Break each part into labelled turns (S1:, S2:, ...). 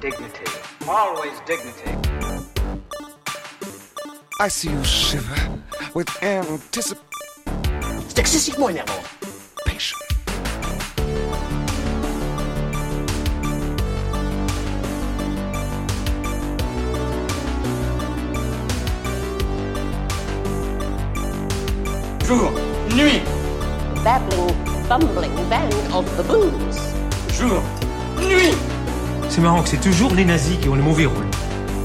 S1: dignity. Always dignity.
S2: I see you shiver with anticipation.
S3: C'est excessivement énervant.
S4: Jour, nuit,
S5: babbling, bumbling band of baboons.
S4: jour, nuit. C'est marrant que c'est toujours les nazis qui ont le mauvais rôle.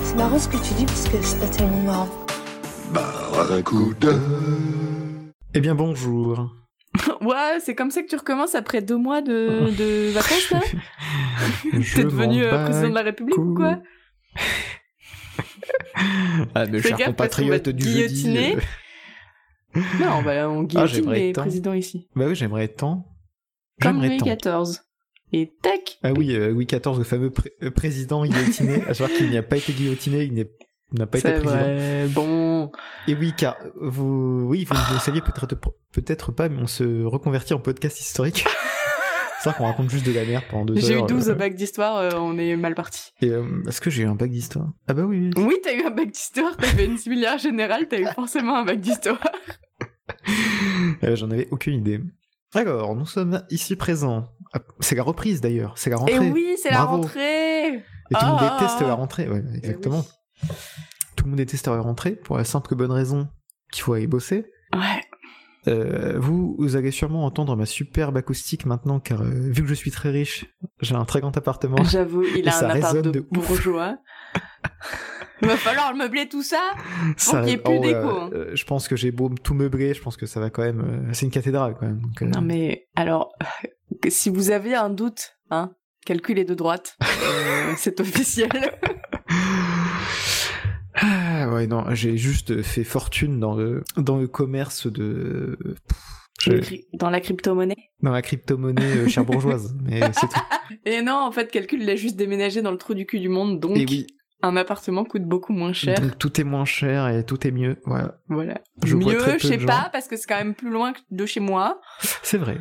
S6: C'est marrant ce que tu dis parce que c'est pas tellement marrant.
S7: Eh bien bonjour.
S8: Ouais, c'est comme ça que tu recommences après deux mois de, de vacances, là
S7: Oh. Je
S8: T'es devenu
S7: m'en
S8: euh, président de
S7: bats
S8: la République ou quoi
S7: Ah mais
S8: Fais
S7: cher
S8: gaffe, parce
S7: compatriote
S8: qu'on va te
S7: du jeudi.
S8: guillotiner.
S7: euh,
S8: Non, bah on
S7: Ah,
S8: guillotine
S7: j'aimerais
S8: les
S7: tant.
S8: présidents ici.
S7: Bah oui j'aimerais tant.
S8: Comme
S7: J'aimerais
S8: Louis
S7: tant.
S8: XIV. Et tac
S7: Ah oui, euh, Louis XIV, le fameux pré- euh, président guillotiné, à savoir qu'il n'y a pas été guillotiné, il n'est- n'a pas été
S8: C'est
S7: président.
S8: vrai, bon...
S7: Et oui, car vous, oui, vous ne le saviez peut-être peut-être pas, mais on se reconvertit en podcast historique. C'est vrai qu'on raconte juste de la merde pendant deux
S8: J'ai
S7: heures.
S8: eu 12
S7: euh,
S8: au bac d'histoire, euh, on est mal parti.
S7: et, euh, Est-ce que j'ai eu un bac d'histoire Ah bah oui. oui.
S8: Oui, t'as eu un bac d'histoire, t'as fait une similaire générale, t'as eu forcément un bac d'histoire.
S7: Euh, J'en avais aucune idée. Alors, nous sommes ici présents. Ah, C'est la reprise d'ailleurs, c'est la rentrée.
S8: Et oui, c'est la
S7: Bravo.
S8: rentrée
S7: Et tout le monde
S8: Ah.
S7: déteste la rentrée. Ouais, exactement. Tout le monde déteste la rentrée pour la simple bonne raison qu'il faut aller bosser.
S8: Ouais,
S7: Euh, vous, vous allez sûrement entendre ma superbe acoustique maintenant, car euh, vu que je suis très riche, j'ai un très grand appartement.
S8: j'avoue, il
S7: Et
S8: a
S7: ça
S8: un appart
S7: résonne
S8: de,
S7: de ouf.
S8: bourgeois. Il va falloir meubler tout ça qu'il y ait plus
S7: ouais,
S8: d'écho, hein.
S7: euh, je pense que j'ai beau tout meubler, je pense que ça va quand même. euh, c'est une cathédrale quand même. donc, euh,
S8: Non mais alors, que si vous avez un doute, hein, calculez de droite, Euh, c'est officiel.
S7: Ah, ouais, non, j'ai juste fait fortune dans le dans le commerce de euh, Pff, je-
S8: Dans la crypto-monnaie.
S7: dans la crypto-monnaie euh, chère bourgeoise, mais c'est tout.
S8: Et non, en fait, calcul, il a juste déménagé dans le trou du cul du monde, donc
S7: Et oui,
S8: un appartement coûte beaucoup moins cher.
S7: donc tout est moins cher et tout est mieux. Voilà,
S8: Voilà.
S7: Je vois
S8: Mieux,
S7: très peu
S8: je
S7: de
S8: sais
S7: gens.
S8: pas, parce que c'est quand même plus loin que de chez moi.
S7: c'est vrai.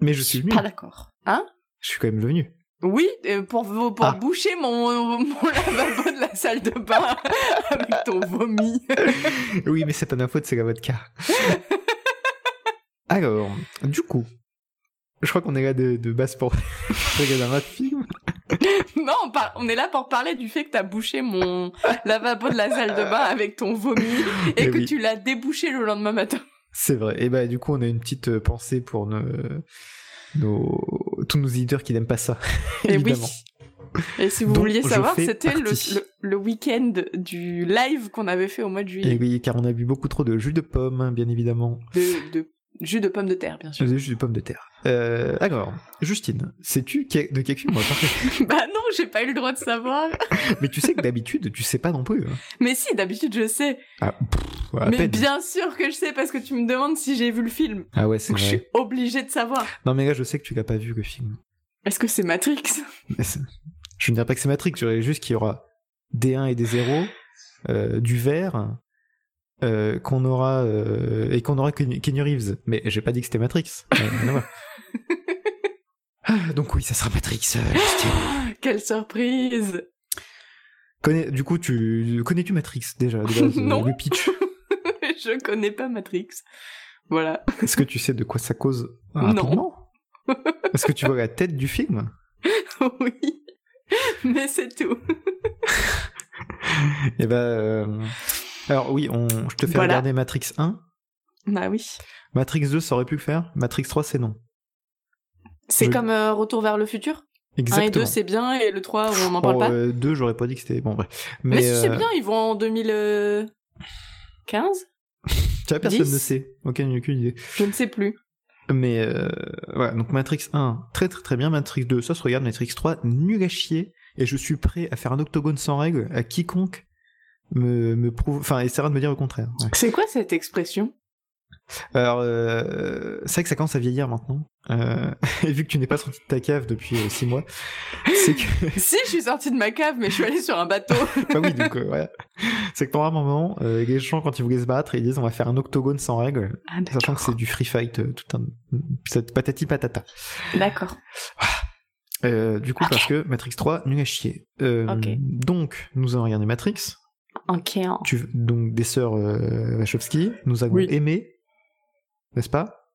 S7: Mais je suis venu.
S8: Pas d'accord. Hein
S7: Je suis quand même venu.
S8: Oui, euh, pour, vo- pour
S7: Ah.
S8: boucher mon, mon lavabo de la salle de bain avec ton vomi.
S7: Oui, mais c'est pas de ma faute, c'est la vodka. Alors, du coup, je crois qu'on est là de, de base pour regarder un autre film.
S8: Non, on, par- on est là pour parler du fait que t'as bouché mon lavabo de la salle de bain avec ton vomi et
S7: Eh
S8: que
S7: oui.
S8: tu l'as débouché le lendemain matin.
S7: C'est vrai. Et bah, du coup, on a une petite euh, pensée pour nos, nos- tous nos éditeurs qui n'aiment pas ça.
S8: Et Eh oui.
S7: évidemment.
S8: Et si vous
S7: Donc,
S8: vouliez
S7: je
S8: savoir,
S7: fais
S8: c'était le,
S7: partie.
S8: le, le week-end du live qu'on avait fait au mois de
S7: Et
S8: juillet.
S7: Eh oui, car on a bu beaucoup trop de jus de pomme, hein, bien évidemment.
S8: De, de jus de pommes de terre, bien sûr.
S7: De jus de pomme de terre. Euh, alors, Justine, sais-tu que- de quel film on va parler
S8: bah non, j'ai pas eu le droit de savoir.
S7: Mais tu sais que d'habitude, tu sais pas non plus. hein.
S8: Mais si, d'habitude, je sais.
S7: Ah, pff, à
S8: Mais
S7: peine.
S8: bien sûr que je sais parce que tu me demandes si j'ai vu le film.
S7: Ah ouais, c'est
S8: Donc je suis
S7: vrai.
S8: obligée de savoir.
S7: Non, mais là, je sais que tu l'as pas vu, le film.
S8: Est-ce que c'est Matrix
S7: Mais c'est- Je ne dirais pas que c'est Matrix, je dirais juste qu'il y aura des 1 et des 0, euh, du vert, euh, qu'on aura euh, et qu'on aura Ken- Kenny Reeves. Mais j'ai pas dit que c'était Matrix. Euh, rien à voir. Ah, Donc oui, ça sera Matrix. euh, Justine.
S8: Quelle surprise
S7: Connais- du coup, tu connais-tu Matrix déjà de base, euh,
S8: Non.
S7: Le pitch.
S8: Je connais pas Matrix. Voilà.
S7: Est-ce que tu sais de quoi ça cause
S8: Non.
S7: rapidement Est-ce que tu vois la tête du film
S8: oui. Mais c'est tout.
S7: Eh ben, euh, alors oui, on, je te fais
S8: Voilà.
S7: regarder Matrix 1.
S8: Bah oui.
S7: Matrix 2, ça aurait pu le faire. Matrix 3, c'est non.
S8: C'est
S7: Je-
S8: comme euh, Retour vers le futur.
S7: Exactement.
S8: 1 et 2, c'est bien, et le 3, on n'en parle
S7: Bon,
S8: pas.
S7: euh, deux, j'aurais pas dit que c'était bon bref.
S8: mais si, c'est
S7: euh,
S8: bien, ils vont en 2015
S7: Tu vois, personne
S8: Dix.
S7: ne sait. Ok, j'ai aucune idée.
S8: Je ne sais plus.
S7: Mais euh, voilà, donc Matrix 1, très très très bien. Matrix 2, ça se regarde. Matrix 3, nul à chier. Et je suis prêt à faire un octogone sans règle à quiconque me, me prouve, enfin, essaiera de me dire le contraire. Ouais.
S8: C'est quoi cette expression
S7: Alors, euh, c'est vrai que ça commence à vieillir maintenant. Euh, et vu que tu n'es pas sorti de ta cave depuis 6 mois, c'est que
S8: Si, je suis sortie de ma cave, mais je suis allée sur un bateau.
S7: Bah oui, donc, euh, voilà. C'est que normalement, euh, les gens, quand ils voulaient se battre, ils disent on va faire un octogone sans règle,
S8: Ah,
S7: sachant que c'est du free fight, euh, tout un. cette patati patata.
S8: D'accord.
S7: Euh, du coup, parce que Matrix 3, nul à chier. Euh,
S8: Ok.
S7: Donc, nous avons regardé Matrix.
S8: Ok. hein.
S7: Tu, donc, des sœurs euh, Wachowski. Nous avons
S8: Oui.
S7: aimé, n'est-ce pas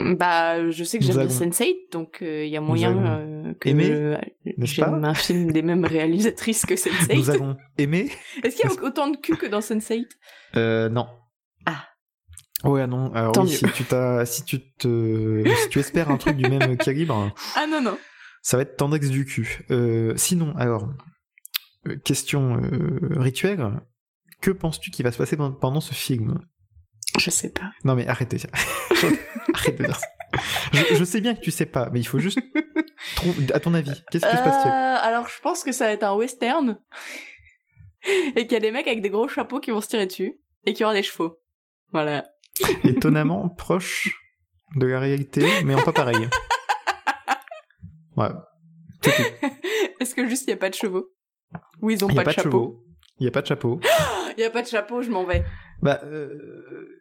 S8: Bah, je sais que
S7: Nous
S8: j'aime bien
S7: avons-
S8: Sense8, donc il y a moyen
S7: avons
S8: euh, que
S7: aimé,
S8: euh,
S7: n'est-ce
S8: j'aime
S7: pas
S8: un film des mêmes réalisatrices que
S7: Nous
S8: Sense8.
S7: avons aimé
S8: Est-ce qu'il y a autant de cul que dans Sense8
S7: Euh, non.
S8: Ah.
S7: Ouais, non. Alors
S8: Tant
S7: oui,
S8: mieux.
S7: si tu, t'as- si, tu te, si tu espères un truc du même calibre,
S8: Ah non, non.
S7: ça va être tendex du cul. Euh, sinon, alors, euh, question euh, rituelle, que penses-tu qui va se passer pen- pendant ce film
S8: Je sais pas.
S7: Non mais arrêtez. Arrête de dire ça. Je, je sais bien que tu sais pas, mais il faut juste... trouver- à ton avis, qu'est-ce qui se
S8: Euh,
S7: passe
S8: alors, je pense que ça va être un western. et qu'il y a des mecs avec des gros chapeaux qui vont se tirer dessus. Et qu'il y aura des chevaux. Voilà. Euh.
S7: Étonnamment proche de la réalité, mais en pas pareil. Ouais.
S8: Est-ce que juste il n'y a pas de chevaux Ou ils ont
S7: Il n'y
S8: pas,
S7: a pas
S8: de
S7: de
S8: chapeau
S7: chevaux. Il n'y a pas de chapeau.
S8: Il n'y a pas de chapeau, je m'en vais.
S7: Bah, euh,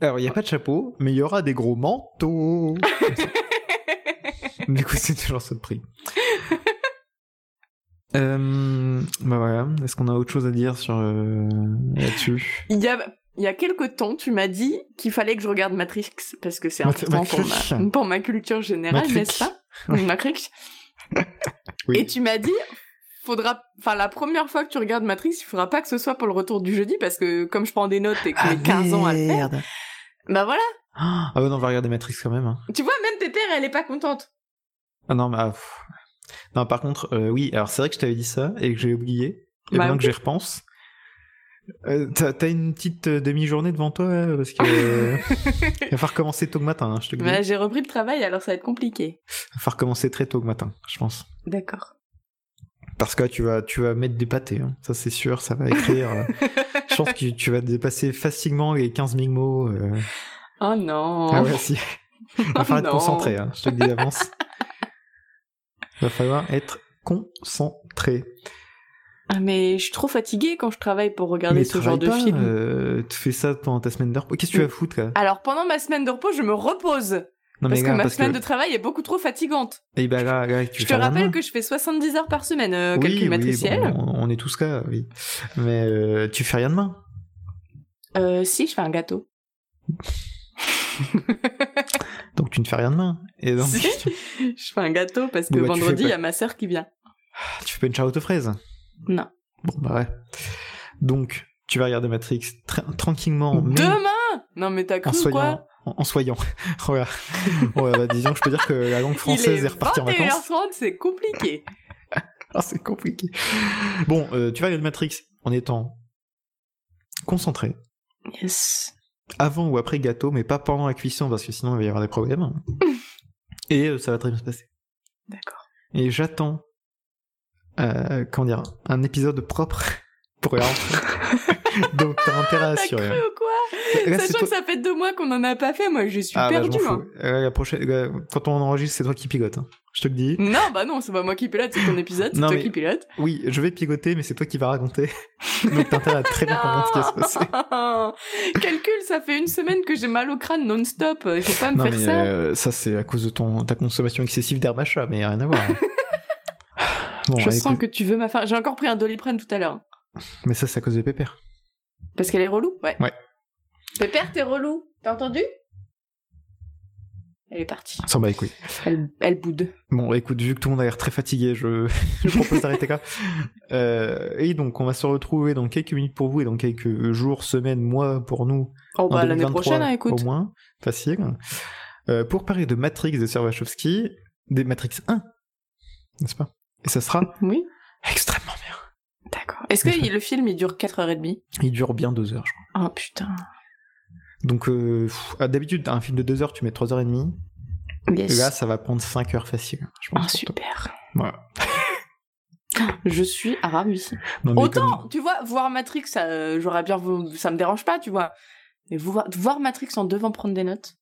S7: alors il n'y a pas de chapeau, mais il y aura des gros manteaux. Comme ça. du coup, c'est toujours ça de prix. Euh, bah voilà. Est-ce qu'on a autre chose à dire sur euh, là-dessus
S8: Il y a, il y a quelques temps, tu m'as dit qu'il fallait que je regarde Matrix, parce que c'est
S7: Mat-
S8: important pour ma,
S7: Matrix.
S8: pour ma culture générale,
S7: Matrix.
S8: n'est-ce pas Matrix.
S7: Oui.
S8: Et tu m'as dit, faudra, enfin, la première fois que tu regardes Matrix, il faudra pas que ce soit pour le retour du jeudi, parce que comme je prends des notes et que j'ai 15 ans à le faire, bah voilà.
S7: Ah bah non, on va regarder Matrix quand même. hein.
S8: Tu vois, même Pépère, elle est pas contente.
S7: Ah non, mais ah, pff. non. Par contre, euh, oui. Alors c'est vrai que je t'avais dit ça et que j'ai oublié. Et
S8: Bah,
S7: maintenant
S8: oui.
S7: que j'y repense, euh, t'as t'as une petite euh, demi-journée devant toi là, parce que euh, il va falloir commencer tôt le matin. hein, je te le dis.
S8: Bah, j'ai repris le travail, alors ça va être compliqué.
S7: va falloir commencer très tôt le matin, je pense.
S8: D'accord.
S7: Parce que là, tu vas, tu vas mettre des pâtés, hein. ça c'est sûr, ça va écrire. euh, je pense que tu vas dépasser facilement les 15 000 mots. euh.
S8: Oh non.
S7: Ah ouais, si. va falloir être
S8: non.
S7: concentré, hein, je te le dis d'avance. va falloir être concentré.
S8: Ah, Mais je suis trop fatiguée quand je travaille pour regarder ce genre
S7: travaille
S8: de
S7: pas,
S8: film.
S7: euh, tu fais ça pendant ta semaine de repos. Qu'est-ce que tu vas foutre là
S8: Alors pendant ma semaine de repos, je me repose
S7: Non
S8: parce
S7: là,
S8: que ma
S7: parce
S8: semaine
S7: que-
S8: de travail est beaucoup trop fatigante.
S7: Eh ben là, là, tu
S8: je te
S7: fais rien.
S8: rappelle que je fais 70 heures par semaine, euh,
S7: Oui,
S8: calcul
S7: oui,
S8: matriciel.
S7: bon, on on est tous là, oui. Mais euh, tu fais rien demain.
S8: Euh, si, je fais un gâteau.
S7: Donc tu ne fais rien demain. Et donc,
S8: Si.
S7: tu-
S8: Je fais un gâteau parce que
S7: Bon, bah, tu
S8: vendredi,
S7: fais pas-
S8: il y a ma sœur qui vient.
S7: Ah, Tu fais pas une charlotte aux fraises
S8: Non.
S7: Bon, bah ouais. Donc, tu vas regarder Matrix tra- tranquillement, mais
S8: Demain Non mais t'as
S7: Oh, en
S8: cru quoi
S7: soyant. En, en soyant. voilà. Ouais, bah, disons que je peux dire que la langue française
S8: Il
S7: est,
S8: est
S7: repartie en vacances.
S8: 21h30, c'est compliqué.
S7: Ah, c'est compliqué. Bon, euh, tu vas regarder Matrix en étant concentré,
S8: Yes.
S7: avant ou après gâteau, mais pas pendant la cuisson, parce que sinon il va y avoir des problèmes. Et euh, ça va très bien se passer.
S8: D'accord.
S7: Et j'attends, euh, comment dire, un épisode propre pour la rentrée. Donc t'as intérêt à
S8: T'as
S7: assurer.
S8: cru ou quoi
S7: Là, c'est
S8: Sachant
S7: toi-
S8: que ça fait deux mois qu'on en a pas fait, moi je suis
S7: Ah bah, je
S8: perdue.
S7: m'en
S8: hein.
S7: fous. Euh, la prochaine, la- quand on enregistre, c'est toi qui pilote. hein. Je te le dis.
S8: Non, bah non, c'est pas moi qui pilote, c'est ton épisode, c'est
S7: Non,
S8: toi
S7: mais-
S8: qui pilote.
S7: Oui, je vais piloter, mais c'est toi qui vas raconter. Donc t'as intérêt à très bien comprendre ce qui va se passer.
S8: Calcul, ça fait une semaine que j'ai mal au crâne non-stop. Il faut pas me
S7: Non
S8: faire
S7: mais
S8: ça.
S7: euh, ça c'est à cause de ton ta consommation excessive d'herbe à chat, mais y a rien à voir. hein. bon, bah,
S8: je
S7: allez,
S8: sens que tu veux ma fin. J'ai encore pris un doliprane tout à l'heure. hein.
S7: mais ça c'est à cause de Pépère.
S8: Parce qu'elle est relou, ouais.
S7: Ouais.
S8: Pépère, t'es relou. T'as entendu Elle est partie.
S7: S'en bat les couilles.
S8: Elle, elle boude.
S7: Bon, écoute, vu que tout le monde a l'air très fatigué, je, je propose d'arrêter là. Euh, et donc, on va se retrouver dans quelques minutes pour vous et dans quelques jours, semaines, mois pour nous
S8: Oh
S7: en
S8: bah l'année
S7: 2023,
S8: prochaine, hein, écoute.
S7: Au moins, facile. Euh, pour parler de Matrix de Servachowski, des Matrix 1, n'est-ce pas Et ça sera
S8: Oui,
S7: extrêmement bien.
S8: d'accord. Est-ce que le film, il dure 4h30
S7: Il dure bien deux heures, je crois.
S8: Oh putain.
S7: Donc, euh, pff, ah, d'habitude, un film de deux heures, tu mets trois heures et demie.
S8: Yes.
S7: Là, ça va prendre cinq heures facile, je pense.
S8: Oh,
S7: pour toi.
S8: super.
S7: Voilà.
S8: Je suis ravie.
S7: Non, mais
S8: Autant,
S7: comme-
S8: tu vois, voir Matrix, ça, euh, j'aurais bien, vou- ça me dérange pas, tu vois. Mais voir, voir Matrix en devant prendre des notes.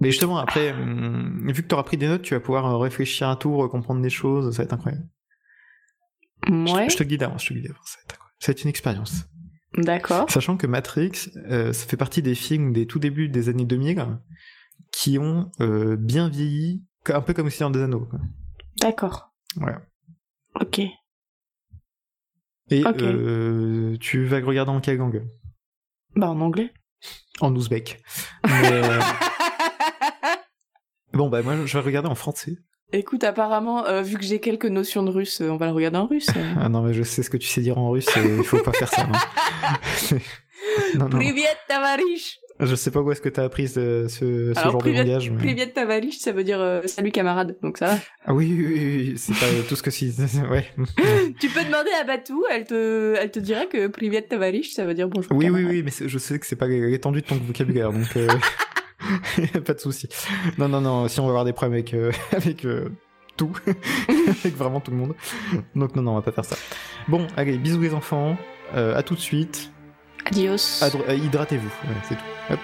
S7: Mais justement, après, hum, vu que tu auras pris des notes, tu vas pouvoir euh, réfléchir à tout, euh, comprendre des choses, ça va être incroyable. Je te-
S8: Ouais.
S7: Je, te guide d'avance, je te guide d'avance, ça va être incroyable. Ça va être une expérience.
S8: D'accord.
S7: Sachant que Matrix, euh, ça fait partie des films des tout débuts des années 2000 qui ont euh, bien vieilli Un peu comme Seigneur des Anneaux. quoi.
S8: D'accord.
S7: Ouais.
S8: Ok.
S7: Et
S8: Ok.
S7: euh, tu vas le regarder en Kagang,
S8: Bah en anglais.
S7: en ouzbek. Mais, euh, bon, bah moi, je vais le regarder en français.
S8: Écoute, apparemment, euh, vu que j'ai quelques notions de russe, euh, on va le regarder en russe. euh.
S7: Ah non, mais je sais ce que tu sais dire en russe et il faut pas faire ça. hein. non, non.
S8: Privet Tavarish
S7: Je sais pas où est-ce que t'as appris ce, ce- ce
S8: Alors,
S7: genre
S8: privet-
S7: de langage. mais-
S8: Privet Tavarish, ça veut dire euh, salut camarade, donc ça va.
S7: Ah oui, oui, oui, oui, c'est pas tout ce que si. ouais.
S8: tu peux demander à Batou, elle te, elle te dira que Privet Tavarish, ça veut dire bonjour.
S7: Oui, oui,
S8: camarade.
S7: oui, mais c'est- je sais que c'est pas l'étendue de ton vocabulaire, donc euh, pas de souci. Non, non, non, si on va avoir des problèmes avec, euh, avec euh, tout, avec vraiment tout le monde. Donc non, non, on va pas faire ça. Bon, allez, bisous les enfants, euh, à tout de suite,
S8: Adios.
S7: à dro- euh, hydratez-vous, voilà, c'est tout. Hop.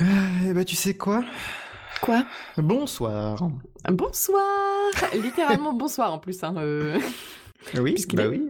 S7: Euh, Eh bah tu sais quoi
S8: Quoi
S7: Bonsoir.
S8: Bonsoir Littéralement bonsoir en plus. Hein, euh...
S7: Oui,
S8: Puisqu'il
S7: bah
S8: est
S7: oui.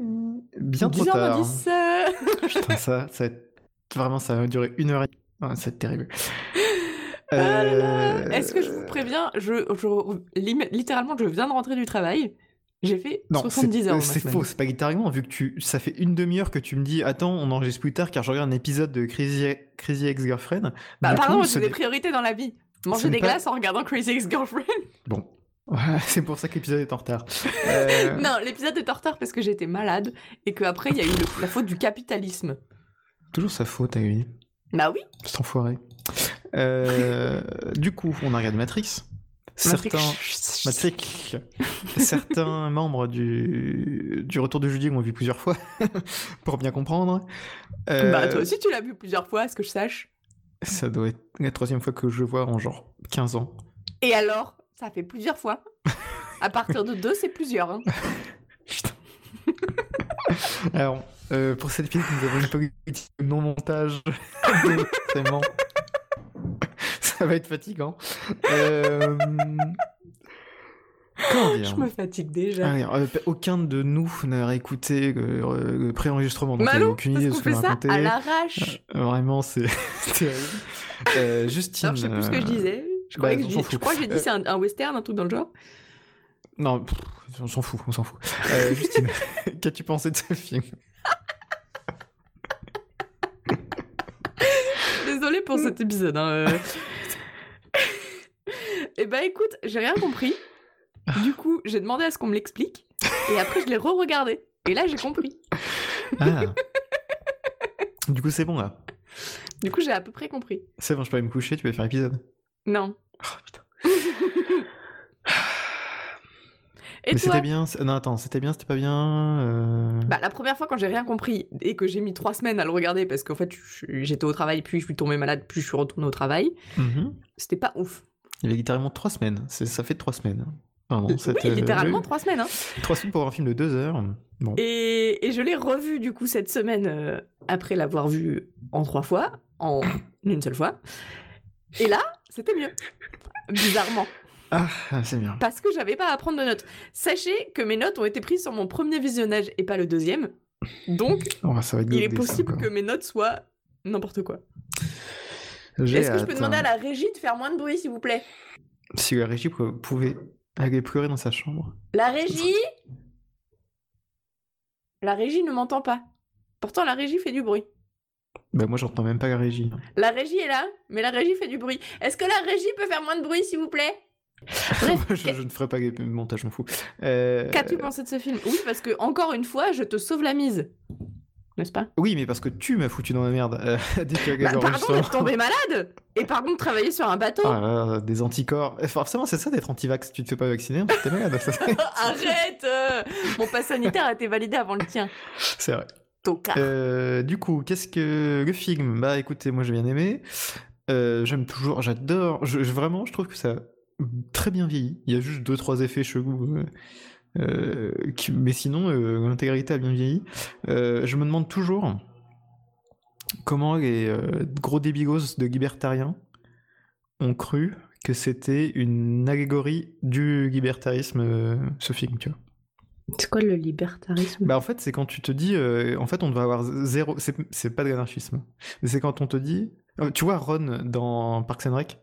S7: Bien trop tard.
S8: 10h10 euh,
S7: Putain, ça, ça va être- vraiment, ça va durer une heure et demie. C'est terrible.
S8: Ah là là.
S7: Euh,
S8: Est-ce que je vous préviens je, je- lim- Littéralement, je viens de rentrer du travail. J'ai fait
S7: non,
S8: 70
S7: c'est- euh,
S8: heures. dans ma
S7: C'est
S8: semaine.
S7: faux, c'est pas littéralement, vu que tu, ça fait une demi-heure que tu me dis Attends, on enregistre plus tard car je regarde un épisode de Crazy, Crazy Ex-Girlfriend.
S8: Bah,
S7: Du coup,
S8: pardon,
S7: ce
S8: j'ai des
S7: n'est-
S8: priorités dans la vie. Manger
S7: n'est
S8: des
S7: pas-
S8: glaces en regardant Crazy Ex-Girlfriend.
S7: Bon, c'est pour ça que l'épisode est en retard. Euh,
S8: Non, l'épisode est en retard parce que j'étais malade et qu'après, il y a eu le- la faute du capitalisme.
S7: Toujours sa faute, à lui.
S8: Bah oui.
S7: Cet enfoiré. Euh, du coup, on a regardé Matrix.
S8: Matrix.
S7: Certains. Bah, Matrix. Certains membres du, du Retour de Judy l'ont vu plusieurs fois, pour bien comprendre. Euh,
S8: Bah, toi aussi, tu l'as vu plusieurs fois, à ce que je sache.
S7: Ça doit être la troisième fois que je le vois en genre 15 ans.
S8: Et alors, ça fait plusieurs fois. À partir de deux, c'est plusieurs. hein.
S7: Alors, euh, pour cette pièce, nous avons une politique de non-montage. Forcément. Ça va être fatigant. Euh... Comment dire
S8: Je me fatigue déjà.
S7: Allez, euh, Aucun de nous n'a réécouté euh, le, pré-enregistrement, donc
S8: Malou,
S7: j'avais aucune
S8: parce
S7: idée de
S8: qu'on
S7: ce que
S8: fait
S7: vous
S8: ça
S7: racontez.
S8: à l'arrache.
S7: Euh, Vraiment, c'est terrible. Euh, Justine.
S8: Alors, je sais plus ce que je
S7: euh,
S8: disais.
S7: bah,
S8: Je, croyais que
S7: on
S8: je,
S7: s'en
S8: dis- je
S7: fout.
S8: crois que j'ai dit
S7: Euh,
S8: c'est un, un western, un truc dans le genre.
S7: Non, pff, on s'en fout, on s'en fout. Euh, Justine, qu'as-tu pensé de ce film
S8: Désolée pour cet épisode. Hein, et bah écoute, j'ai rien compris. Du coup, j'ai demandé à ce qu'on me l'explique. Et après, je l'ai re-regardé. Et là, j'ai compris.
S7: Ah. Du coup, c'est bon là.
S8: Du coup, j'ai à peu près compris.
S7: C'est bon, je peux aller me coucher, tu peux faire l'épisode.
S8: Non.
S7: Oh,
S8: Et
S7: Mais
S8: toi
S7: c'était bien. c'est- Non, attends, c'était bien, c'était pas bien. euh,
S8: Bah, la première fois, quand j'ai rien compris et que j'ai mis trois semaines à le regarder parce qu'en fait, je- j'étais au travail, puis je suis tombée malade, puis je suis retournée au travail,
S7: mhm.
S8: c'était pas ouf.
S7: Il y a littéralement trois semaines. C'est- Ça fait trois semaines. Vraiment, cette,
S8: Oui,
S7: euh,
S8: littéralement
S7: oui.
S8: trois semaines. Hein.
S7: Trois semaines pour un film de deux heures. Bon.
S8: Et, et je l'ai revu du coup cette semaine euh, après l'avoir vu en trois fois, en une seule fois. Et là, c'était mieux. Bizarrement.
S7: Ah, c'est bien.
S8: Parce que j'avais pas à prendre de notes. Sachez que mes notes ont été prises sur mon premier visionnage et pas le deuxième. Donc,
S7: Oh, ça va être
S8: il est
S7: godé, ça,
S8: possible
S7: quoi.
S8: que mes notes soient n'importe quoi.
S7: J'ai
S8: Est-ce que je peux
S7: hâte,
S8: demander
S7: hein.
S8: à la régie de faire moins de bruit, s'il vous plaît
S7: Si la régie pou- pouvait aller pleurer dans sa chambre.
S8: La régie La régie ne m'entend pas. Pourtant, la régie fait du bruit.
S7: Bah, moi, j'entends même pas la régie.
S8: La régie est là, mais la régie fait du bruit. Est-ce que la régie peut faire moins de bruit, s'il vous plaît Bref,
S7: je, je ne ferai pas le montage, je m'en fous. Euh,
S8: qu'as-tu pensé de ce film Oui, parce que, encore une fois, je te sauve la mise. N'est-ce pas
S7: Oui, mais parce que tu m'as foutu dans la merde. euh, dès qu'il y a eu
S8: Bah, Pardon
S7: l'enregistrement.
S8: d'être tombé malade Et pardon de travailler sur un bateau
S7: Ah là là, des anticorps. Eh, Forcément, c'est ça d'être anti-vax. Tu te fais pas vacciner, t'es malade. ça, c'est-
S8: Oh, Arrête euh, Mon pass sanitaire a été validé avant le tien.
S7: c'est vrai.
S8: Tocard.
S7: Euh, du coup, qu'est-ce que le film Bah, écoutez, moi j'ai bien aimé. Euh, J'aime toujours, j'adore. Je, je- vraiment, je trouve que ça a très bien vieilli. Il y a juste deux trois effets chelous. euh, euh, qui- mais sinon, euh, l'intégralité a bien vieilli. Euh, je me demande toujours comment les euh, gros débigos de libertariens ont cru que c'était une allégorie du libertarisme, euh, ce film, tu vois.
S8: C'est quoi le libertarisme
S7: Bah en fait, c'est quand tu te dis, euh, en fait, on devrait avoir zéro. C'est c'est pas de l'anarchisme. Mais c'est quand on te dit. Euh, Tu vois Ron dans Parks and Rec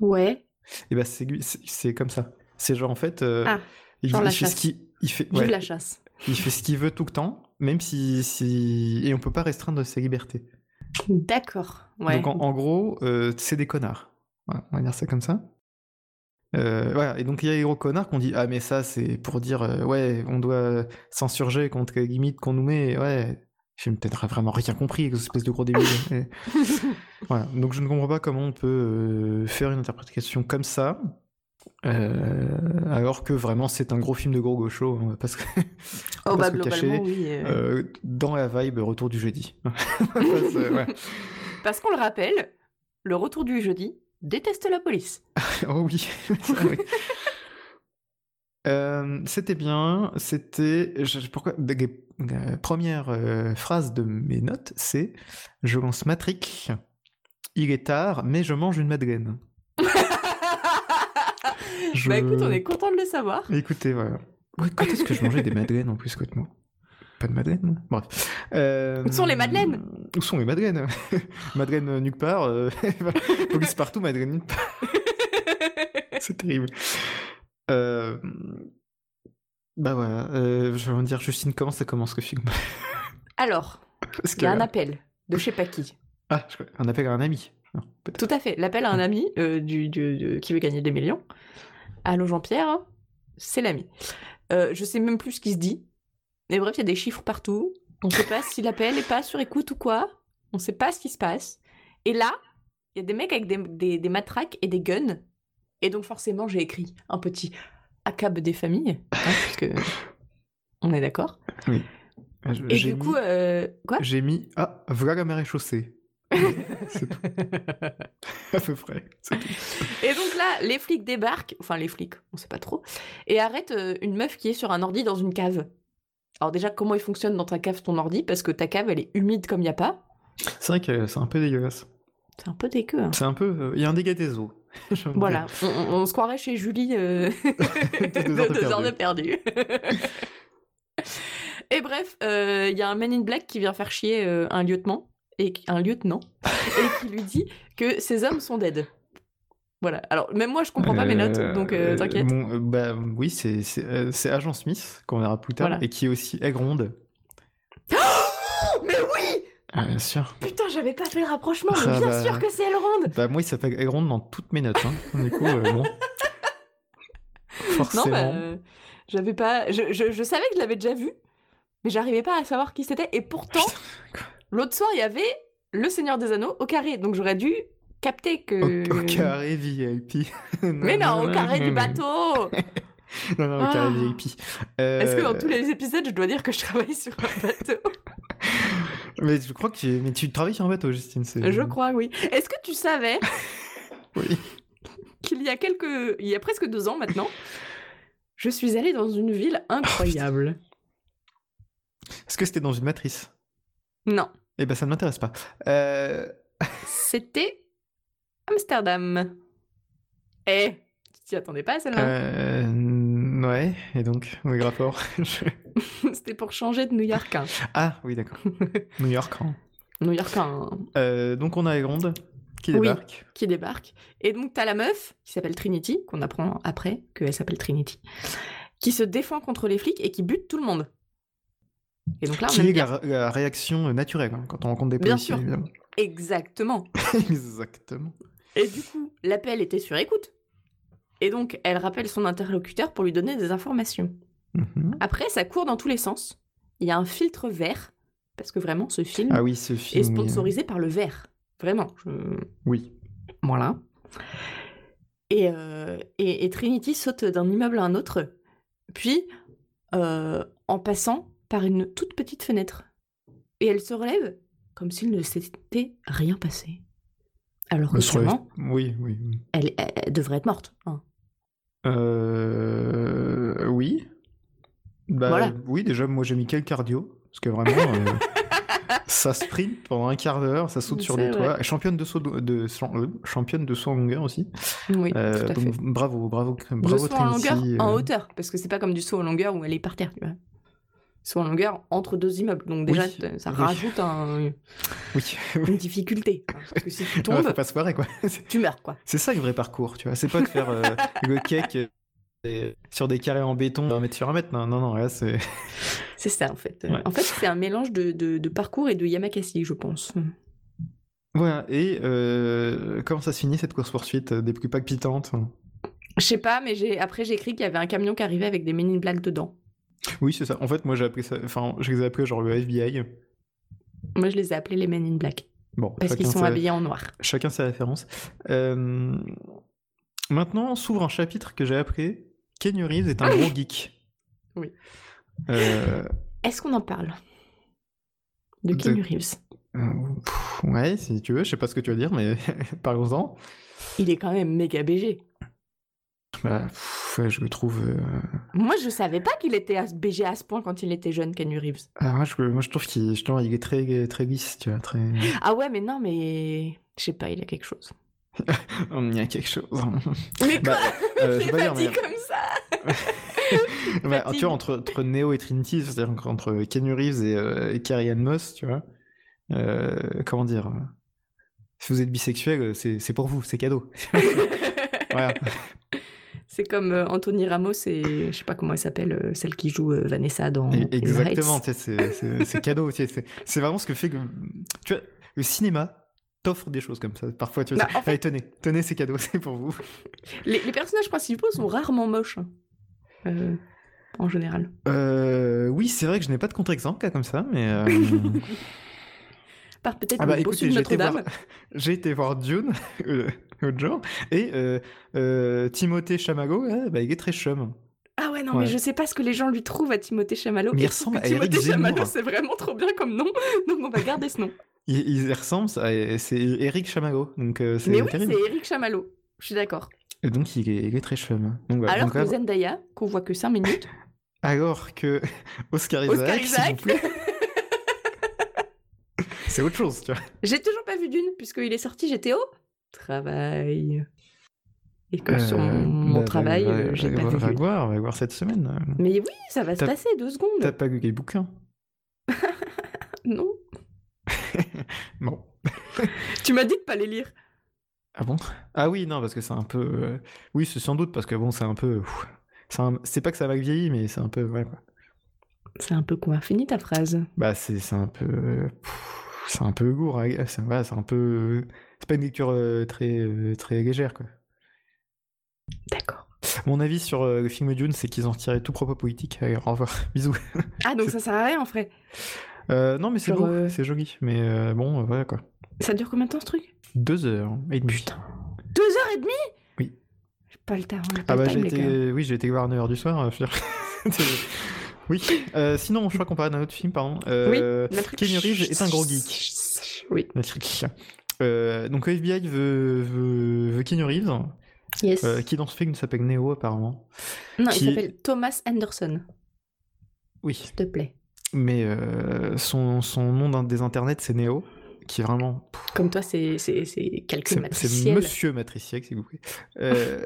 S8: Ouais.
S7: Et bah c'est lui- c'est- c'est comme ça. C'est genre en fait. euh,
S8: Ah,
S7: il,
S8: genre
S7: il
S8: la
S7: fait ce
S8: chasse.
S7: qu'il il fait.
S8: Vive
S7: ouais,
S8: la chasse.
S7: il fait ce qu'il veut tout le temps, même si, si et on peut pas restreindre ses libertés.
S8: D'accord. Ouais.
S7: Donc en, en gros, euh, c'est des connards. Voilà, on va dire ça comme ça. Euh, voilà, et donc il y a les gros connards qu'on dit Ah, mais ça, c'est pour dire euh, Ouais, on doit s'insurger contre les limites qu'on nous met. Ouais, j'ai peut-être vraiment rien compris avec cette espèce de gros début. voilà, donc je ne comprends pas comment on peut euh, faire une interprétation comme ça. euh, alors que vraiment c'est un gros film de gros hein, gaucho, on va pas se, on va
S8: oh, bah,
S7: pas se le
S8: globalement,
S7: cacher,
S8: oui. euh.
S7: euh, dans la vibe retour du jeudi. C'est- ouais.
S8: Parce qu'on le rappelle, le retour du jeudi déteste la police.
S7: Oh oui. ça, oui. Euh, c'était bien, c'était je- je- pourquoi des- des- euh, première euh, phrase de mes notes, c'est je lance Matrix. Il est tard, mais je mange une madeleine. Je-
S8: Bah écoute, on est content de le savoir.
S7: Écoutez, voilà. Ouais, quand est-ce que je mangeais des madeleines en plus que moi Pas de madeleine Bref. Euh,
S8: Où sont les madeleines
S7: Où sont les madeleines Madeleine euh, nulle part, euh, police partout, madeleine nulle part. C'est terrible. Euh, Bah voilà, euh, je vais dire, Justine, comment ça commence le film
S8: Alors,
S7: Parce
S8: il y a un appel de je sais pas qui.
S7: Ah, je crois- un appel à un ami. Non, peut-être.
S8: Tout à fait, l'appel à un ami euh, du, du- de- qui veut gagner des millions. Allô Jean-Pierre, hein c'est l'ami. Euh, je sais même plus ce qui se dit. Mais bref, il y a des chiffres partout. On sait pas si l'appel est pas sur écoute ou quoi. On sait pas ce qui se passe. Et là, il y a des mecs avec des, des- des matraques et des guns. Et donc forcément, j'ai écrit un petit accable des familles. hein, parce que on est d'accord.
S7: Ah, je-
S8: Et
S7: j'ai mis-
S8: du coup, euh, quoi
S7: J'ai mis Ah, voilà la marée chaussée. C'est tout. à peu près. C'est tout.
S8: Et donc là, les flics débarquent, enfin les flics, on sait pas trop, et arrêtent euh, une meuf qui est sur un ordi dans une cave. Alors déjà, comment il fonctionne dans ta cave ton ordi Parce que ta cave, elle est humide comme il n'y a pas.
S7: C'est vrai que c'est un peu dégueulasse.
S8: C'est un peu dégueu. hein.
S7: C'est un peu. euh, Il y a un dégât des eaux. J'ai envie de
S8: Voilà, on, on- on se croirait chez Julie euh, de
S7: deux heures de
S8: deux heures de perdu. et bref, euh, il y a un man in black qui vient faire chier euh, un lieutenant et qui- un lieutenant et qui lui dit que ces hommes sont dead. Voilà. Alors même moi je comprends pas mes notes,
S7: Euh,
S8: donc euh, t'inquiète.
S7: bon, euh, bah, oui, c'est c'est, euh, c'est Agent Smith qu'on verra plus tard
S8: Voilà.
S7: et qui est aussi Agronde.
S8: Mais oui,
S7: Ah, bien sûr.
S8: putain, j'avais pas fait le rapprochement. Mais
S7: Ah
S8: bien
S7: bah.
S8: sûr que c'est Elrond.
S7: Bah moi, il s'appelle Agronde dans toutes mes notes. hein. Du coup, euh, bon.
S8: Non, bah,
S7: Forcément.
S8: euh, j'avais pas. Je, je- je savais que je l'avais déjà vu, mais j'arrivais pas à savoir qui c'était. Et pourtant, l'autre soir, il y avait Le Seigneur des Anneaux au carré, donc j'aurais dû capter que.
S7: Au, au carré VIP.
S8: euh, Mais non, au carré du bateau.
S7: Non, non, au carré
S8: Ah.
S7: VIP.
S8: Est-ce que dans
S7: Euh,
S8: tous les épisodes, je dois dire que je travaille sur un bateau
S7: Mais je crois que tu... Mais tu travailles sur un bateau, Justine. c'est-
S8: Je crois, oui. Est-ce que tu savais
S7: Oui.
S8: qu'il y a quelques, il y a presque deux ans maintenant, je suis allée dans une ville incroyable.
S7: Est-ce que c'était dans une matrice
S8: non,
S7: Eh ben, ça ne m'intéresse pas. Euh,
S8: c'était Amsterdam. Eh, tu t'y attendais pas celle-là
S7: euh, Ouais, et donc, oui, rapport. Je-
S8: C'était pour changer de New York. hein.
S7: Ah, oui, d'accord. New York. hein.
S8: New York hein,
S7: Euh, donc, on a Agronde qui
S8: Oui.
S7: débarque.
S8: qui débarque. Et donc, t'as la meuf qui s'appelle Trinity, qu'on apprend après qu'elle s'appelle Trinity, qui se défend contre les flics et qui bute tout le monde. Et donc là, on
S7: Qui
S8: aime
S7: est la,
S8: bien.
S7: la réaction naturelle hein, quand on rencontre des
S8: Bien
S7: policiers,
S8: sûr.
S7: évidemment.
S8: Exactement.
S7: Exactement.
S8: Et du coup, l'appel était sur écoute. Et donc, elle rappelle son interlocuteur pour lui donner des informations.
S7: Mhm.
S8: Après, ça court dans tous les sens. Il y a un filtre vert, parce que vraiment, ce film
S7: Ah oui, ce
S8: est
S7: film. oui,
S8: sponsorisé par le vert. Vraiment. je-
S7: Oui.
S8: Voilà. Et, euh, et, et Trinity saute d'un immeuble à un autre, puis euh, en passant par une toute petite fenêtre. Et elle se relève comme s'il ne s'était rien passé. Alors que
S7: On se relève-
S8: sûrement,
S7: Oui, oui. oui.
S8: elle, elle- elle devrait être morte. hein.
S7: Euh, oui. Bah,
S8: Voilà.
S7: Oui, déjà, moi j'ai mis quel cardio Parce que vraiment, euh, ça sprint pendant un quart d'heure, ça saute sur
S8: C'est
S7: des
S8: vrai.
S7: toits. Championne de saut, de, de- euh, championne de saut en longueur aussi.
S8: Oui,
S7: Euh,
S8: tout à fait.
S7: donc, bravo, bravo,
S8: Le
S7: bravo
S8: saut en
S7: Trinity.
S8: longueur, en
S7: euh,
S8: hauteur, parce que c'est pas comme du saut en longueur où elle est par terre. Tu vois. Saut en longueur entre deux immeubles, donc déjà
S7: Oui,
S8: t- ça
S7: oui.
S8: rajoute un-
S7: Oui,
S8: une difficulté. hein, parce que si tu
S7: Ouais,
S8: tombes,
S7: faut pas se foirer quoi. C'est-
S8: tu meurs quoi.
S7: C'est ça le vrai parcours, tu vois. C'est pas de faire euh, le cake euh, et- sur des carrés en béton d'un mètre sur un mètre. Non, non, non, là c'est.
S8: C'est ça, en fait. Euh,
S7: Ouais.
S8: En fait, c'est un mélange de, de- de parcours et de Yamakasi, je pense.
S7: Hmm. Voilà, et euh, comment ça se finit cette course-poursuite euh, des plus palpitantes
S8: Je sais pas, mais j'ai après, j'ai écrit qu'il y avait un camion qui arrivait avec des Men in Black dedans.
S7: Oui, c'est ça. En fait, moi, j'ai appris ça. Enfin, je les ai appelés genre le FBI.
S8: Moi, je les ai appelés les Men in Black,
S7: Bon,
S8: parce qu'ils
S7: chacun
S8: sont
S7: sa-
S8: habillés en noir.
S7: Chacun ses références. Euh, Maintenant, s'ouvre un chapitre que j'ai appelé Ken Reeves est un gros geek.
S8: Oui.
S7: Euh,
S8: Est-ce qu'on en parle De
S7: De-
S8: Keanu Reeves.
S7: pff, ouais, si tu veux, je sais pas ce que tu veux dire, mais parlons-en.
S8: Il est quand même méga BG.
S7: Bah, pff, ouais, je le trouve. euh,
S8: Moi, je savais pas qu'il était à- BG à ce point quand il était jeune, Keanu Reeves.
S7: ah, moi, je, moi, je trouve qu'il justement, il est très, très lisse, tu vois. Très...
S8: Ah ouais, mais non, mais... Je sais pas, il a quelque chose.
S7: Il y a quelque chose.
S8: Mais quoi
S7: Bah, euh,
S8: Il
S7: je vais
S8: est
S7: pas dire,
S8: pas dit
S7: mais-
S8: comme ça
S7: Bah,
S8: Fatigue.
S7: tu vois, entre, entre Neo et Trinity, c'est-à-dire qu'entre- entre Keanu Reeves et, euh, et Carrie Ann Moss, tu vois, euh, comment dire euh, Si vous êtes bisexuel, euh, c'est c'est pour vous, c'est cadeau. Voilà.
S8: C'est comme euh, Anthony Ramos et je sais pas comment elle s'appelle, euh, celle qui joue euh, Vanessa dans
S7: Et-
S8: Hills
S7: Exactement,
S8: Heights.
S7: tu sais, c'est- c'est c'est cadeau. tu sais, C'est c'est vraiment ce que fait que. Tu vois, le cinéma t'offre des choses comme ça. Parfois, tu vois,
S8: Bah, en fait-
S7: allez, tenez, tenez, c'est cadeau, c'est pour vous.
S8: Les, les personnages principaux sont rarement moches, hein, euh, en général.
S7: Euh, oui, c'est vrai que je n'ai pas de contre-exemple, là, comme ça, mais. euh,
S8: Par peut-être
S7: Ah bah
S8: le bossu
S7: écoutez,
S8: de
S7: j'ai été, voir,
S8: Notre-Dame.
S7: j'ai été voir Dune euh, l'autre jour et euh, euh, Timothée Chamago, ah, bah, il est très chum.
S8: Ah ouais, non,
S7: Ouais.
S8: mais je sais pas ce que les gens lui trouvent à Timothée Chamallow.
S7: Mais il
S8: Et je trouve
S7: ressemble
S8: que
S7: à Eric
S8: Timothée Chamallow,
S7: Zemmour.
S8: c'est vraiment trop bien comme nom, donc on va garder ce nom.
S7: Il, il ressemble à. C'est Eric Chamago. Donc, euh, c'est
S8: mais oui,
S7: terrible.
S8: c'est Eric Chamallow. Je suis d'accord.
S7: Et donc, il est, il est très chum. hein. Donc, voilà.
S8: Alors
S7: Donc,
S8: que
S7: voilà.
S8: Zendaya, qu'on voit que 5 minutes,
S7: Alors que Oscar Isaac,
S8: Oscar
S7: s'il vous
S8: Isaac,
S7: plaît, c'est autre chose, tu vois.
S8: j'ai toujours pas vu d'une, puisqu'il est sorti, j'étais au travail. Et que sur
S7: Euh,
S8: mon, mon
S7: bah,
S8: travail,
S7: va-
S8: euh, j'ai
S7: va-
S8: pas
S7: va-
S8: vu
S7: va
S8: d'une.
S7: voir, va voir cette semaine.
S8: Mais oui, ça va se
S7: T'as-
S8: passer, deux secondes.
S7: T'as pas Google Bouquin
S8: Non.
S7: Bon.
S8: Tu m'as dit de pas les lire.
S7: Ah bon Ah oui, non, parce que c'est un peu. euh, Oui, c'est sans doute parce que bon, c'est un peu. ouf. C'est un- c'est pas que ça va vieillir, mais c'est un peu. Ouais, quoi.
S8: C'est un peu quoi Finis ta phrase.
S7: Bah, c'est c'est un peu. euh, pff, C'est un peu gourd. hein, C'est voilà, c'est un peu. C'est pas une lecture euh, très, euh, très légère, quoi.
S8: D'accord.
S7: Mon avis sur euh, le film Dune, c'est qu'ils ont retiré tout propos politique. Allez, au revoir. Bisous.
S8: Ah, donc ça sert à rien en vrai.
S7: Euh, non, mais c'est
S8: Genre,
S7: beau,
S8: euh,
S7: c'est joli. Mais euh, bon, euh, voilà quoi.
S8: Ça dure combien de temps ce truc
S7: Deux heures et demie.
S8: Deux heures et demie
S7: Oui.
S8: J'ai Pas le temps. on a
S7: Ah
S8: pas le
S7: bah
S8: time,
S7: j'ai
S8: les gars.
S7: été, oui j'ai été voir 9h du soir. euh, je veux dire. oui. Euh, sinon, je crois qu'on parle d'un autre film, pardon. Euh,
S8: Matrix.
S7: Keanu Reeves est un gros geek.
S8: Oui.
S7: Matrix. Euh, donc le FBI veut, veut, veut Keanu Reeves,
S8: Yes.
S7: euh, qui dans ce film s'appelle Neo apparemment.
S8: non,
S7: qui-
S8: il s'appelle Thomas Anderson,
S7: Oui,
S8: s'il te plaît.
S7: mais euh, son, son nom d'un- des internets c'est Neo, qui est vraiment
S8: Comme toi, c'est c'est- c'est calcul
S7: C'est- C'est
S8: matriciel.
S7: Monsieur Matriciel, s'il vous plaît. Euh,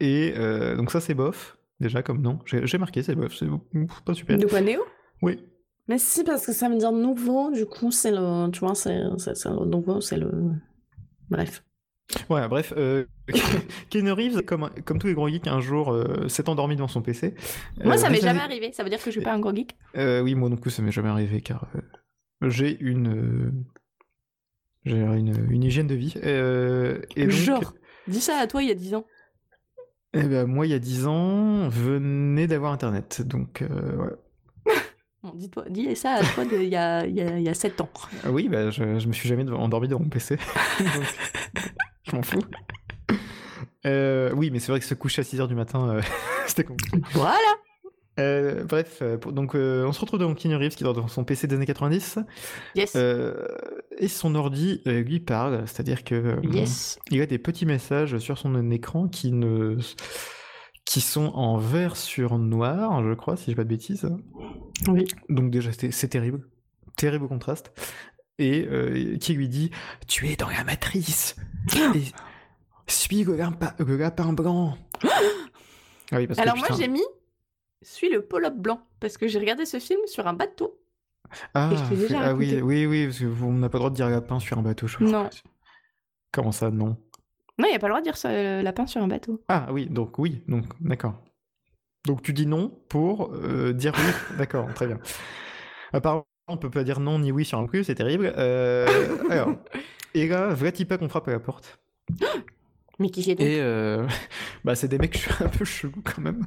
S7: et euh, donc ça, c'est bof, déjà, comme nom. J'ai j'ai marqué, c'est bof, c'est ouf, pas super.
S8: De quoi, Néo
S7: Oui.
S9: Mais si, parce que ça veut dire nouveau, du coup, c'est le. Tu vois, c'est c'est- c'est le nouveau, c'est le. Bref.
S7: Ouais, bref, euh, Keanu Reeves, comme, comme tous les grands geeks, un jour euh, s'est endormi devant son PC.
S8: Moi,
S7: Euh,
S8: ça m'est
S7: raisonné-
S8: jamais arrivé. Ça veut dire que je suis pas un gros geek
S7: Euh, oui, moi non plus, ça m'est jamais arrivé, car euh, j'ai une... euh, j'ai une, une hygiène de vie. Euh, et donc-
S8: Genre. Dis ça à toi il y a 10 ans.
S7: Eh ben, moi, il y a 10 ans, venait d'avoir Internet. Donc, euh, ouais.
S8: Bon, dis, -toi, dis ça à toi de- il y a, il y, a, il y a 7 ans.
S7: Ah Oui, bah, je, je me suis jamais endormi devant mon PC. Donc, je m'en fous. Euh, oui, mais c'est vrai que se coucher à 6h du matin, euh, c'était compliqué.
S8: Voilà
S7: Euh, bref, euh, pour- donc euh, on se retrouve devant Keanu Reeves qui est dans son PC des années 90.
S8: Yes
S7: euh, et son ordi euh, lui parle, c'est-à-dire que euh,
S8: Yes
S7: il a des petits messages sur son écran qui ne qui sont en vert sur noir, je crois, si j'ai pas de bêtises.
S8: Oui.
S7: Donc déjà c'est c'est terrible, terrible contraste. Et euh, qui lui dit tu es dans la matrice. Et suis le lapin, le lapin blanc. Ah oui, parce que,
S8: Alors moi,
S7: putain.
S8: j'ai mis Suis le polo blanc, parce que j'ai regardé ce film sur un bateau.
S7: ah,
S8: je t'ai déjà
S7: ah oui,
S8: raconté.
S7: oui, oui, parce que vous- on n'a pas le droit de dire lapin sur un bateau. je crois.
S8: Non.
S7: Comment ça, non
S8: Non, il n'y a pas le droit de dire ça, euh, lapin sur un bateau.
S7: Ah oui, donc oui, donc d'accord. Donc tu dis non pour euh, dire oui, d'accord, très bien. Apparemment, on peut pas dire non ni oui sur un cul, c'est terrible. Euh, alors, et là, vrai type qu'on frappe à la porte.
S8: Mais qui est donc
S7: Et euh, bah c'est des mecs un peu chelous quand même.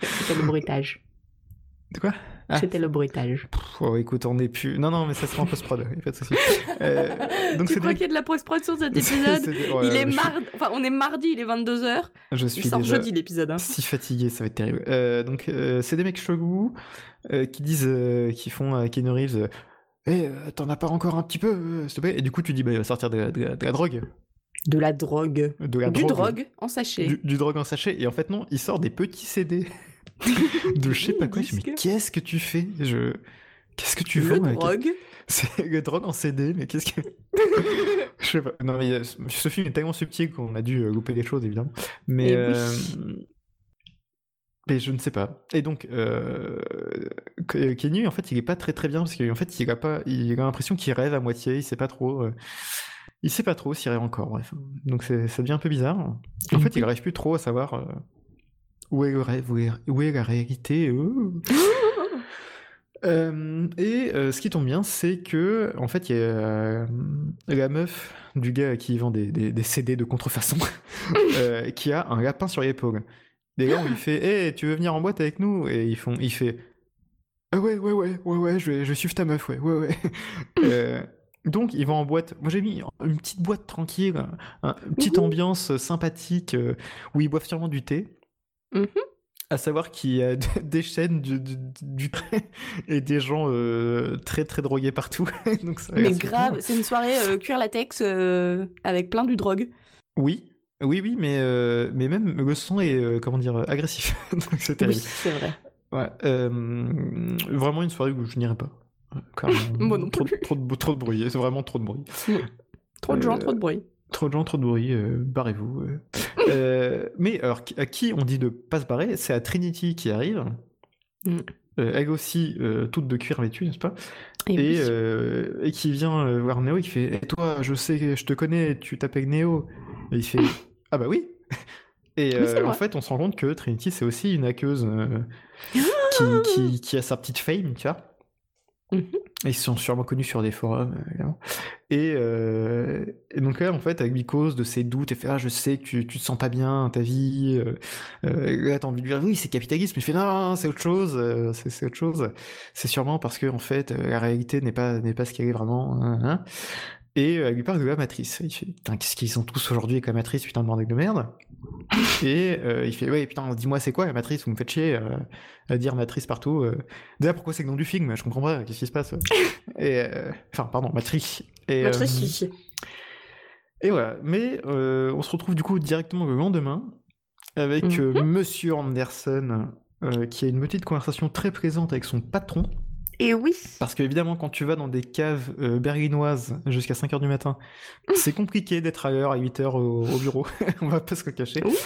S8: C'était le bruitage.
S7: De quoi Ah.
S8: C'était le bruitage.
S7: Pff, oh, écoute, on est plus. Non non, mais ça sera en post-prod, y a pas de souci. Euh, donc
S8: tu
S7: c'est
S8: crois
S7: des...
S8: qu'il y a de la post-prod sur cet
S7: c'est-
S8: épisode
S7: c'est des- ouais,
S8: Il est
S7: je suis-
S8: mardi, enfin on est mardi, il est 22h,
S7: Je
S8: il
S7: suis
S8: sort
S7: déjà...
S8: jeudi l'épisode. hein.
S7: si fatigué, ça va être terrible. Euh, donc, euh, c'est des mecs chelous euh, qui disent, euh, qui font à Keanu Reeves, euh, Eh, euh, t'en as pas encore un petit peu, euh, s'il te plaît Et du coup, tu dis, bah, il va sortir de la, de la- de la drogue.
S8: De la drogue.
S7: De la
S8: du
S7: drogue.
S8: drogue en sachet.
S7: Du, du drogue en sachet. Et en fait, non, il sort des petits CD de je sais pas quoi. Je dis, mais
S8: Disque.
S7: qu'est-ce que tu fais Je... Qu'est-ce que tu
S8: le
S7: vends avec-
S8: drogue.
S7: C'est le drogue en CD, mais qu'est-ce que. je sais pas. Non, mais euh, ce- ce film est tellement subtil qu'on a dû euh, louper des choses, évidemment. Mais.
S8: Eh oui.
S7: euh, Mais je ne sais pas. Et donc, euh... Ke- Kenny, en fait, il est pas très très bien parce qu'en fait, il a pas, il a l'impression qu'il rêve à moitié. Il sait pas trop. euh, Il sait pas trop s'il rêve encore. Bref. Donc, c'est- ça devient un peu bizarre. En fait, il arrive plus trop à savoir euh, où est le rêve, où est, où est la réalité. euh. Euh, et euh, ce qui tombe bien, c'est que en fait, il y a euh, la meuf du gars qui vend des, des- des CD de contrefaçon euh, qui a un lapin sur l'épaule. Des gars, on lui fait Hey, tu veux venir en boîte avec nous Et ils font, il fait Ah ouais, ouais, ouais, ouais, ouais, je vais, je vais suivre ta meuf, ouais, ouais, ouais. Euh, donc, ils vont en boîte. Moi, j'ai mis une petite boîte tranquille, un- une petite ambiance sympathique euh, où ils boivent sûrement du thé.
S8: Mhm.
S7: à savoir qu'il y a de- des chaînes du, du- du- et des gens euh, très très drogués partout. Donc ça
S8: Mais
S7: reste-
S8: grave, c'est une soirée euh, cuir latex euh, avec plein de drogue.
S7: Oui, oui, oui, mais euh, mais même le son est euh, comment dire agressif. Donc c'est
S8: Oui,
S7: terrible.
S8: c'est vrai.
S7: Ouais, euh, vraiment une soirée où je n'irai pas. Ouais, carrément.
S8: Moi non
S7: Trop, de- trop, de, trop de bruit, c'est vraiment trop de bruit.
S8: Trop de gens,
S7: Euh,
S8: trop de bruit.
S7: Trop de gens, trop de bruit, euh, barrez-vous. euh. Euh, mais alors, qui- à qui on dit de pas se barrer C'est à Trinity qui arrive.
S8: Mm.
S7: Euh, elle aussi, euh, toute de cuir vêtue, n'est-ce pas
S8: Et
S7: et,
S8: oui.
S7: euh, et qui vient euh, voir Neo et qui fait Eh, Toi, je sais, je te connais, tu t'appelles Neo. Et il fait Ah bah oui Et
S8: Oui, c'est
S7: euh, en
S8: moi.
S7: fait, on se rend compte que Trinity, c'est aussi une hackeuse euh, qui, qui- qui a sa petite fame, tu vois.
S8: Mhm.
S7: Et Ils se sont sûrement connus sur des forums, euh, évidemment. Et, euh, et donc là, en fait, elle lui cause de ses doutes et fait Ah, je sais que tu, tu te sens pas bien dans ta vie. Euh, euh, là, t'as envie de lui dire Oui, c'est capitalisme. Il fait Non, non, non, c'est autre chose. euh, c'est c'est autre chose. C'est sûrement parce que, en fait, euh, la réalité n'est pas, n'est pas ce qu'elle est vraiment. hein, hein. Et euh, elle lui parle de la matrice. Il fait Putain, qu'est-ce qu'ils ont tous aujourd'hui avec la matrice Putain de bordel de merde. et euh, il fait Ouais, putain, dis-moi, c'est quoi la matrice Vous me faites chier euh, à dire matrice partout. euh. Déjà, pourquoi c'est le nom du film Je comprends pas. Qu'est-ce qui se passe Et. euh, Enfin, pardon, matrice. Et, euh,
S9: Matrice.
S7: et voilà. Mais euh, on se retrouve du coup directement le lendemain avec
S8: Mhm.
S7: euh, Monsieur Anderson euh, qui a une petite conversation très plaisante avec son patron.
S8: Et oui.
S7: Parce que évidemment, quand tu vas dans des caves euh, berlinoises jusqu'à 5h du matin, c'est compliqué d'être à l'heure à 8h au, au bureau. on va pas se le cacher.
S8: Oui.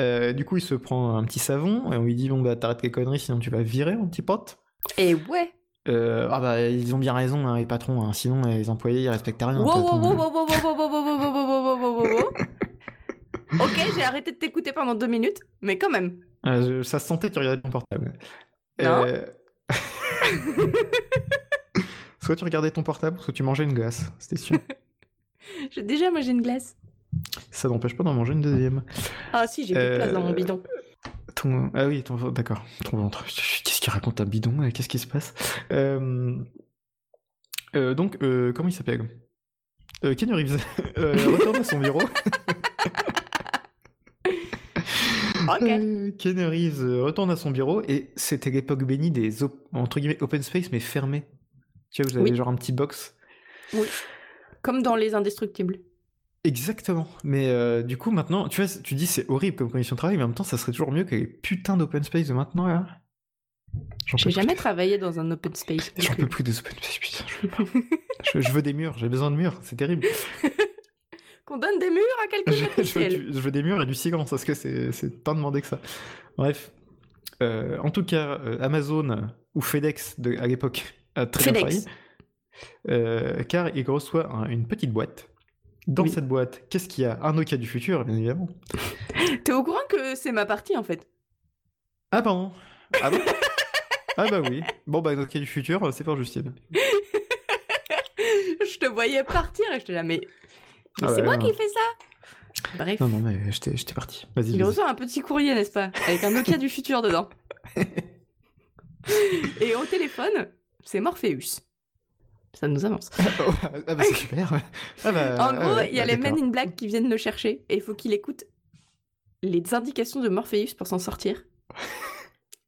S7: Euh, du coup, il se prend un petit savon et on lui dit Bon, bah, t'arrêtes les conneries, sinon tu vas virer, mon petit pote.
S8: Et ouais.
S7: Euh, ah, bah, ils ont bien raison, hein, les patrons. hein, sinon, les employés, ils respectent rien.
S8: Wow, wow,
S7: t'as- t'as-
S8: wow, wow, wow, wow, wow, wow, wow, wow, wow, wow, wow, wow, wow. Ok, j'ai arrêté de t'écouter pendant deux minutes, mais quand même.
S7: Ah, je- ça se sentait que tu regardais ton portable.
S8: Non.
S7: Euh, soit tu regardais ton portable, soit tu mangeais une glace, c'était sûr.
S8: J'ai déjà mangé une glace.
S7: ça n'empêche pas d'en manger une deuxième.
S8: Ah si, j'ai plus de place dans
S7: Euh,
S8: mon bidon.
S7: Ton... Ah oui, ton... d'accord. Ton ventre. Qu'est-ce qu'il raconte un bidon euh, Qu'est-ce qui se passe Euh, euh, Donc, euh, comment il s'appelle euh, Kenny Reeves euh, retourne à son bureau.
S8: Ok.
S7: Euh, Keanu Reeves euh, retourne à son bureau et c'était l'époque bénie des op- entre guillemets open space mais fermés. Tu vois, vous avez
S8: Oui.
S7: genre un petit box.
S8: Comme dans les indestructibles.
S7: Exactement. Mais euh, du coup, maintenant, tu vois, tu dis c'est horrible comme condition de travail, mais en même temps, ça serait toujours mieux que les putains d'open space de maintenant, là. J'en
S8: J'ai
S7: peux
S8: jamais travaillé dans un open space.
S7: plus. J'en peux plus des open space, putain, je veux pas. je, je veux des murs, j'ai besoin de murs, c'est terrible.
S8: Qu'on donne des murs à
S7: Je,
S8: quelqu'un
S7: je veux
S8: d'officiel.
S7: du- je veux des murs et du silence, parce que c'est c'est tant demandé que ça. Bref. Euh, en tout cas, euh, Amazon ou FedEx de, à l'époque a très bien failli.
S8: FedEx.
S7: Euh, car il reçoit un- une petite boîte. Dans
S8: Oui.
S7: cette boîte, qu'est-ce qu'il y a Un Nokia du futur, bien évidemment.
S8: T'es au courant que c'est ma partie en fait
S7: Ah pardon Ah bon Ah bah oui. Bon bah Nokia du futur, c'est pour Justine.
S8: Je te voyais partir et je te la mais, mais
S7: Ah
S8: c'est
S7: bah,
S8: moi
S7: non.
S8: qui fais ça Bref,
S7: Non non mais j'étais j'étais parti. Vas-y.
S8: il
S7: vas-y.
S8: reçoit un petit courrier, n'est-ce pas Avec un Nokia du futur dedans. et au téléphone, c'est Morpheus. Ça nous avance.
S7: Oh, ah bah c'est super. Ah bah,
S8: en
S7: ah
S8: gros,
S7: ouais,
S8: il y a
S7: bah,
S8: les
S7: d'accord.
S8: Men in Black qui viennent le chercher et il faut qu'il écoute les indications de Morpheus pour s'en sortir.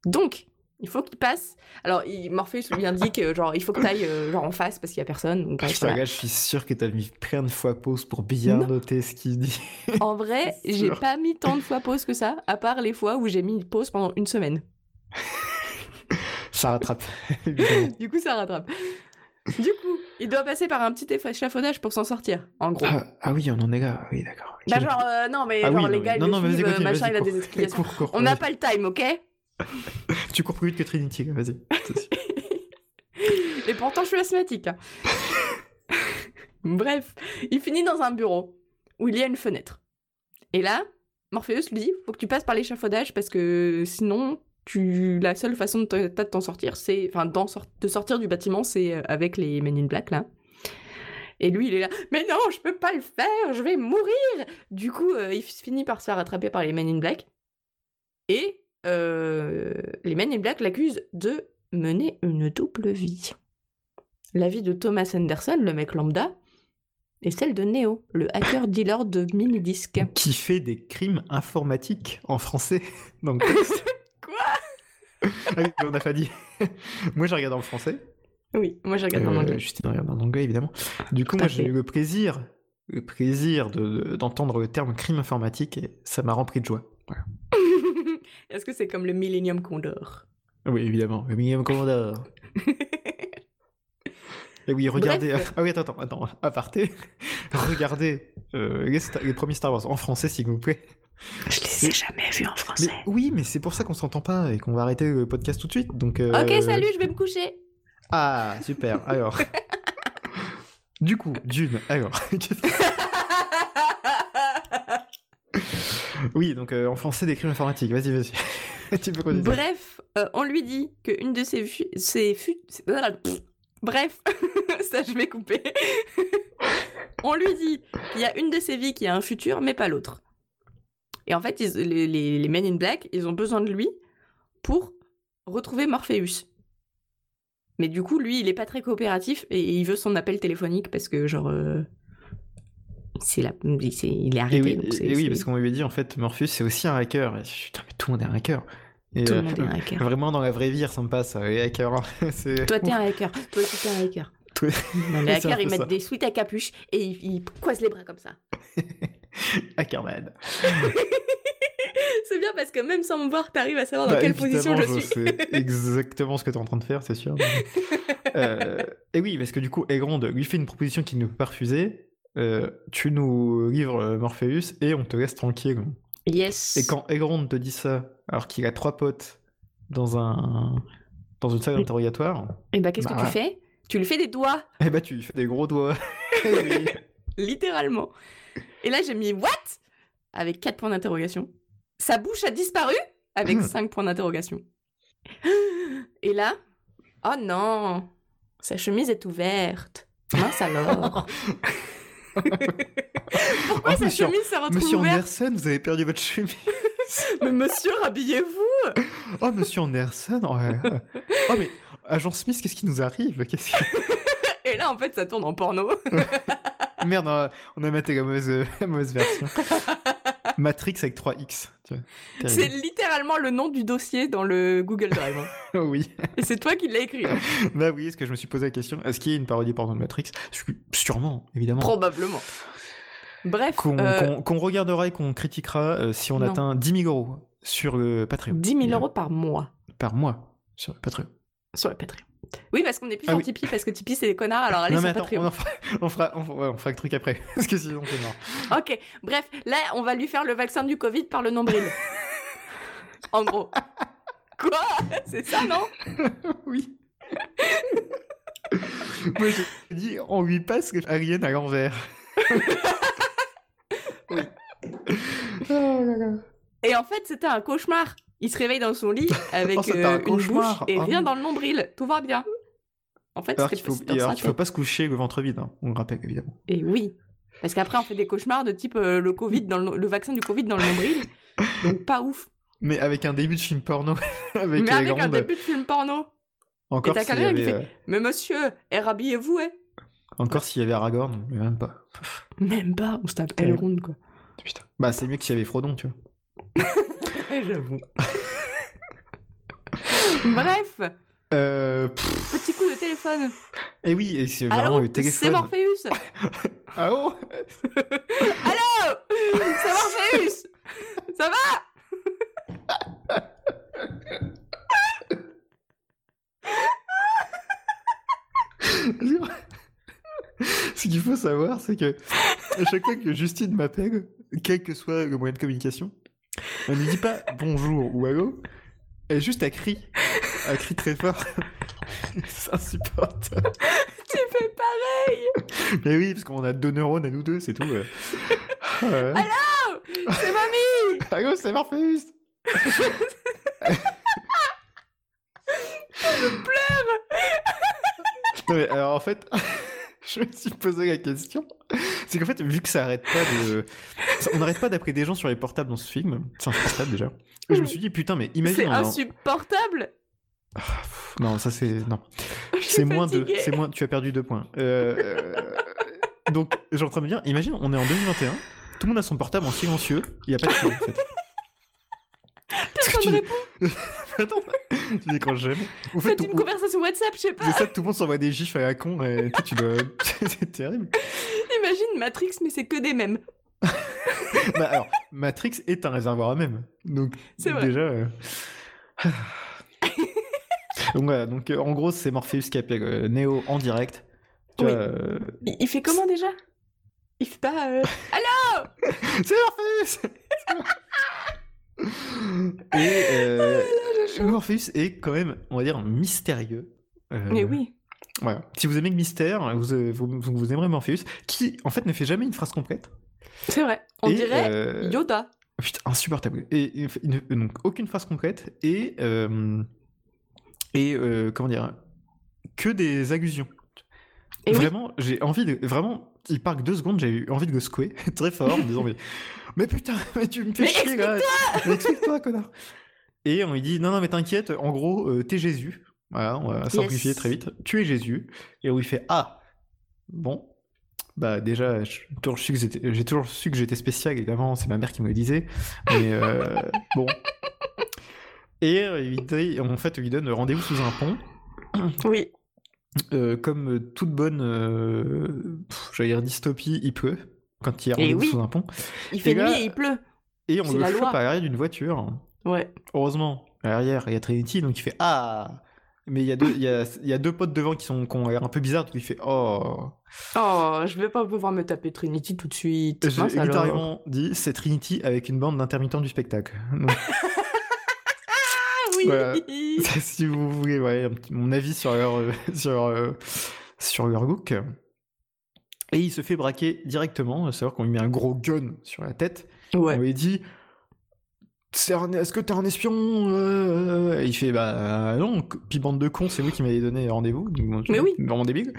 S8: Donc, il faut qu'il passe. Alors, il- Morpheus lui indique euh, genre il faut que t'ailles euh, genre en face parce qu'il y a personne. Donc, bref,
S7: Putain,
S8: voilà.
S7: gars, je suis sûr que t'as mis plein de fois pause pour bien
S8: Non.
S7: noter ce qu'il dit.
S8: En vrai,
S7: C'est
S8: j'ai
S7: sûr.
S8: pas mis tant de fois pause que ça, à part les fois où j'ai mis une pause pendant une semaine.
S7: Ça rattrape. évidemment.
S8: Du coup, ça rattrape. Du coup, il doit passer par un petit éfa- échafaudage pour s'en sortir, en gros.
S7: ah, ah oui, on en est là. Oui, d'accord.
S8: bah,
S7: Quel-
S8: genre, euh, non, mais
S7: Ah
S8: genre,
S7: oui, non,
S8: les
S7: mais-
S8: gars, ils
S7: non,
S8: le
S7: non, vas-y,
S8: suivent, euh,
S7: continue, vas-y,
S8: machin, il a des
S7: cours.
S8: explications.
S7: Cours, cours,
S8: On
S7: vas-y.
S8: n'a pas le time, ok
S7: Tu cours plus vite que Trinity, là, vas-y.
S8: Et pourtant, je suis asthmatique. hein. Bref, il finit dans un bureau où il y a une fenêtre. Et là, Morpheus lui dit faut que tu passes par l'échafaudage parce que sinon, tu... la seule façon de te- t'as de t'en sortir, c'est. Enfin, d'en sor- de sortir du bâtiment, c'est euh, avec les Men in Black, là. Et lui, il est là Mais non, je peux pas le faire, je vais mourir Du coup, euh, il finit par se faire attraper par les Men in Black. Et euh, les Men in Black l'accusent de mener une double vie. La vie de Thomas Anderson, le mec lambda, et celle de Neo, le hacker dealer de mini-disques.
S7: Qui fait des crimes informatiques en français dans le texte.
S8: Quoi
S7: Ah oui, on a pas dit. moi, j'ai regardé en français.
S8: Oui, moi je regarde en
S7: Euh,
S8: anglais.
S7: Justine regarde en anglais, évidemment. Du coup,
S8: à
S7: moi, j'ai
S8: fait.
S7: eu le plaisir, le plaisir de- de- d'entendre le terme crime informatique et ça m'a rempli de joie. Voilà.
S8: Est-ce que c'est comme le Millennium Condor
S7: Oui, évidemment. Le minimum commandeur. Et oui, regardez.
S8: Bref.
S7: Ah oui, attends, attends, attends, aparté. regardez euh, les, Star- les premiers Star Wars en français, s'il vous plaît.
S9: Je les ai jamais vus en
S7: Mais
S9: français.
S7: oui, mais c'est pour ça qu'on s'entend pas et qu'on va arrêter le podcast tout de suite. Donc, euh,
S8: Ok, salut, je vais me coucher.
S7: Ah, super. Alors. du coup, Dune, alors. oui, donc euh, en français, des crimes informatiques. Vas-y, vas-y. tu peux continuer.
S8: Bref, euh, on lui dit qu'une de ses fu- ses fu- ses- voilà, pff, Bref, ça je vais couper. on lui dit qu'il y a une de ses vies qui a un futur, mais pas l'autre. Et en fait, ils- les, les, les Men in Black, ils ont besoin de lui pour retrouver Morpheus. Mais du coup, lui, il est pas très coopératif et il veut son appel téléphonique parce que, genre, euh, c'est la... il s'est- il
S7: Et
S8: est arrêté.
S7: oui,
S8: donc c'est-
S7: et oui
S8: c'est-
S7: parce qu'on lui avait dit, en fait, Morpheus, c'est aussi un hacker. Et je- putain, mais tout le monde est un hacker. Et,
S8: tout le
S7: euh,
S8: monde est un hacker.
S7: Vraiment, dans la vraie vie, il ressemble pas à ça. Les hackers, hein, c'est...
S8: Toi, t'es un hacker. Toi aussi, t'es un hacker.
S7: Toi-
S8: Non, les
S7: C'est un
S8: hackers,
S7: peu
S8: ils
S7: ça.
S8: mettent des sweats à capuche et ils, ils coisent les bras comme ça.
S7: Hackerman.
S8: C'est bien parce que même sans me voir, t'arrives à savoir Oh, dans
S7: Bah,
S8: quelle position je,
S7: évidemment,
S8: suis.
S7: sais exactement ce que tu es en train de faire, c'est sûr. Euh, et oui, parce que du coup, Egrond lui fait une proposition qu'il ne peut pas refuser. Euh, tu nous livres euh, Morpheus et on te laisse tranquille.
S8: Yes.
S7: Et quand Egrond te dit ça, alors qu'il a trois potes dans un dans une salle d'interrogatoire,
S8: Et bah, qu'est-ce que
S7: Bah,
S8: tu fais Tu lui fais des doigts,
S7: eh ben tu lui fais des gros doigts. Eh oui.
S8: littéralement. Et là, j'ai mis What Avec 4 points d'interrogation. Sa bouche a disparu Avec
S7: Hmm.
S8: 5 points d'interrogation. Et là, oh non Sa chemise est ouverte. Mince alors Pourquoi
S7: Oh,
S8: sa
S7: monsieur-
S8: chemise se retrouve
S7: Monsieur
S8: ouverte
S7: Anderson, vous avez perdu votre chemise.
S8: Mais monsieur, habillez-vous
S7: Oh, monsieur Anderson. ouais. Oh, mais Agent Smith, qu'est-ce qui nous arrive Qu'est-ce qui-
S8: Et là, en fait, ça tourne en porno.
S7: Merde, on a- on a maté la mauvaise, la mauvaise version. Matrix avec 3X. tu vois.
S8: C'est
S7: Terrible.
S8: littéralement le nom du dossier dans le Google Drive. hein.
S7: Oh oui.
S8: Et c'est toi qui l'as écrit. hein.
S7: Bah oui, est-ce que je me suis posé la question Est-ce qu'il y a une parodie porno de Matrix Su- Sûrement, évidemment.
S8: Probablement. Bref,
S7: qu'on
S8: euh,
S7: qu'on- qu'on regardera et qu'on critiquera euh, si on
S8: Non.
S7: atteint 10 000 euros sur le Patreon. Euh,
S8: 10 000 euros par mois
S7: Par mois sur le Patreon.
S8: sur le Patreon. Oui, parce qu'on n'est plus
S7: Ah
S8: sur
S7: oui.
S8: Tipeee, parce que Tipeee, c'est des connards, alors allez
S7: non, mais
S8: Ah, sur
S7: attends,
S8: Patreon.
S7: on, en fera, on, fera, on, ouais, on fera le truc après. Parce que sinon, c'est mort.
S8: Ok, bref, là, on va lui faire le vaccin du Covid par le nombril. en gros. Quoi C'est ça, non
S7: Oui. Moi, je dis, on lui passe le Alien à l'envers.
S8: Et en fait, c'était un cauchemar. Il se réveille dans son lit avec
S7: Oh, c'était
S8: euh,
S7: un
S8: une
S7: cauchemar.
S8: bouche et
S7: Oh.
S8: rien dans le nombril. Tout va bien. En fait,
S7: Alors
S8: c'était
S7: qu'il faut,
S8: c'était dans
S7: alors
S8: sa
S7: qu'il faut
S8: tête.
S7: pas se coucher le ventre vide, hein. on le rappelle évidemment.
S8: Et oui. Parce qu'après, on fait des cauchemars de type euh, le, COVID dans le, le vaccin du Covid dans le nombril. Donc, pas ouf.
S7: Mais avec un début de film porno, avec
S8: Mais
S7: les
S8: avec un
S7: grandes-
S8: début de film porno.
S7: Encore
S8: Et t'as
S7: s'il y
S8: quelqu'un qui
S7: avait, euh,
S8: Mais monsieur, et rhabillez-vous, hein
S7: encore s'il y avait Aragorn, mais même pas.
S8: Même pas, on se tape
S7: Terrible.
S8: ronde, quoi.
S7: Putain. Bah c'est mieux que s'il y avait Frodon, tu vois.
S8: Eh, J'avoue. Bref,
S7: Euh, pff,
S8: petit coup de téléphone.
S7: et oui, et c'est vraiment
S8: Allô,
S7: le
S8: c'est
S7: téléphone.
S8: Morpheus.
S7: Ah oh
S8: Oh, c'est Morpheus Ça va
S7: Ce qu'il faut savoir, c'est que à chaque fois que Justine m'appelle, quel que soit le moyen de communication, elle ne dit pas bonjour ou allô, elle juste elle crie, elle crie très fort. C'est insupportable.
S8: Tu fais pareil
S7: Mais oui, parce qu'on a deux neurones à nous deux, c'est tout. ouais. Ouais.
S8: C'est mamie
S7: Allô, c'est Morpheus Je pleure alors euh, en fait, je me suis posé la question. C'est qu'en fait, vu que ça arrête pas de. ça- On n'arrête pas d'appeler des gens sur les portables dans ce film. C'est insupportable déjà. Et je me suis dit, putain, mais imagine.
S8: C'est
S7: un-
S8: insupportable
S7: Non, ça c'est. Non.
S8: Je suis
S7: C'est moins deux.
S8: fatiguée.
S7: C'est moins. Tu as perdu deux points. Euh, euh, Donc, j'ai en train de me dire, imagine, on est en 2021. Tout le monde a son portable en silencieux. Il n'y a pas de fil, en fait.
S8: Personne
S7: Tu-
S8: répond.
S7: Attends, tu décroches jamais. Vous
S8: Faites
S7: faites
S8: une conversation WhatsApp, je sais pas.
S7: ça, tout le monde s'envoie des gifs à la con et toi, tu dois. c'est terrible.
S8: Imagine Matrix, mais c'est que des mêmes.
S7: Bah, alors, Matrix est un réservoir à même. Donc,
S8: C'est vrai.
S7: déjà. euh, donc, voilà, donc euh, en gros, c'est Morpheus qui appelle euh, Neo en direct. Tu
S8: Oui.
S7: vois, euh,
S8: Il, il fait comment déjà Il fait pas. euh,
S7: C'est Morpheus Et
S8: Ah,
S7: euh, Morpheus est quand même, on va dire, mystérieux. Euh,
S8: Mais oui.
S7: Voilà. Si vous aimez le mystère, vous, euh, vous, vous- vous aimerez Morpheus, qui en fait ne fait jamais une phrase complète.
S8: C'est vrai. On
S7: Et,
S8: dirait
S7: euh,
S8: Yoda.
S7: Putain, insupportable. Et, et- il ne- donc aucune phrase complète et euh, et euh, comment dire que des allusions.
S8: Et oui.
S7: vraiment, j'ai envie de vraiment. Il parle que deux secondes, j'ai eu envie de le secouer très fort en me disant mais, mais putain, mais tu me fais
S8: Mais
S7: chier là. Mais Explique-toi, connard. Et on lui dit non non mais t'inquiète, en gros euh, t'es Jésus. Voilà, on va simplifier très vite. Tu es Jésus. Et on lui fait ah bon. Bah déjà, je- j'ai toujours su que j'étais- j'ai toujours su que j'étais spécial, évidemment, c'est ma mère qui me le disait. Mais euh, bon. Et euh, il dit- en fait, il lui donne rendez-vous sous un pont.
S8: Oui.
S7: Euh, comme toute bonne, euh, pff, j'allais dire dystopie, il pleut quand il y a
S8: Eh
S7: rendez-vous
S8: oui.
S7: sous un pont.
S8: Il fait
S7: Et là-
S8: nuit et il pleut.
S7: Et on
S8: C'est
S7: le
S8: la
S7: chope
S8: loi.
S7: à l'arrière d'une voiture.
S8: Ouais.
S7: Heureusement, à l'arrière, il y a Trinity, donc il fait Ah Mais il y, a deux- il y a, il y a deux potes devant qui, sont, qui ont l'air un peu bizarres, donc il fait Oh
S8: Oh, je vais pas pouvoir me taper Trinity tout de suite.
S7: J'ai
S8: Mince, alors.
S7: littéralement dit C'est Trinity avec une bande d'intermittents du spectacle. Donc,
S8: Ah oui.
S7: Voilà. si vous voulez, ouais, un petit- mon avis sur leur, euh, sur, euh, sur leur look. Et il se fait braquer directement, c'est-à-dire qu'on lui met un gros gun sur la tête. On
S8: Ouais.
S7: lui dit C'est un- Est-ce que t'es un espion Euh, et Il fait Bah non, c- puis bande de cons, c'est vous qui m'avez donné rendez-vous. Donc, bon,
S8: Mais oui.
S7: Vraiment débile.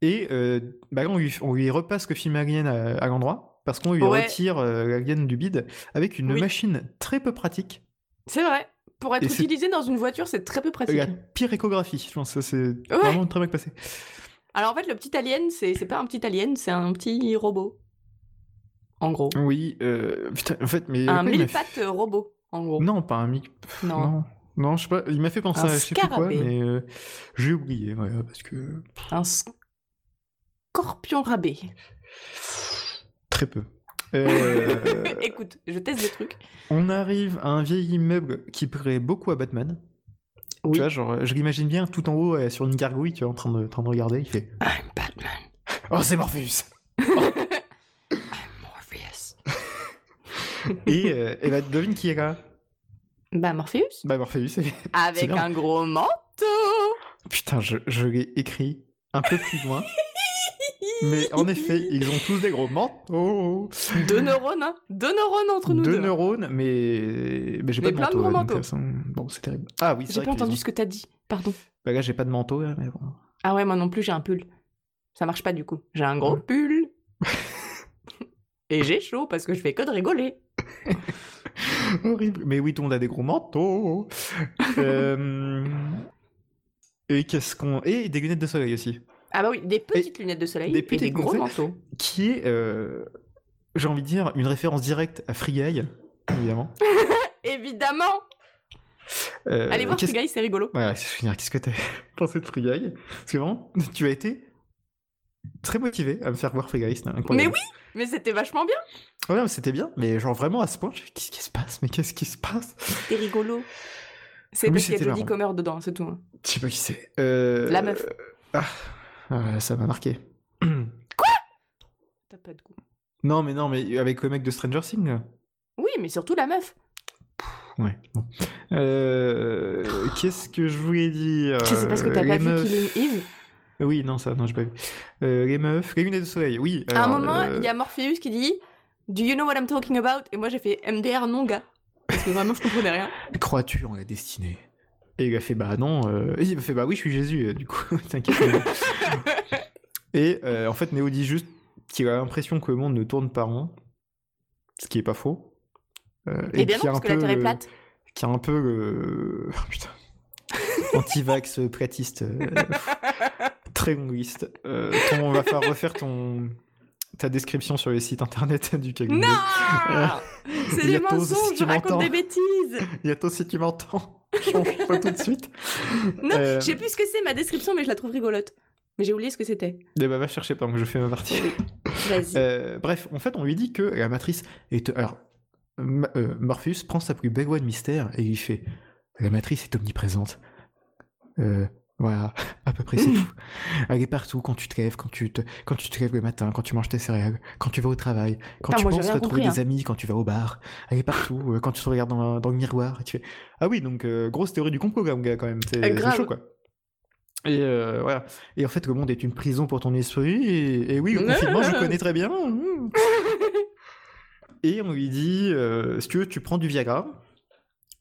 S7: Et euh, bah, là, on, lui, on lui repasse le film Alien à, à l'endroit, parce qu'on lui
S8: Ouais.
S7: retire euh, l'Alien du bide avec une
S8: Oui.
S7: machine très peu pratique.
S8: C'est vrai. Pour être
S7: Et c'est-
S8: utilisé dans une voiture, Ah, c'est très peu pratique.
S7: La pire échographie, je pense que c'est vraiment très mal passé.
S8: Alors en fait, le petit alien, c'est c'est pas un petit alien, c'est un petit robot. En gros.
S7: Oui, euh, putain, en fait, mais. quoi,
S8: Un
S7: il m'a
S8: mille
S7: fait-
S8: pattes robot. En gros.
S7: Non, pas un mic. pff,
S8: Non.
S7: Non. Non, je sais pas, il m'a fait penser
S8: Un
S7: à je sais plus quoi,
S8: scarabée.
S7: mais euh, j'ai oublié, ouais, parce que
S8: Un scorpion rabé.
S7: très peu. Euh,
S8: Écoute, je teste des trucs.
S7: on arrive à un vieil immeuble qui plaît beaucoup à Batman.
S8: Oui.
S7: Tu vois, genre, euh, je l'imagine bien tout en haut euh, sur une gargouille, tu vois, en train de, en train de regarder, il fait
S8: I'm Batman.
S7: Oh, c'est Morpheus
S8: Morpheus.
S7: Et, euh, et bah, devine qui est là
S8: Bah Morpheus.
S7: Bah, Morpheus.
S8: Avec
S7: bien.
S8: un gros manteau.
S7: Putain, je, je l'ai écrit un peu plus loin. Mais en effet, ils ont tous des gros manteaux.
S8: Deux neurones, hein. Deux neurones entre nous deux.
S7: Deux neurones, mais, mais j'ai
S8: Mais
S7: pas de
S8: plein de
S7: manteau.
S8: gros
S7: ouais, donc,
S8: manteaux.
S7: ça, Bon, c'est terrible. Ah oui, c'est
S8: J'ai
S7: vrai
S8: pas
S7: qu'ils
S8: entendu
S7: ont-
S8: ce que t'as dit. Pardon.
S7: Bah là, j'ai pas de manteau, là, mais bon.
S8: Ah ouais, moi non plus, j'ai un pull. Ça marche pas du coup. J'ai un
S7: Hein
S8: gros pull. Et j'ai chaud parce que je fais que de rigoler.
S7: Horrible. Mais oui, tout le monde a des gros manteaux. Euh, Et qu'est-ce qu'on. Et des lunettes de soleil aussi.
S8: Ah bah oui, des petites lunettes de soleil
S7: des
S8: et des
S7: petites
S8: gros
S7: lunettes.
S8: manteaux.
S7: Qui est, euh, j'ai envie de dire, une référence directe à Free Guy, évidemment.
S8: Évidemment
S7: Euh,
S8: Allez voir ce
S7: qu'est-ce-
S8: gars, c'est rigolo.
S7: Ouais, je veux dire, qu'est-ce que t'as pensé de Free Guy Parce que vraiment, tu as été très motivé à me faire voir Free Guy, c'était incroyable.
S8: Mais oui Mais c'était vachement bien
S7: Ouais, mais c'était bien, mais genre vraiment à ce point, je me suis dit, qu'est-ce qui se passe Mais qu'est-ce qui se passe
S8: C'était rigolo. C'est
S7: Oui,
S8: parce qu'il y a
S7: c'était
S8: Jodie
S7: marrant.
S8: Comer dedans, c'est tout. hein.
S7: Je sais pas qui c'est. Euh,
S8: La meuf.
S7: Ah, ah, ça m'a marqué.
S8: T'as pas de goût.
S7: Non, mais non, mais avec le mec de Stranger Things. là.
S8: Oui, mais surtout la meuf.
S7: Ouais, bon. Euh, qu'est-ce que je voulais dire
S8: Je sais pas ce que t'as
S7: Euh, Les
S8: pas vu,
S7: meufs.
S8: Killing Eve.
S7: Oui, non, ça, non, j'ai pas vu. Euh, les meufs, les lunettes de soleil, oui.
S8: à un
S7: alors,
S8: moment,
S7: euh,
S8: il y a Morpheus qui dit Do you know what I'm talking about Et moi, j'ai fait MDR non, gars. Parce que vraiment, je comprenais rien.
S7: Crois-tu en la destinée Et il a fait bah non. euh, et il a fait bah oui, je suis Jésus, euh, du coup, t'inquiète. pas. et euh, en fait, Néo dit juste qu'il a l'impression que le monde ne tourne pas rond, ce qui est pas faux. Euh,
S8: Et, bien non,
S7: qu'il y a
S8: parce
S7: un
S8: que la
S7: peu euh,
S8: Terre est
S7: le-
S8: plate.
S7: Qui a un peu le. Oh, putain. Antivax euh, platiste. euh, très linguiste. Euh, ton- on va faire refaire ton. Ta description sur les sites internet du Cagunet.
S8: Non C'est des
S7: Yatos, si
S8: mensonges,
S7: tu
S8: je raconte
S7: m'entends.
S8: des bêtises
S7: Yato, si tu m'entends. change pas tout de suite.
S8: Non,
S7: Euh,
S8: je sais plus ce que c'est ma description, mais je la trouve rigolote. Mais j'ai oublié ce que c'était.
S7: eh ben, va chercher pendant que je fais ma partie.
S8: Vas-y.
S7: Euh, bref, en fait, on lui dit que la matrice est. Alors, Ma- euh, Morpheus prend sa plus belle voix de mystère et il fait La matrice est omniprésente. Euh, voilà, à peu près c'est tout. Elle est partout quand tu te lèves, quand tu te, quand tu te lèves le matin, quand tu manges tes céréales, quand tu vas au travail, quand
S9: Ah,
S7: tu
S9: moi, j'ai
S7: penses
S9: rien
S7: retrouver
S9: compris,
S7: des amis, quand tu vas au bar. Elle est partout, euh, quand tu te regardes dans, dans le miroir. et tu fais Ah oui, donc euh, grosse théorie du complot, gars, quand même. C'est
S9: Ah,
S7: c'est
S9: grave.
S7: chaud, quoi. Et euh, voilà. Et en fait, le monde est une prison pour ton esprit. Et, et oui, le confinement, je connais très bien. Mmh. Et on lui dit, euh, si tu veux, tu prends du Viagra.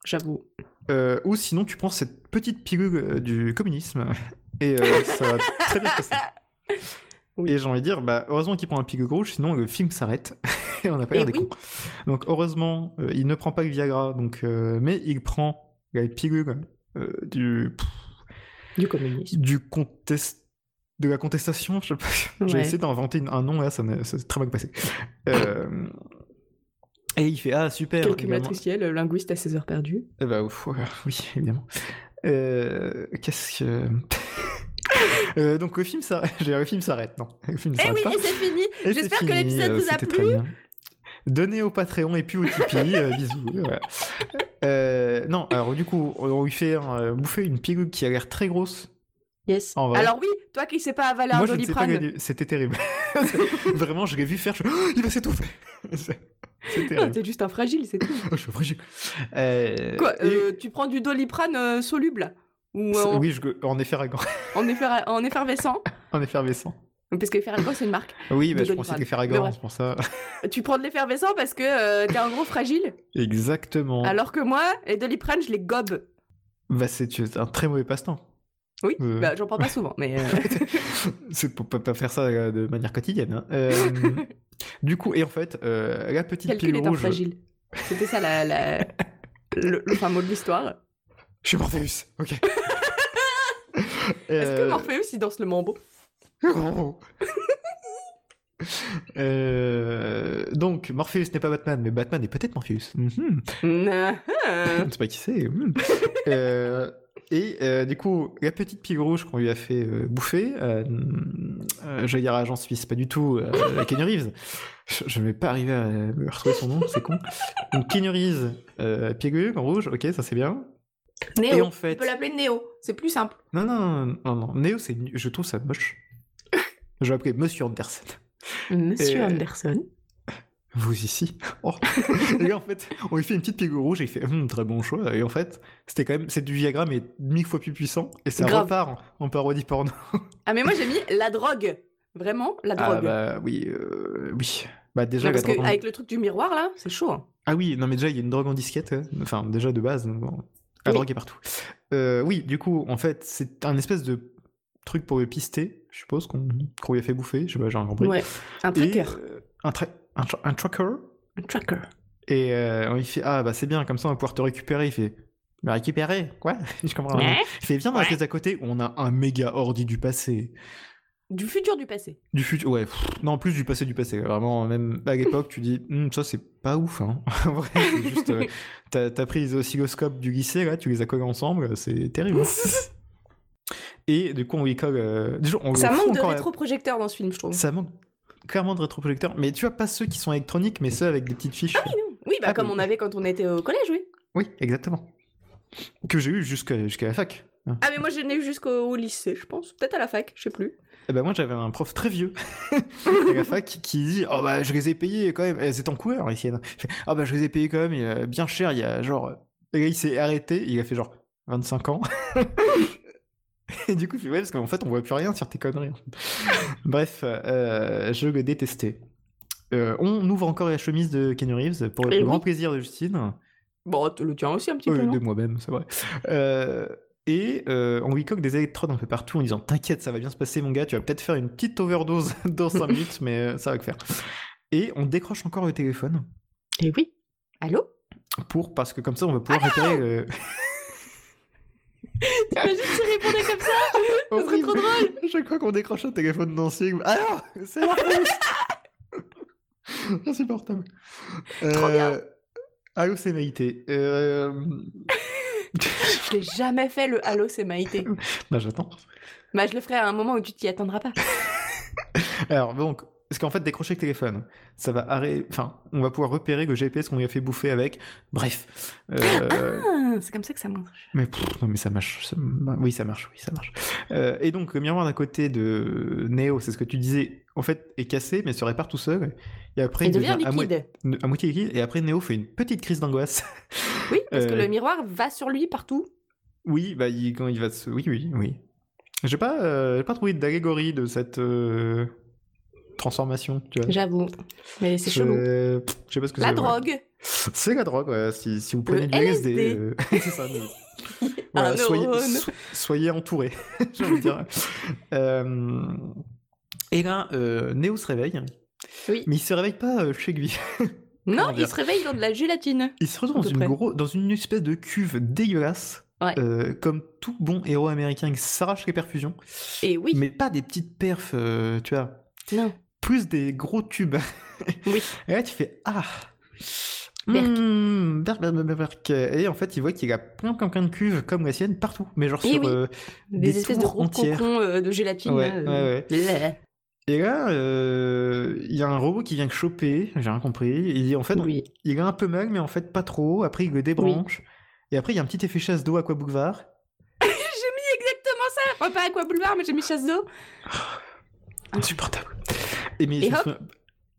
S8: J'avoue.
S7: euh, ou sinon, tu prends cette petite pilule euh, du communisme. Et euh, ça va très bien se passer.
S8: Oui.
S7: Et j'ai envie de dire, bah, heureusement qu'il prend un pilule rouge, sinon le film s'arrête. et on n'a pas l'air
S8: Eh
S7: des
S8: oui.
S7: cons. Donc, heureusement, euh, il ne prend pas le Viagra. Donc, euh, mais il prend la pilule euh, du
S8: Du communisme.
S7: du contest de la contestation, je sais pas. J'ai
S8: Ouais.
S7: essayé d'inventer une- un nom là, ça m'a- ça s'est très mal passé. Euh, Et il fait ah super. également.
S8: Calculatriciel, euh, linguiste à 16 heures perdues.
S7: Eh bah, ouf, ouais, oui évidemment. Euh, Qu'est-ce que Euh, donc le film s'arrête. j'ai- Le film s'arrête. Non, le film ne
S8: Eh
S7: s'arrête
S8: oui,
S7: pas.
S8: et c'est fini.
S7: Et c'est
S8: J'espère que
S7: fini,
S8: l'épisode
S7: euh,
S8: vous a
S7: c'était très
S8: plu.
S7: bien. Donnez au Patreon et puis au Tipeee. euh, bisous. voilà. Euh, non, alors du coup, on lui fait euh, bouffer une pilule qui a l'air très grosse.
S9: Yes.
S7: En vrai.
S8: Alors oui, toi qui sais pas avaler un
S7: Moi, je ne sais pas
S8: doliprane.
S7: gagner. C'était terrible. Vraiment, je l'ai vu faire. Je... Oh, il va s'étouffer. C'est c'est
S8: Non,
S7: terrible.
S8: T'es juste un fragile, c'est tout.
S7: Oh, je suis fragile. Euh,
S8: Quoi,
S7: et-
S8: euh, tu prends du doliprane euh, soluble ou euh, en,
S7: Oui, je... en effervescent.
S8: en effer- en effervescent
S7: en effervescent.
S8: Parce que effervescent, c'est une marque.
S7: Oui, bah,
S8: De
S7: je
S8: Doliprane.
S7: pensais que
S8: De
S7: l'effervescent,
S8: vrai.
S7: c'est pour ça.
S8: Tu prends de l'effervescent parce que euh, t'es un gros fragile.
S7: Exactement.
S8: Alors que moi, les doliprane, je les gobe.
S7: Bah, c'est tu- c'est un très mauvais passe-temps.
S8: Oui,
S7: Euh.
S8: bah, j'en prends pas souvent, mais. euh,
S7: c'est pour pas pas faire ça euh, de manière quotidienne. hein. Euh, du coup, et en fait, euh, la petite
S8: Calcul
S7: pilule
S8: est un
S7: rouge.
S8: fragile. C'était ça la, la- le, le fin mot de l'histoire.
S7: Je suis Morpheus. Ok.
S8: Est-ce que Morpheus il danse le mambo
S7: Euh, donc, Morpheus n'est pas Batman, mais Batman est peut-être Morpheus. Mhm.
S8: Hein. Nah.
S7: On ne sait pas qui c'est. Mhm. Euh, et euh, du coup, la petite pile rouge qu'on lui a fait euh, bouffer, euh, euh, je vais dire à Agent Suisse, pas du tout, euh, à Keanu Reeves. Je- Je ne vais pas arriver à me retrouver son nom, c'est con. Donc, Keanu Reeves, euh, pilule en rouge, ok, ça c'est bien. Et
S8: Néo.
S7: en fait.
S8: On peut l'appeler Néo, c'est plus simple.
S7: Non, non, non, non, non. Néo, c'est, nu- je trouve ça moche. Je vais appeler Monsieur Anderson.
S8: Monsieur
S7: Euh,
S8: Anderson.
S7: Vous ici Oh. Et en fait, on lui fait une petite pilule rouge et il fait Hum, très bon choix. Et en fait, c'était quand même, c'est du Viagra mais mille fois plus puissant et ça
S8: Grave.
S7: repart en parodie porno.
S8: Ah, mais moi j'ai mis la drogue. Vraiment, la
S7: Ah
S8: drogue.
S7: bah oui, euh, oui. Bah déjà,
S8: Non,
S7: la
S8: parce
S7: drogue en-
S8: qu'avec le truc du miroir là, c'est chaud. hein.
S7: ah oui, non mais déjà il y a une drogue en disquette, hein. enfin déjà de base, donc bon, la
S8: Oui.
S7: drogue est partout. Euh, oui, du coup, en fait, c'est un espèce de truc pour le pister, je suppose qu'on, qu'on lui a fait bouffer, je sais pas, j'ai rien compris.
S8: Ouais. Un
S7: Et,
S8: tracker.
S7: euh, un, tra- un, tra- un tracker.
S8: Un tracker.
S7: Et euh, il fait Ah, bah c'est bien, comme ça on va pouvoir te récupérer. Il fait Mais récupérer Quoi Je comprends rien. Il fait Viens dans la pièce d'à côté, on a un méga ordi du passé.
S8: Du futur du passé.
S7: Du futur, ouais, pff, non, plus du passé du passé. Vraiment, même à l'époque, tu dis Hum, Ça c'est pas ouf. Hein. En vrai, c'est juste. euh, T'as t'as pris les oscilloscopes du lycée, là, tu les as collés ensemble, c'est terrible. hein. Et du coup, on lui colle. euh, déjà, on
S8: Ça
S7: lui fout
S8: manque de
S7: encore la-
S8: rétroprojecteur dans ce film, je trouve.
S7: Ça manque clairement de rétroprojecteur. Mais tu vois, pas ceux qui sont électroniques, mais ceux avec des petites fiches.
S8: Oui, bah
S7: Ah,
S8: comme
S7: mais-
S8: on avait quand on était au collège, oui.
S7: Oui, exactement. Que j'ai eu jusqu'à jusqu'à la fac. hein.
S8: Ah, mais moi je l'ai eu jusqu'au lycée, je pense. Peut-être à la fac, je sais plus.
S7: Eh ben moi j'avais un prof très vieux à la fac qui dit oh bah je les ai payés quand même c'est en couleur ici oh bah je les ai payés quand même euh, bien cher il y a genre le gars, il s'est arrêté il a fait genre 25 ans et du coup je fais, ouais parce qu'en fait on voit plus rien sur tes conneries bref euh, je le détestais Euh, on ouvre encore la chemise de Kenny Reeves pour le
S8: Eh oui.
S7: grand plaisir de Justine
S8: Bon, t- le tien aussi un petit
S7: Euh,
S8: peu. non
S7: de moi-même, c'est vrai. Euh, et euh, on lui coque des électrodes un peu partout en disant T'inquiète, ça va bien se passer, mon gars, tu vas peut-être faire une petite overdose dans 5 minutes, mais euh, ça va le faire. Et on décroche encore le téléphone
S8: Eh oui. Allô
S7: pour, parce que comme ça, on va
S8: Ah
S7: pouvoir repérer. le-
S8: T'imagines s'il répondait comme ça Ce serait trop drôle
S7: Chaque fois qu'on décroche un téléphone d'ancien, alors c'est Morpheus Insupportable.
S8: Trop bien.
S7: Euh, Allô, c'est Maïté. Euh,
S8: Je l'ai jamais fait le Halo, c'est Maïté.
S7: Bah, j'attends.
S8: Bah, je le ferai à un moment où tu t'y attendras pas.
S7: Alors, donc, parce qu'en fait, décrocher le téléphone, ça va arrêter. Enfin, on va pouvoir repérer le GPS qu'on lui a fait bouffer avec. Bref. Euh,
S8: Ah, c'est comme ça que ça marche.
S7: Mais pff, non, mais ça marche. ça- Oui, ça marche. Oui, ça marche. Euh, et donc, le miroir d'un côté de Neo, c'est ce que tu disais, en fait, est cassé, mais se répare tout seul. Et après,
S8: Il devient
S7: à, moi-
S8: liquide.
S7: à moitié liquide. Et après, Neo fait une petite crise d'angoisse.
S8: Oui, parce que
S7: Euh,
S8: le miroir va sur lui partout.
S7: oui, bah, il, quand il va se. Oui, oui, oui. J'ai pas, euh, j'ai pas trouvé d'allégorie de cette euh, transformation, tu vois.
S8: J'avoue. Mais c'est
S7: Je-
S8: chelou.
S7: pff, Je sais pas ce que
S8: La
S7: c'est, ouais.
S8: drogue.
S7: C'est la drogue, ouais. si, si vous prenez
S8: Le
S7: du LSD.
S8: LSD.
S7: euh, c'est ça, le- Voilà,
S8: Un
S7: soyez,
S8: neurone.
S7: so- soyez entourés, j'ai envie de dire. Euh, Et là, euh, Neo se réveille,
S8: Oui.
S7: mais il se réveille pas euh, chez lui.
S8: Non,
S7: dire
S8: il se réveille dans de la gélatine.
S7: Il se
S8: À
S7: retrouve dans
S8: peu
S7: une,
S8: près.
S7: gros- dans une espèce de cuve dégueulasse,
S8: Ouais.
S7: euh, comme tout bon héros américain qui s'arrache les perfusions,
S8: Et oui.
S7: mais pas des petites perfs, euh, tu vois,
S8: Non.
S7: plus des gros tubes.
S8: Oui.
S7: Et là, tu fais Ah
S8: Berk.
S7: Hmm, berk, berk, berk, berk. Et en fait, il voit qu'il y a plein, plein, plein de cuves comme la sienne partout. Mais genre
S8: Eh
S7: sur.
S8: oui.
S7: euh,
S8: Des,
S7: Des
S8: espèces de
S7: tours
S8: gros
S7: entières.
S8: cocons euh, de gélatine.
S7: Ouais,
S8: là,
S7: ouais,
S8: Bleh.
S7: Et là, euh, il y a un robot qui vient le choper, j'ai rien compris. Et en fait,
S8: Oui.
S7: il a un peu mal, mais en fait, pas trop. Après, il le débranche. Et après, il y a un petit effet chasse d'eau à quoi Boulevard.
S8: J'ai mis exactement ça. Enfin, pas Aqua Boulevard, mais j'ai mis chasse d'eau
S7: Insupportable. Et, mais
S8: Ah. Et
S7: je me
S8: hop.
S7: souviens-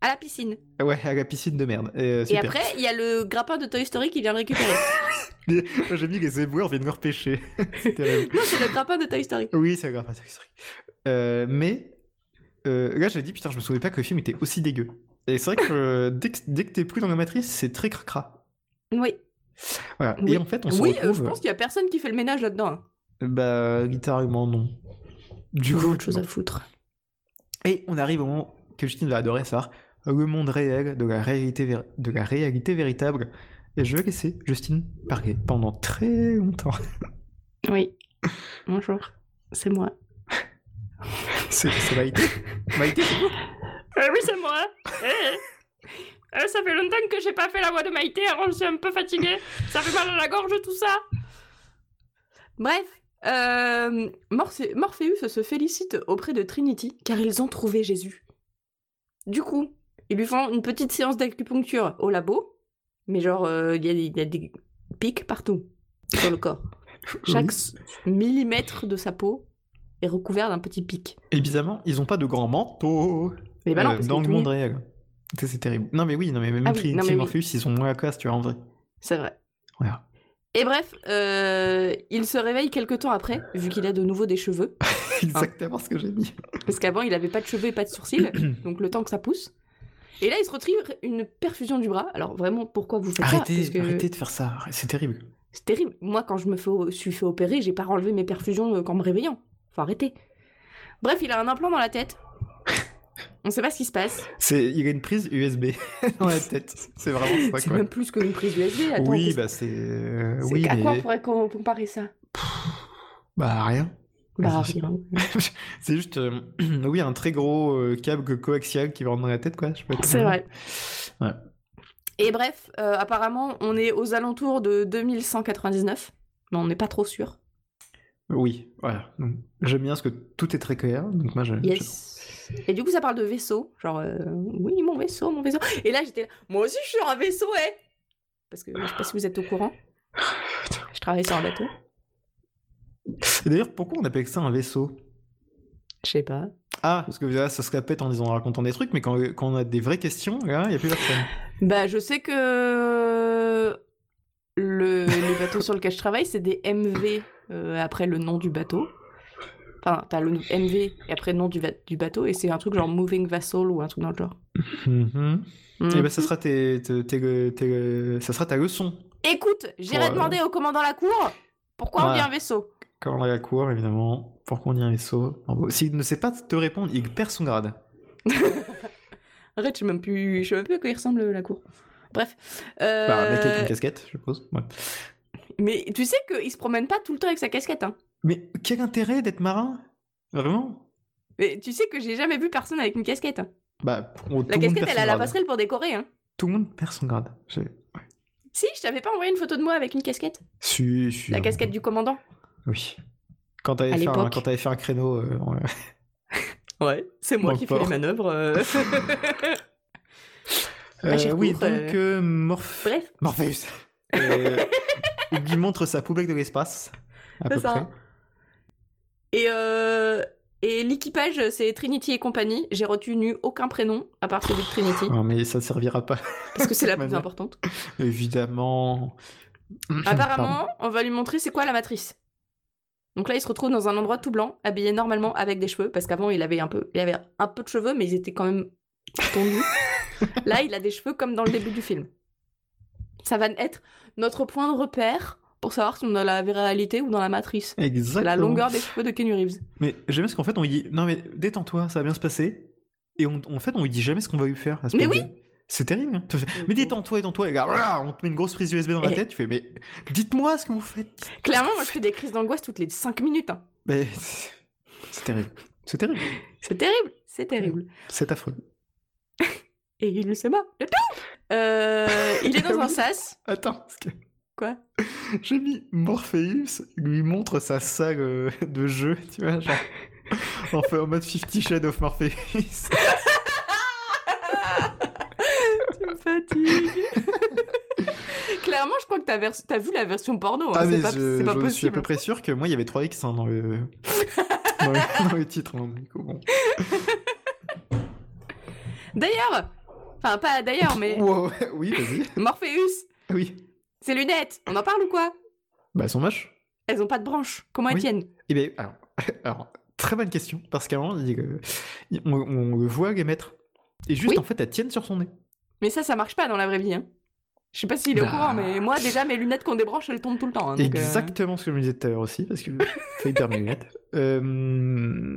S8: à la piscine.
S7: Ouais, à la piscine de merde. Et, euh,
S8: Et
S7: super.
S8: après, il y a le grappin de Toy Story qui vient le récupérer.
S7: J'ai mis les éboueurs viennent me repêcher. C'est terrible.
S8: non, c'est le grappin de Toy Story.
S7: Oui, c'est grave, c'est vrai. Euh, mais euh, là, j'ai dit, putain, je me souvenais pas que le film était aussi dégueu. Et c'est vrai que euh, dès que, dès que t'es plus dans la matrice, c'est très cracra.
S8: Oui.
S7: Voilà.
S8: Oui.
S7: Et en fait, on se
S8: oui, euh, je
S7: retrouve.
S8: pense qu'il y a personne qui fait le ménage là-dedans. hein.
S7: Bah, littéralement, non. Du coup,
S8: autre chose
S7: non.
S8: à foutre.
S7: Et on arrive au moment que Justine va adorer, ça le monde réel de la réalité, ver- de la réalité véritable. Et je vais laisser Justine parler pendant très longtemps.
S8: Oui. Bonjour. C'est moi.
S7: C'est c'est Maïté. Maïté, c'est-
S8: Euh, oui, c'est moi. Eh, Euh, ça fait longtemps que j'ai pas fait la voix de Maïté, alors je suis un peu fatiguée. Ça fait mal à la gorge, tout ça. Bref, euh, Morphe- Morpheus se félicite auprès de Trinity car ils ont trouvé Jésus. Du coup, ils lui font une petite séance d'acupuncture au labo, mais genre, euh, il y, a des- il y a des pics partout sur le corps. Chaque s- millimètre de sa peau est recouvert d'un petit pic.
S7: Et bizarrement, ils ont pas de grand manteau.
S8: Mais bah non,
S7: Euh,
S8: parce
S7: dans
S8: qu'il
S7: le
S8: est tout
S7: monde
S8: nu.
S7: réel. Ça, C'est terrible. Non mais oui, non mais même
S8: Ah oui,
S7: Trinity
S8: non, mais
S7: et
S8: oui.
S7: Morpheus, ils sont moins à classe, tu vois, en vrai.
S8: C'est vrai.
S7: Voilà.
S8: Et bref, euh, il se réveille quelque temps après, vu qu'il a de nouveau des cheveux.
S7: C'est exactement ce que j'ai dit.
S8: Parce qu'avant, il avait pas de cheveux et pas de sourcils, donc le temps que ça pousse. Et là, il se retrouve une perfusion du bras. Alors vraiment, pourquoi vous faites ça
S7: Arrêtez,
S8: Parce que
S7: arrêtez de faire ça, c'est terrible.
S8: C'est terrible. Moi, quand je me fais- suis fait opérer, j'ai pas enlevé mes perfusions euh, qu'en me réveillant. Faut arrêter. Bref, il a un implant dans la tête. On sait pas ce qui se passe.
S7: C'est, il a une prise USB dans la tête. C'est vraiment ça
S8: C'est
S7: quoi.
S8: même plus qu'une prise USB. Attends,
S7: Oui,
S8: qu'est-ce-
S7: bah c'est, euh,
S8: c'est-
S7: oui
S8: à quoi on
S7: mais
S8: pourrait com- comparer ça
S7: bah rien.
S8: Bah
S7: c'est-
S8: rien.
S7: C'est juste, euh, oui, un très gros euh, câble coaxial qui va rentrer dans la tête quoi. je sais pas comment
S8: C'est
S7: dire.
S8: vrai.
S7: Ouais.
S8: Et bref, euh, apparemment, on est aux alentours de 2199, mais on n'est pas trop sûr.
S7: Oui, voilà. Donc, J'aime bien parce que tout est très clair. Donc moi, je,
S8: Yes. Et du coup, ça parle de vaisseau. Genre, euh, oui, mon vaisseau, mon vaisseau. Et là, j'étais là, moi aussi, je suis un vaisseau, hein Parce que je sais pas si vous êtes au courant. Je travaille sur un bateau.
S7: je- Et d'ailleurs, pourquoi on appelle ça un vaisseau
S8: Je sais pas.
S7: Ah, parce que là, ça se répète en disant, en racontant des trucs, mais quand, quand on a des vraies questions, là, il n'y a plus personne.
S8: Bah, je sais que le, le bateau sur lequel je travaille, c'est des MV euh, après le nom du bateau. Enfin, t'as le MV et après le nom du, va- du bateau, et c'est un truc genre Moving Vessel ou un truc dans le genre.
S7: Et
S8: Mm.
S7: ben, ça sera, tes, tes- tes- tes- ça sera ta leçon.
S8: Écoute, j'irai
S7: Ouais.
S8: demander au commandant la cour pourquoi on
S7: Ouais.
S8: dit un vaisseau.
S7: Quand on a la cour, évidemment, pour qu'on y ait un vaisseau. En gros, S'il ne sait pas te répondre, il perd son grade.
S8: Arrête, je sais même plus, je sais même plus à quoi il ressemble la cour. Bref. Euh,
S7: Bah, un mec avec une casquette, je suppose. Ouais.
S8: mais tu sais qu'il se promène pas tout le temps avec sa casquette. Hein.
S7: Mais quel intérêt d'être marin Vraiment
S8: Mais tu sais que j'ai jamais vu personne avec une casquette. hein.
S7: Bah, on-
S8: La
S7: tout le monde
S8: casquette,
S7: perd
S8: elle
S7: son
S8: a la
S7: grade.
S8: passerelle pour décorer. Hein.
S7: Tout le monde perd son grade. C'est-
S8: Si, je t'avais pas envoyé une photo de moi avec une casquette.
S7: Si, si,
S8: La
S7: euh,
S8: casquette du commandant.
S7: Oui. Quand t'avais
S8: À
S7: fait, un-
S8: l'époque.
S7: quand t'avais fait un créneau. euh, ouais.
S8: Ouais, c'est moi
S7: Dans
S8: qui
S7: le
S8: fais les
S7: port.
S8: manœuvres. euh. À
S7: Euh,
S8: chaque
S7: oui,
S8: cours,
S7: donc
S8: euh,
S7: euh, Morph-
S8: Bref,
S7: Morpheus. Euh, il lui montre sa poubelle de l'espace. À
S8: C'est
S7: peu
S8: ça.
S7: près.
S8: et, euh, et l'équipage, c'est Trinity et compagnie. J'ai retenu aucun prénom, à part celui de Trinity,
S7: Non, Ah, mais ça servira pas,
S8: parce que c'est la plus
S7: Manière.
S8: importante.
S7: évidemment. Pardon.
S8: Apparemment, on va lui montrer c'est quoi la matrice. Donc là, il se retrouve dans un endroit tout blanc, habillé normalement avec des cheveux, parce qu'avant il avait un peu, il avait un peu de cheveux, mais ils étaient quand même tondus. là, il a des cheveux comme dans le début du film. Ça va être notre point de repère pour savoir si on est dans la réalité ou dans la matrice. C'est
S7: Exactement.
S8: La longueur des cheveux de Kenny Reeves.
S7: Mais j'aime bien ce qu'en fait on lui dit. Non mais détends-toi, ça va bien se passer. Et on- en fait on lui dit jamais ce qu'on va lui faire. à ce
S8: Mais
S7: point de vue. C'est terrible. hein. Tu fais, Mais détends-toi, détends-toi. Et là, voilà, on te met une grosse prise USB dans la
S8: Eh.
S7: tête. Tu fais mais dites-moi ce que vous faites.
S8: Clairement, moi je fais des crises d'angoisse toutes les 5 minutes. hein.
S7: Mais c'est c'est terrible. C'est terrible.
S8: C'est terrible, c'est terrible.
S7: C'est affreux.
S8: Et il le sait pas. Le pire Euh, Il est dans un
S7: Oui.
S8: sas.
S7: Attends. parce que-
S8: Quoi
S7: J'ai mis Morpheus lui montre sa salle euh, de jeu, tu vois, genre. On fait en mode 50 Shades of Morpheus.
S8: Tu me fatigues. Clairement, je crois que t'as, vers- t'as vu la version porno. hein.
S7: Ah,
S8: c'est
S7: mais je,
S8: pas, c'est pas
S7: je suis à
S8: possible.
S7: peu près sûr que moi, il y avait 3X hein, dans, le... dans, le, dans le titre. hein, du coup, bon.
S8: D'ailleurs, enfin pas d'ailleurs, mais
S7: Wow, oui, vas-y.
S8: Morpheus,
S7: Oui.
S8: ses lunettes, on en parle ou quoi
S7: Bah, elles sont moches.
S8: Elles ont pas de branches. Comment elles
S7: Oui.
S8: tiennent
S7: Eh bien, alors, alors, très bonne question, parce qu'avant, il, euh, il- on, on le voit les mettre. Et juste,
S8: Oui.
S7: en fait, elles tiennent sur son nez.
S8: Mais ça, ça marche pas dans la vraie vie. Hein. Je sais pas s'il est au
S7: Bah.
S8: courant, mais moi déjà mes lunettes qu'on débranche, elles tombent tout le temps. hein, donc, euh, Mm.
S7: Exactement ce que je me disais tout à l'heure aussi, parce que j'ai failli perdre mes lunettes. Euh,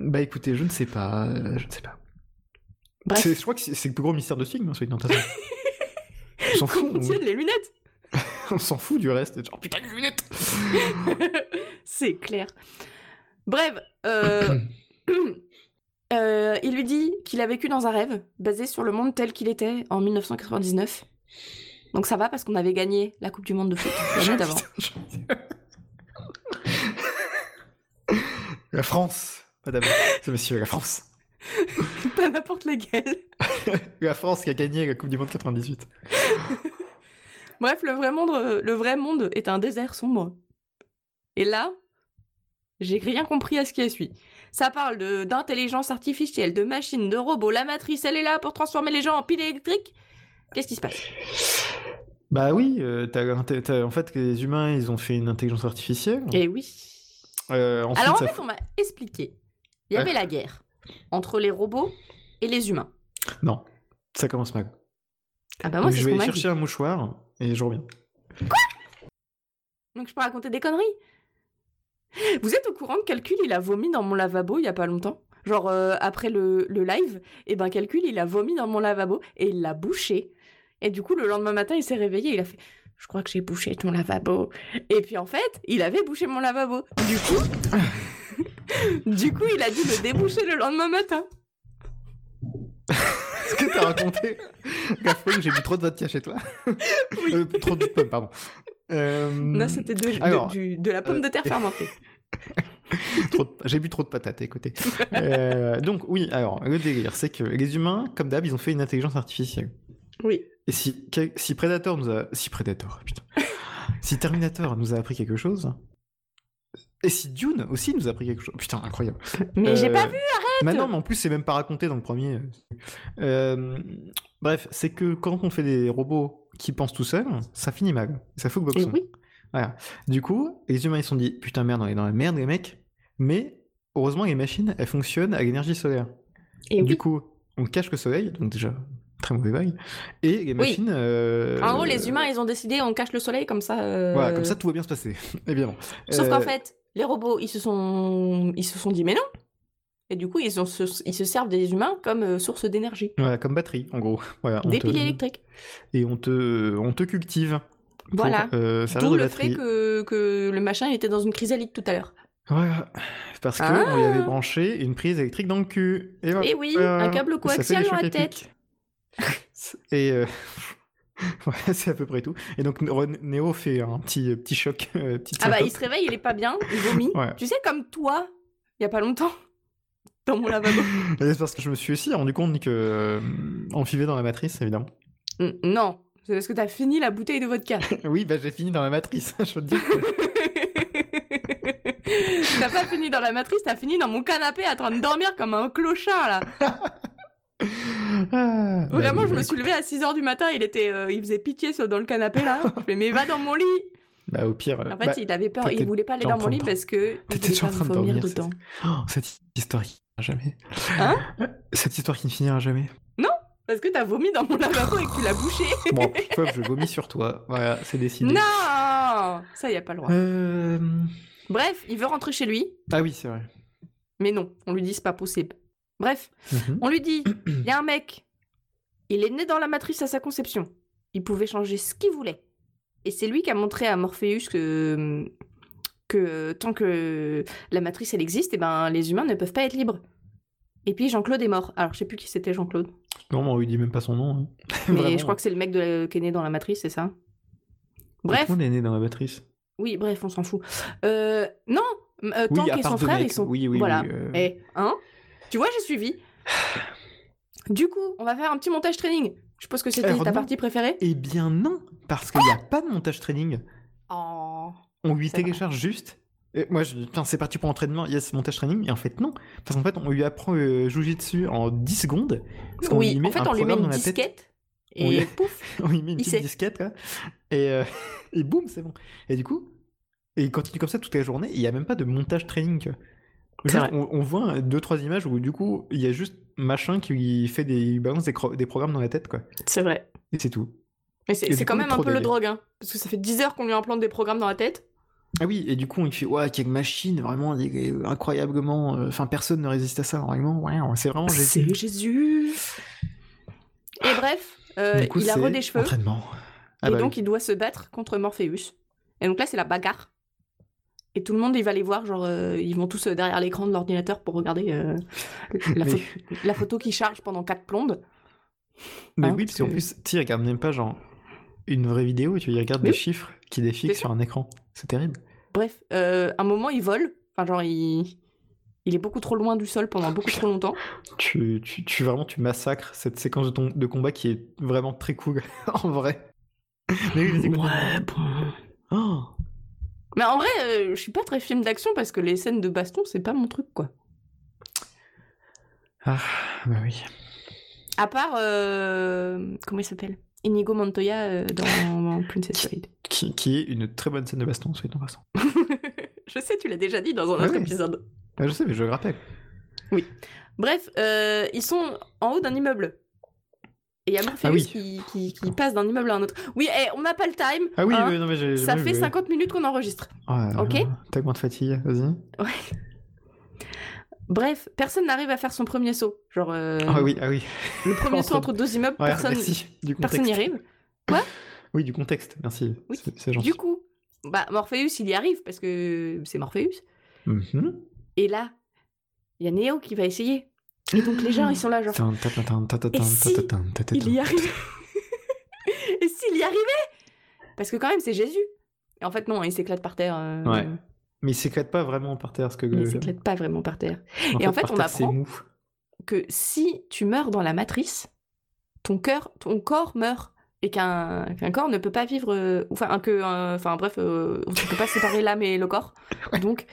S7: bah, écoutez, je ne sais pas. euh, Je ne sais pas.
S8: Bref.
S7: C'est- Je crois que c'est c'est le plus gros mystère de ce film, ensuite, dans ta On s'en fout,
S8: Comment
S7: on,
S8: tiennent les lunettes
S7: on s'en fout du reste. Genre, putain, les lunettes
S8: C'est clair. Bref, euh, euh, il lui dit qu'il a vécu dans un rêve basé sur le monde tel qu'il était en 1999. Donc ça va parce qu'on avait gagné la Coupe du Monde de foot l'année d'avant.
S7: La France, madame, ce monsieur, la France.
S8: Pas n'importe laquelle.
S7: La France qui a gagné la Coupe du Monde 98.
S8: Bref, le vrai monde, le vrai monde est un désert sombre. Et là, j'ai rien compris à ce qui suit. Ça parle de- d'intelligence artificielle, de machines, de robots. La matrice, elle est là pour transformer les gens en piles électriques. Qu'est-ce qui se passe
S7: Bah oui, euh, t'as l'int- t'as- en fait, les humains, ils ont fait une intelligence artificielle.
S8: Eh oui.
S7: Euh, ensuite,
S8: Alors en
S7: ça
S8: fait, on m'a expliqué. Il y avait la guerre entre les robots et les humains.
S7: f- Non, ça commence mal.
S8: Ah bah moi, c'est
S7: je
S8: ce
S7: vais
S8: qu'on
S7: aller
S8: m'a
S7: chercher
S8: dit.
S7: un mouchoir et je reviens.
S8: Donc je peux raconter des conneries. Vous êtes au courant que Calcul, il a vomi dans mon lavabo il y a pas longtemps Genre euh, après le, le live, et ben Calcul, il a vomi dans mon lavabo et il l'a bouché. Et du coup, le lendemain matin, il s'est réveillé, il a fait je crois que j'ai bouché ton lavabo. Et puis en fait, il avait bouché mon lavabo. Du coup, du coup, il a dû le déboucher le lendemain matin.
S7: Est-ce que t'as raconté la fois où j'ai bu trop de vodka chez toi
S8: Oui.
S7: Euh, Trop de pomme, pardon. Euh,
S8: Non, c'était de, de-
S7: Alors,
S8: du- de la pomme
S7: euh,
S8: de terre fermentée.
S7: Trop de- J'ai bu trop de patates, écoutez. Euh, donc oui, alors le délire, c'est que les humains, comme d'hab, ils ont fait une intelligence artificielle.
S8: Oui.
S7: Et si, quel- si Predator nous a... Si Predator, putain. si Terminator nous a appris quelque chose... Et si Dune aussi nous a appris quelque chose... Putain, incroyable.
S8: Mais j'ai
S7: Euh,
S8: pas vu.
S7: Bah non, mais en plus, c'est même pas raconté dans le premier. Euh, Bref, c'est que quand on fait des robots qui pensent tout seuls, ça finit mal. Ça fout le
S8: Et
S7: boxon.
S8: Eh oui.
S7: Du coup, les humains ils se sont dit putain merde, on est dans la merde les mecs. Mais heureusement les machines elles fonctionnent à l'énergie solaire.
S8: Et
S7: du
S8: Eh oui.
S7: coup, on cache le soleil, donc déjà très mauvais bail. Et les machines. euh,
S8: En gros, les humains, ils ont décidé, on cache le soleil comme ça. euh,
S7: Voilà, comme ça tout va bien se passer. Évidemment.
S8: Sauf qu'en
S7: Euh,
S8: fait, les robots, ils se sont, ils se sont dit, mais non. Et du coup, ils, ont se- ils se servent des humains comme euh, source d'énergie.
S7: Voilà, comme batterie en gros. Voilà, on
S8: Des
S7: te-
S8: piles électriques.
S7: Et on te, on te cultive. pour,
S8: Voilà.
S7: euh, servir
S8: D'où
S7: de
S8: le
S7: batterie.
S8: fait que, que le machin était dans une chrysalide tout à l'heure.
S7: Ouais, parce qu'on
S8: Ah.
S7: lui avait branché une prise électrique dans le cul. Et, voilà.
S8: Eh oui, un câble
S7: Ah, euh, Ça fait
S8: coaxial
S7: des
S8: dans la
S7: chocs
S8: tête.
S7: épiques. Et euh, Ouais, c'est à peu près tout. Et donc Néo fait un petit, petit choc. euh, petite
S8: Ah bah, il
S7: syncope.
S8: se réveille, il est pas bien, il vomit.
S7: Ouais.
S8: Tu sais, comme toi, il y a pas longtemps, dans mon lavabo.
S7: Et C'est parce que je me suis aussi rendu compte que euh, on vivait dans la matrice, évidemment.
S8: Mm, non, c'est parce que t'as fini la bouteille de vodka.
S7: Oui, bah j'ai fini dans la matrice, je veux te dire.
S8: t'as pas fini dans la matrice, t'as fini dans mon canapé en train de dormir comme un clochard, là.
S7: Ah,
S8: Vraiment,
S7: bah,
S8: je me suis levée à 6h du matin, il était, euh, il faisait pitié sur- dans le canapé, là. Je fais, mais va dans mon lit
S7: Bah au pire.
S8: En fait,
S7: bah,
S8: il avait peur, il
S7: t'étais
S8: voulait pas aller
S7: déjà en
S8: dans mon lit
S7: train de-
S8: parce que... il
S7: t'étais
S8: voulait
S7: déjà en
S8: pas
S7: train de
S8: vomir
S7: dormir,
S8: dedans.
S7: oh, cette histoire qui ne finira jamais.
S8: Hein
S7: cette histoire qui ne finira jamais.
S8: Parce que t'as vomi dans mon lavabo et que tu l'as bouché.
S7: Bon, Pop, je vomis sur toi. Voilà, c'est décidé.
S8: non Ça, y a pas le droit.
S7: Euh,
S8: Bref, il veut rentrer chez lui,
S7: Ah oui, c'est vrai.
S8: mais non, on lui dit c'est pas possible. Bref,
S7: Mhm.
S8: on lui dit, il y a un mec, il est né dans la matrice à sa conception. Il pouvait changer ce qu'il voulait. Et c'est lui qui a montré à Morpheus que, que tant que la matrice elle existe, eh ben, les humains ne peuvent pas être libres. Et puis Jean-Claude est mort. Alors je sais plus qui c'était Jean-Claude,
S7: Non, mais on lui dit même pas son nom. hein.
S8: mais
S7: Vraiment.
S8: je crois que c'est le mec de la- qui est né dans la matrice, c'est ça Bref,
S7: Tout le monde est né dans la matrice.
S8: oui, bref, on s'en fout. Euh, non, m- euh,
S7: Oui,
S8: Tank
S7: à
S8: et
S7: part
S8: son
S7: deux
S8: frère,
S7: mecs.
S8: ils sont.
S7: Oui, oui,
S8: voilà.
S7: oui, euh.
S8: Eh, hein Tu vois, j'ai suivi. Du coup, on va faire un petit montage training. Je pense que c'était
S7: Alors,
S8: ta
S7: non.
S8: partie préférée.
S7: Eh bien non, parce qu'il n'y a pas de montage training.
S8: Oh.
S7: On lui
S8: C'est vrai.
S7: télécharge juste. Et moi, je dis, putain, c'est parti pour entraînement, yes, montage training. Et en fait, non. Parce qu'en fait, on lui apprend euh, Jujitsu en 10 secondes. Parce qu'on
S8: oui, en fait,
S7: un
S8: on lui met
S7: programme
S8: une
S7: dans la tête.
S8: disquette.
S7: On lui-
S8: Et pouf.
S7: on lui met une
S8: Il
S7: petite
S8: sait.
S7: disquette, quoi. Et, euh, et boum, c'est bon. Et du coup, et il continue comme ça toute la journée. et Il n'y a même pas de montage training. tu vois.
S8: C'est
S7: Juste,
S8: vrai.
S7: on, on voit un- deux, trois images où du coup, il y a juste machin qui fait des, il balance des, cro- des programmes dans la tête, quoi.
S8: C'est vrai.
S7: Et c'est tout.
S8: Mais
S7: Et
S8: c'est
S7: du
S8: c'est quand
S7: coup,
S8: même un
S7: trop
S8: peu le
S7: délire.
S8: drogue, hein. Parce que ça fait 10 heures qu'on lui implante des programmes dans la tête.
S7: Ah oui, et du coup, il fait Ouais, quelle machine, vraiment, il est incroyablement. euh, Enfin, personne ne résiste à ça, normalement. Ouais, c'est vraiment Jésus.
S8: Jésus. Et bref, euh,
S7: Du coup,
S8: il a
S7: c'est
S8: re des cheveux.
S7: Entraînement. Ah
S8: et
S7: bah
S8: donc,
S7: oui.
S8: il doit se battre contre Morpheus. Et donc là, c'est la bagarre. Et tout le monde, il va les voir, genre, euh, ils vont tous euh, derrière l'écran de l'ordinateur pour regarder euh, la,
S7: Mais-
S8: pho- la photo qui charge pendant quatre plombes.
S7: Mais
S8: hein,
S7: oui, parce
S8: parce
S7: qu'en
S8: que-
S7: plus, tu regardes même pas genre une vraie vidéo, tu regardes
S8: Oui.
S7: des chiffres qui défilent
S8: C'est ça.
S7: sur un écran. C'est terrible.
S8: Bref, euh, un moment, il vole. Enfin, genre, il... il est beaucoup trop loin du sol pendant beaucoup trop longtemps.
S7: Tu, tu, tu- vraiment, tu massacres cette séquence de, ton- de combat qui est vraiment très cool, en vrai. Mais oui, vas-y, continue.
S8: bon.
S7: Oh,
S8: Mais en vrai, euh, je suis pas très film d'action parce que les scènes de baston, c'est pas mon truc, quoi.
S7: bah oui.
S8: À part, euh, comment il s'appelle Inigo Montoya euh, dans, dans Princess Bride.
S7: Qui, qui est une très bonne scène de baston, soit dit en passant.
S8: je sais, tu l'as déjà dit dans un
S7: Ouais,
S8: autre
S7: ouais.
S8: épisode.
S7: Ah, je sais, mais je le rappelle.
S8: Bref, euh, ils sont en haut d'un immeuble. Et il y a Morpheus
S7: Ah oui.
S8: qui, qui- qui passe d'un immeuble à un autre. Oui, eh, on n'a pas le time.
S7: Ah oui,
S8: hein.
S7: oui, non, mais j'ai. j'ai
S8: ça
S7: vu,
S8: fait
S7: oui.
S8: 50 minutes qu'on enregistre.
S7: Ouais,
S8: Ok. Euh,
S7: euh, Tellement de fatigue, vas-y.
S8: Bref, personne n'arrive à faire son premier saut. Genre, euh,
S7: Ah oui, ah oui.
S8: le premier
S7: entre-
S8: saut entre deux immeubles,
S7: Ouais,
S8: personne
S7: merci. Du contexte.
S8: personne n'y arrive.
S7: Oui, du contexte, merci.
S8: Oui.
S7: C'est- C'est gentil.
S8: Du coup, bah, Morpheus, il y arrive parce que c'est Morpheus.
S7: Mhm.
S8: Et là, il y a Neo qui va essayer. Et donc les gens, ils sont là, genre,
S7: Tan, tan, tan, tan, tan,
S8: Et
S7: tan,
S8: si
S7: tan, tan, tan, tan.
S8: Il y arrive. et s'il y arrivait Parce que quand même, c'est Jésus. Et en fait, non, il s'éclate par terre. euh,
S7: Ouais. Mais il s'éclate pas vraiment par terre, ce que.
S8: Il s'éclate pas vraiment par terre. Et en fait,
S7: par
S8: on
S7: terre, c'est
S8: apprend-
S7: mou.
S8: Que si tu meurs dans la matrice, ton cœur, ton corps meurt. Et qu'un qu'un corps ne peut pas vivre. euh, Enfin, que. un- Enfin, bref, euh, on ne peut pas séparer l'âme et le corps. Donc,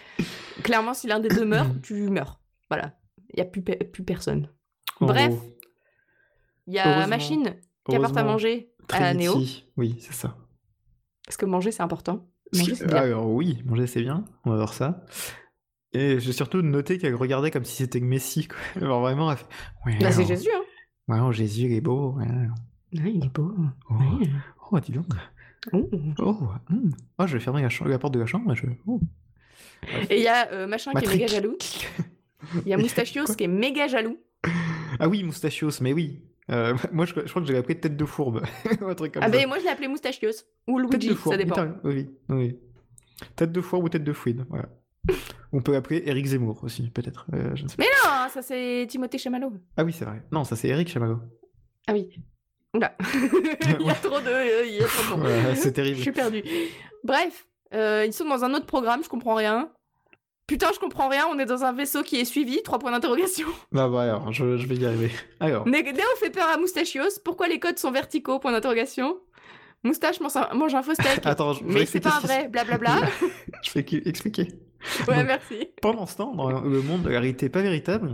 S8: clairement, si l'un des deux meurt, tu meurs. Voilà. Il n'y a plus, pe- plus personne.
S7: En
S8: Bref,
S7: gros,
S8: Il y a
S7: Heureusement-
S8: Machine qui apporte à
S7: Oh. heureusement,
S8: manger à Néo.
S7: Trinity, Oui, c'est ça.
S8: Parce que manger, c'est important.
S7: Parce
S8: Manger,
S7: que- ah
S8: c'est bien.
S7: Alors oui, manger c'est bien, on adore ça. Et j'ai surtout noté qu'elle regardait comme si c'était Messi. Quoi. Alors vraiment, elle fait, ouais,
S8: Bah, c'est
S7: alors,
S8: Jésus, hein.
S7: ouais, alors, Jésus, il est beau. ouais, alors,
S8: il est beau.
S7: Oh, oh, dis donc. Oh, hmm. Oh, je vais fermer la, chambre- la porte de la chambre. Je... oh.
S8: Et il y a euh, machin qui est
S7: Matrix.
S8: méga jaloux. Il y a Moustachios
S7: Quoi
S8: qui est méga jaloux.
S7: Ah oui, Moustachios, mais oui. Euh, moi, je, je crois que j'ai appelé tête de fourbe. Un truc comme
S8: Ah
S7: ça.
S8: ben moi je l'ai appelé Moustachios ou
S7: Tête
S8: Luigi,
S7: de fourbe,
S8: ça dépend.
S7: littéralement, Oui, oui. Tête de fourbe ou tête de fouine, voilà. On peut l'appeler Eric Zemmour aussi, peut-être. euh, je ne sais pas.
S8: Non, ça c'est Timothée Chamallow.
S7: Ah oui, c'est vrai. Non, ça c'est Eric Chamallow.
S8: Ah oui. Oula. il y a trop de. Il y a trop de noms.
S7: Voilà, c'est terrible.
S8: Oh Je suis perdue. Bref, euh, ils sont dans un autre programme, je comprends rien. Putain, je comprends rien, on est dans un vaisseau qui est suivi, trois points d'interrogation.
S7: Bah, bah, alors, je, je vais y arriver. Alors,
S8: Né- Néo fait peur à Moustachios, pourquoi les codes sont verticaux, point d'interrogation. Moustache mange un, mange un faux steak.
S7: attends, je
S8: Mais c'est
S7: expliquer
S8: pas
S7: ce qui
S8: vrai, blablabla.
S7: se- Je vais qui- expliquer.
S8: Ouais,
S7: Donc-
S8: merci.
S7: Pendant ce temps, dans le monde de la réalité pas véritable,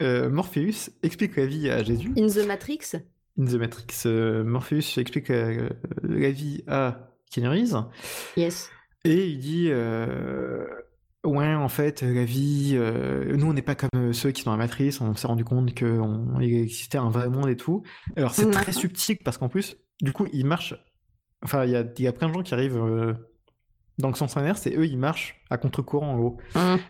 S7: euh, Morpheus explique la vie à Jésus.
S8: In the Matrix.
S7: In the Matrix, euh, Morpheus explique la, la vie à Keanu Reeves.
S8: Yes.
S7: Et il dit euh, Ouais, en fait, la vie, euh, nous on n'est pas comme ceux qui sont dans la matrice, on s'est rendu compte qu'il existait un vrai monde et tout. Alors c'est
S8: Mhm.
S7: très subtil parce qu'en plus, du coup, ils marchent. Enfin, il y a, il y a plein de gens qui arrivent euh, dans le sens inverse et eux ils marchent à contre-courant en gros.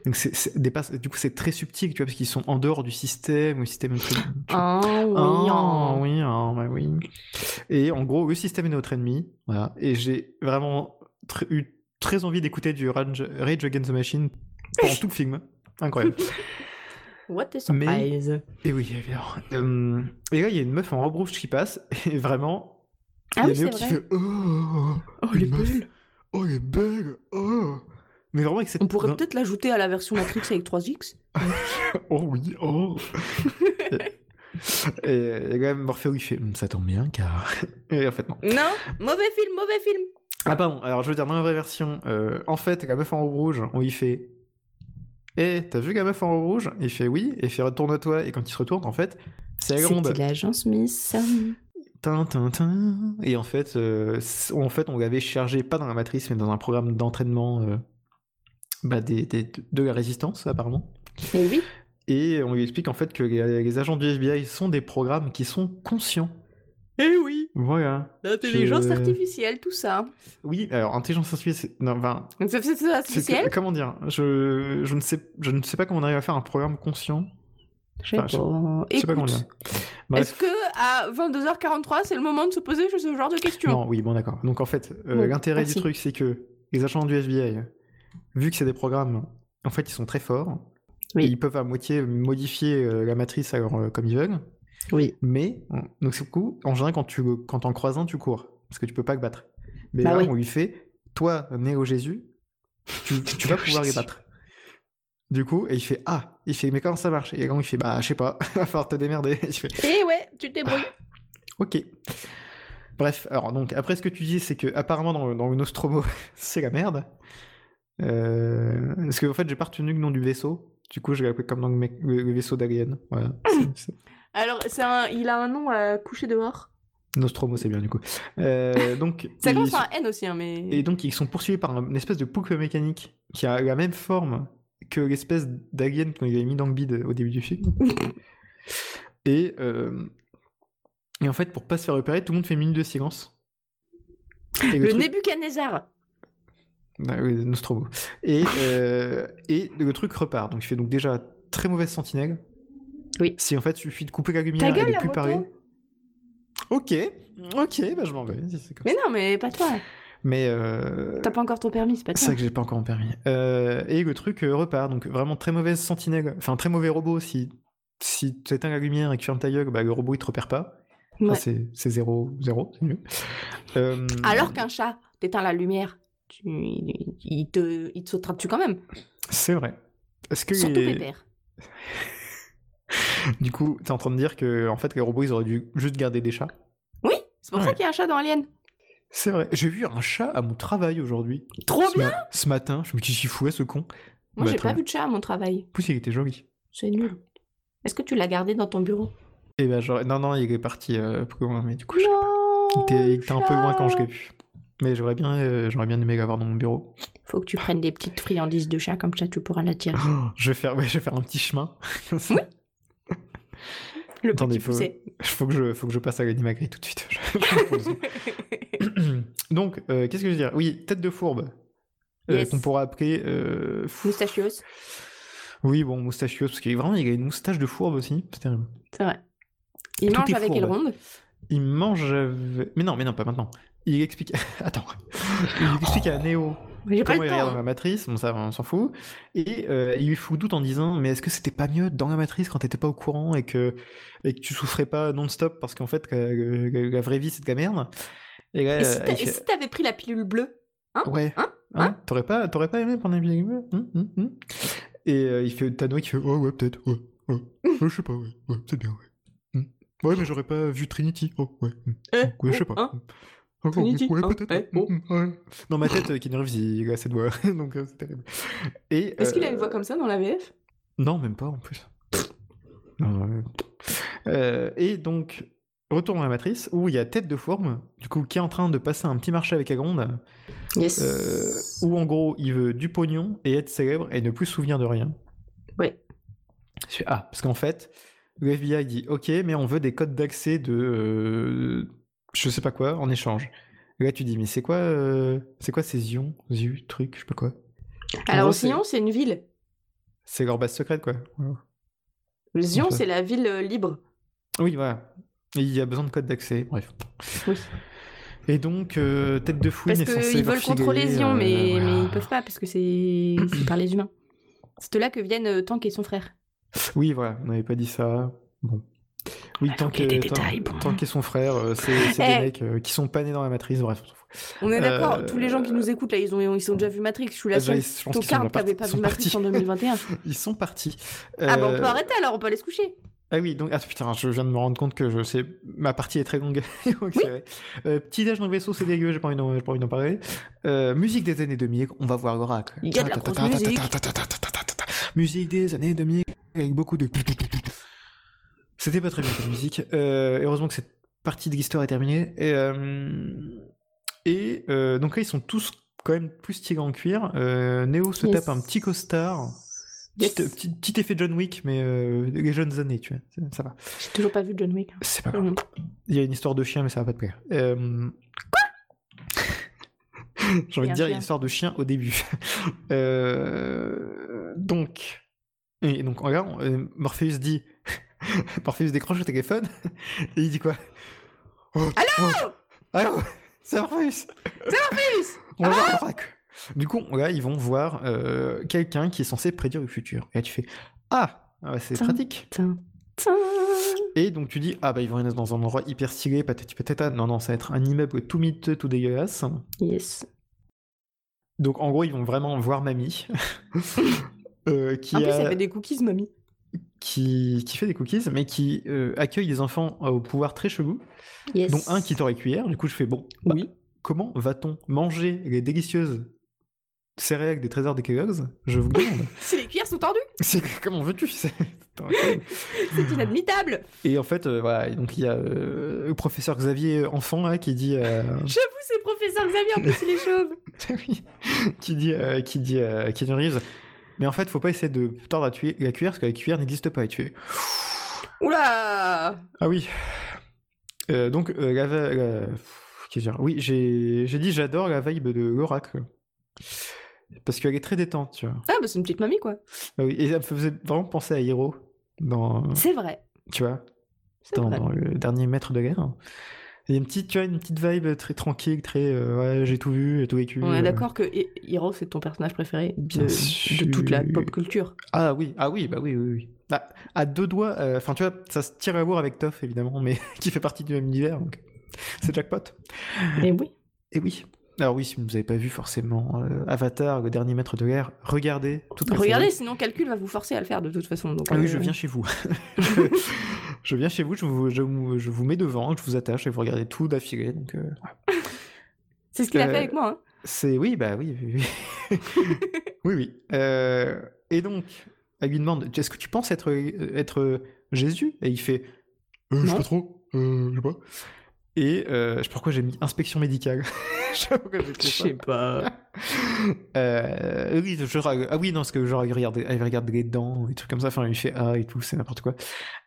S7: Donc c'est, c'est des passes- du coup, c'est très subtil, tu vois, parce qu'ils sont en dehors du système, ou le système. est très- tu vois.
S8: Oh, oui.
S9: hein.
S7: Ah,
S8: oh.
S7: oui, ah, bah oui. Et en gros, le système est notre ennemi. Voilà. Et j'ai vraiment tr- eu très envie d'écouter du Rage, Rage Against the Machine pendant tout le film. Incroyable.
S8: What a
S7: Mais-
S8: surprise.
S7: Et oui, évidemment. Euh, et là, il y a une meuf en robe rouge qui passe. Et vraiment,
S9: Ah
S7: il
S9: oui,
S7: y a Néo
S9: c'est
S7: qui
S9: vrai.
S7: fait Oh,
S8: Oh,
S7: elle est belle. Oh, elle est belle. Oh. Mais vraiment, avec cette.
S8: On pourrait
S7: dans-
S8: peut-être l'ajouter à la version Matrix avec 3X.
S7: Oh oui, oh Et, et quand même, Morpheus, il fait Hum, Ça tombe bien, car. Et en fait, non.
S8: Non, mauvais film, mauvais film.
S7: Ah pardon, alors je veux dire dans la vraie version, euh, en fait la meuf en robe rouge, on lui fait Eh, t'as vu la meuf en robe rouge Il fait oui, et il fait retourne-toi, et quand il se retourne, en fait, c'est la
S9: C'était
S7: grande.
S9: l'agent Smith.
S7: Tin, tin, tin. Et en fait, euh, c'est- en fait on l'avait chargé, pas dans la matrice, mais dans un programme d'entraînement euh, bah, des, des- de la résistance apparemment.
S8: Eh
S9: Mais oui.
S7: Et on lui explique en fait que les, les agents du FBI sont des programmes qui sont conscients.
S8: Eh oui,
S7: Voilà.
S8: l'intelligence
S7: Je-
S8: artificielle, tout ça.
S7: Oui, alors intelligence artificielle, non, enfin,
S8: L'intelligence
S7: C'est que-
S8: artificielle
S7: comment dire je, je ne sais, je ne sais pas comment on arrive à faire un programme conscient.
S9: Je sais
S7: Enfin, je-
S9: pas.
S7: Je sais pas comment
S9: Écoute,
S7: dire.
S8: Est-ce
S7: Bref.
S8: que à 22h43, c'est le moment de se poser ce genre de questions
S7: Non, oui, bon, d'accord. Donc en fait, euh,
S9: Bon,
S7: l'intérêt du
S9: merci.
S7: truc, c'est que les agents du FBI, vu que c'est des programmes, en fait, ils sont très forts.
S9: Oui.
S7: Et ils peuvent à moitié modifier euh, la matrice alors, euh, comme ils veulent.
S9: Oui.
S7: Mais, donc c'est coup, en général, quand tu quand en croises un, tu cours. Parce que tu peux pas le battre. Mais
S9: Bah
S7: là,
S9: oui.
S7: on lui fait Toi, né au Jésus, tu, tu vas pouvoir les battre. Du coup, et il fait Ah Il fait Mais comment ça marche Et là, il fait Bah, je sais pas, va falloir te démerder. Je fais,
S8: Eh ouais, tu te débrouilles.
S7: Ok. Bref, alors donc après ce que tu dis, c'est que apparemment dans, dans le Nostromo, c'est la merde. Euh, parce que en fait, j'ai pas retenu le nom du vaisseau. Du coup, je l'ai appelé comme dans le, mec- le- le vaisseau d'Alien. Voilà. C'est- c'est-
S8: Alors, c'est un- il a un nom à coucher dehors.
S7: Nostromo, c'est bien du coup. Euh, donc,
S8: Ça
S7: ils-
S8: commence par un N aussi, hein, mais.
S7: et donc ils sont poursuivis par un- une espèce de poucle mécanique qui a la même forme que l'espèce d'alien qu'on avait mis dans le bide au début du film. et, euh, et en fait, pour pas se faire repérer, tout le monde fait une minute de silence. Et
S8: le
S7: truc-
S8: Nebuchadnezzar.
S7: Ah oui, Nostromo. Et, euh, et le truc repart. Donc, il fait donc déjà très mauvaise sentinelle.
S9: Oui.
S7: Si en fait, il suffit de couper la lumière
S8: gueule,
S7: et de
S8: la
S7: plus
S8: moto.
S7: parler. Ok, ok, bah je m'en vais. si c'est comme
S8: Mais
S7: ça.
S8: non, mais pas toi.
S7: Mais euh,
S8: T'as pas encore ton permis, c'est pas
S7: c'est
S8: toi.
S7: vrai que j'ai pas encore mon permis. Euh, et le truc euh, repart. Donc, vraiment très mauvaise sentinelle. Enfin, très mauvais robot. Si, si tu éteins la lumière et que tu fermes ta gueule, bah, le robot il te repère pas. Enfin,
S8: Ouais.
S7: c'est- c'est 0, 0, c'est mieux. Euh,
S8: Alors qu'un chat, t'éteins la lumière, tu... il, te... il te sautera dessus quand même.
S7: C'est vrai. Est-ce que
S8: Surtout
S7: les-
S8: Pépère.
S7: Du coup, t'es en train de dire que en fait, les robots, ils auraient dû juste garder des chats.
S8: Oui, c'est pour ça
S7: Ouais.
S8: qu'il y a un chat dans Alien.
S7: C'est vrai. J'ai vu un chat à mon travail aujourd'hui.
S8: Trop
S7: Ce
S8: Oh bien
S7: ma- Ce matin, je me suis dit, fouet ce con.
S8: Moi,
S7: Bah,
S8: j'ai
S7: très
S8: pas
S7: bien.
S8: vu de chat à mon travail.
S7: Pousse, il était joli.
S8: C'est nul. Est-ce que tu l'as gardé dans ton bureau
S7: Et ben, genre, non, non, il est parti euh, plus loin, mais du coup, je-
S8: Non
S7: il était, il était un peu loin quand je
S8: chat.
S7: l'ai vu. Mais j'aurais bien, euh, j'aurais bien aimé l'avoir dans mon bureau.
S8: Faut que tu prennes des petites friandises de chat, comme ça tu pourras l'attirer.
S7: Je vais faire, ouais, je vais faire un petit chemin. Comme ça.
S8: Le
S7: Attendez,
S8: petit
S7: faut-
S8: poussé.
S7: faut que je, faut que je passe à l'animagrie tout de suite. Je- je me pose. Donc, euh, qu'est-ce que je veux dire Oui, tête de fourbe. euh,
S8: Yes.
S7: Qu'on pourra appeler euh, fou-
S8: Moustachios.
S7: Oui, bon, moustachios, parce qu'il vraiment, il a une moustache de fourbe aussi, c'est terrible.
S8: C'est vrai. Il
S7: Tout
S8: mange
S7: est
S8: avec
S7: fourbe.
S8: elle ronde.
S7: euh, Il mange. avec- Mais non, mais non, pas maintenant. Il explique. Attends. il explique à Neo
S8: J'ai pas
S7: comment
S8: le
S7: il
S8: temps.
S7: regarde dans
S8: hein.
S7: la matrice, bon ça on s'en fout, et euh, il lui fout doute en disant mais est-ce que c'était pas mieux dans la matrice quand t'étais pas au courant et que, et que tu souffrais pas non-stop parce qu'en fait que- que- que la vraie vie c'est de la merde Et là,
S8: Et si
S7: euh,
S8: t'a-
S7: il
S8: et
S7: fait,
S8: si t'avais pris la pilule bleue
S7: ouais,
S8: Hein
S7: hein, t'aurais pas, t'aurais pas aimé prendre un vieil Hein? Et euh, il fait Tano qui fait oh ouais peut-être, ouais, ouais, ouais, je sais pas, ouais, ouais, c'est bien, ouais. Hmm. Ouais mais j'aurais pas vu Trinity, oh ouais, hmm.
S8: Eh,
S7: ouais je sais
S8: oh,
S7: pas.
S8: hein.
S7: hmm. Oh, oh,
S8: Trinity,
S7: ouais,
S8: hein,
S7: peut-être,
S8: eh,
S7: hmm,
S8: oh.
S7: hmm, ouais. Dans ma tête, euh, Keanu Reeves, il a cette voix, donc euh, c'est terrible. Et,
S8: Est-ce qu'il a
S7: euh,
S8: une voix comme ça dans la VF
S7: Non, même pas en plus. Non, Ah ouais. Euh, et donc, retour dans la matrice où il y a Tête de Forme, du coup, qui est en train de passer un petit marché avec Agronde,
S9: Yes.
S7: euh, où en gros, il veut du pognon et être célèbre et ne plus se souvenir de rien.
S8: Ouais.
S7: Je fais, ah, parce qu'en fait, le FBI dit Ok, mais on veut des codes d'accès de. euh, je sais pas quoi en échange. Et là, tu dis Mais c'est quoi, euh, c'est quoi ces ions, yeux, trucs, je sais pas quoi
S8: Alors,
S7: gros, c'est-
S8: Sion, c'est une ville.
S7: C'est leur base secrète, quoi.
S8: Sion,
S7: ça.
S8: c'est la ville euh, libre.
S7: Oui, voilà. Et il y a besoin de code d'accès, bref.
S8: Oui.
S7: Et donc, euh, tête de fouine
S8: Parce
S7: est censée
S8: qu'ils
S7: leur
S8: veulent
S7: filer,
S8: contrôler Zion,
S7: euh,
S8: mais,
S7: voilà.
S8: mais ils peuvent pas parce que c'est c'est par les humains. C'est de là que viennent euh, Tank et son frère.
S7: Oui, voilà, on n'avait pas dit ça. Bon. Oui, tant
S8: manqué
S7: que,
S8: des
S7: tant-
S8: détails, bon.
S7: tant qu'est son frère, euh, c'est c'est
S8: Eh.
S7: des mecs euh, qui sont pas nés dans la matrice, bref. on s'en fout.
S8: On est d'accord,
S7: Euh,
S8: tous les gens qui nous écoutent là, ils ont, ils ont déjà vu Matrix. Je suis la
S7: Déjà,
S8: seule
S7: ils- je pense qu'ils sont
S8: tocarde
S7: déjà
S8: qui avait
S7: partis-
S8: pas
S7: ils sont
S8: vu Matrix
S7: partis.
S8: en 2021.
S7: Ils sont partis.
S8: Ah bah on
S7: Euh,
S8: peut arrêter alors, on peut aller se coucher.
S7: Ah oui, donc ah, putain, je viens de me rendre compte que je sais, ma partie est très longue. Donc, c'est vrai. Euh, petit déj dans le vaisseau, c'est dégueu, j'ai pas envie d'en j'ai pas envie d'en parler. Euh, musique des années 2000, on va voir l'oracle.
S8: Il y a de la grosse musique.
S7: Musique des années 2000 avec beaucoup de. C'était pas très bien comme musique. Euh, heureusement que cette partie de l'histoire est terminée. Et, euh, et, euh, donc là, ils sont tous quand même plus stylés en cuir. Euh, Neo se
S9: Yes.
S7: tape un petit costard.
S8: Yes.
S7: Petit, euh, petit- petit effet John Wick, mais euh, les jeunes années, tu vois, c'est- ça va.
S8: J'ai toujours pas vu John Wick.
S7: C'est pas grave.
S8: Mhm.
S7: Il y a une histoire de chien, mais ça va pas te plaire. Quoi J'ai envie de dire, il y
S8: un
S7: a
S8: chien.
S7: une histoire de chien au début. Euh, Donc. Et donc, regarde, euh, Morpheus dit. Morpheus décroche le téléphone et il dit quoi Allô Allô C'est Morpheus C'est Morpheus Ah On va voir l'oracle. Du coup, là, ils vont voir euh, quelqu'un qui est censé prédire le futur. Et là, tu fais Ah, ah, c'est
S8: Tum.
S7: pratique
S8: Tain, tain.
S7: et donc tu dis, ah bah ils vont être dans un endroit hyper stylé, patati patata. Non, non, ça va être un immeuble tout miteux, tout dégueulasse.
S8: Yes.
S7: Donc en gros, ils vont vraiment voir Mamie. euh, qui,
S8: En plus,
S7: a-
S8: elle fait des cookies, mamie.
S7: qui, qui fait des cookies, mais qui euh, accueille des enfants euh, au pouvoir très chelou,
S8: Yes.
S7: dont un qui t'aurait cuillère. Du coup, je fais, bon, bah,
S8: Oui.
S7: comment va-t-on manger les délicieuses céréales des trésors des Kellogg's Je vous le demande.
S8: Si les cuillères sont tordues,
S7: C'est- comment veux-tu C'est- c'est incroyable.
S8: c'est inadmittable.
S7: Et en fait, euh, voilà, et donc il y a euh, le professeur Xavier Enfant là, qui dit. euh,
S8: J'avoue, c'est professeur Xavier, en plus il est chauve.
S7: Oui. qui dit, euh, qui dit, euh, Keanu Reeves, Mais en fait, faut pas essayer de tordre la, tui- la cuillère parce que la cuillère n'existe pas. Et tu fais,
S8: Oula
S7: Ah oui. Euh, donc euh, la, ve- la- pff, qu'est-ce que je veux dire Oui, j'ai j'ai dit j'adore la vibe de l'oracle parce qu'elle est très détente. Tu vois.
S8: Ah bah c'est une petite mamie, quoi.
S7: Ah oui, et ça me faisait vraiment penser à Hiro dans,
S8: C'est vrai.
S7: tu vois,
S8: C'est
S7: dans,
S8: vrai.
S7: dans le dernier maître de guerre. Il y a une petite, tu vois, une petite vibe très tranquille, très euh, ouais, j'ai tout vu, j'ai tout vécu.
S8: On est
S7: euh,
S8: d'accord que Hi- Hiro, c'est ton personnage préféré de,
S7: Bien sûr.
S8: de toute la pop culture.
S7: Ah oui, ah oui, bah oui, oui, oui. Ah, à deux doigts, euh, enfin tu vois, ça se tire à bourre avec Toff évidemment, mais qui fait partie du même univers, donc c'est jackpot.
S8: Et Eh oui.
S7: Et oui. Alors oui, si vous n'avez pas vu forcément euh, Avatar, le dernier maître de guerre, regardez. Toute la
S8: Regardez,
S7: série.
S8: sinon calcul va vous forcer à le faire de toute façon. Donc,
S7: Ah oui,
S8: euh,
S7: je viens chez vous. je, je viens chez vous, je vous, je, vous- je vous mets devant, je vous attache et vous regardez tout d'affilée. Donc euh,
S8: C'est ce qu'il a
S7: Euh,
S8: fait avec moi. hein.
S7: c'est oui, bah oui, oui, oui. oui, oui. Euh, et donc, elle lui demande, est-ce que tu penses être euh, être Jésus Et il fait, euh, je sais
S8: Non.
S7: pas trop, euh, je sais pas. Et euh, je sais pas pourquoi j'ai mis inspection médicale. je sais pas pourquoi j'ai fait ça.
S8: pas.
S7: Euh, oui, je- ah oui, non, parce que genre, il regarde, il regarde les dents, et trucs comme ça, enfin, il fait ah et tout, c'est n'importe quoi.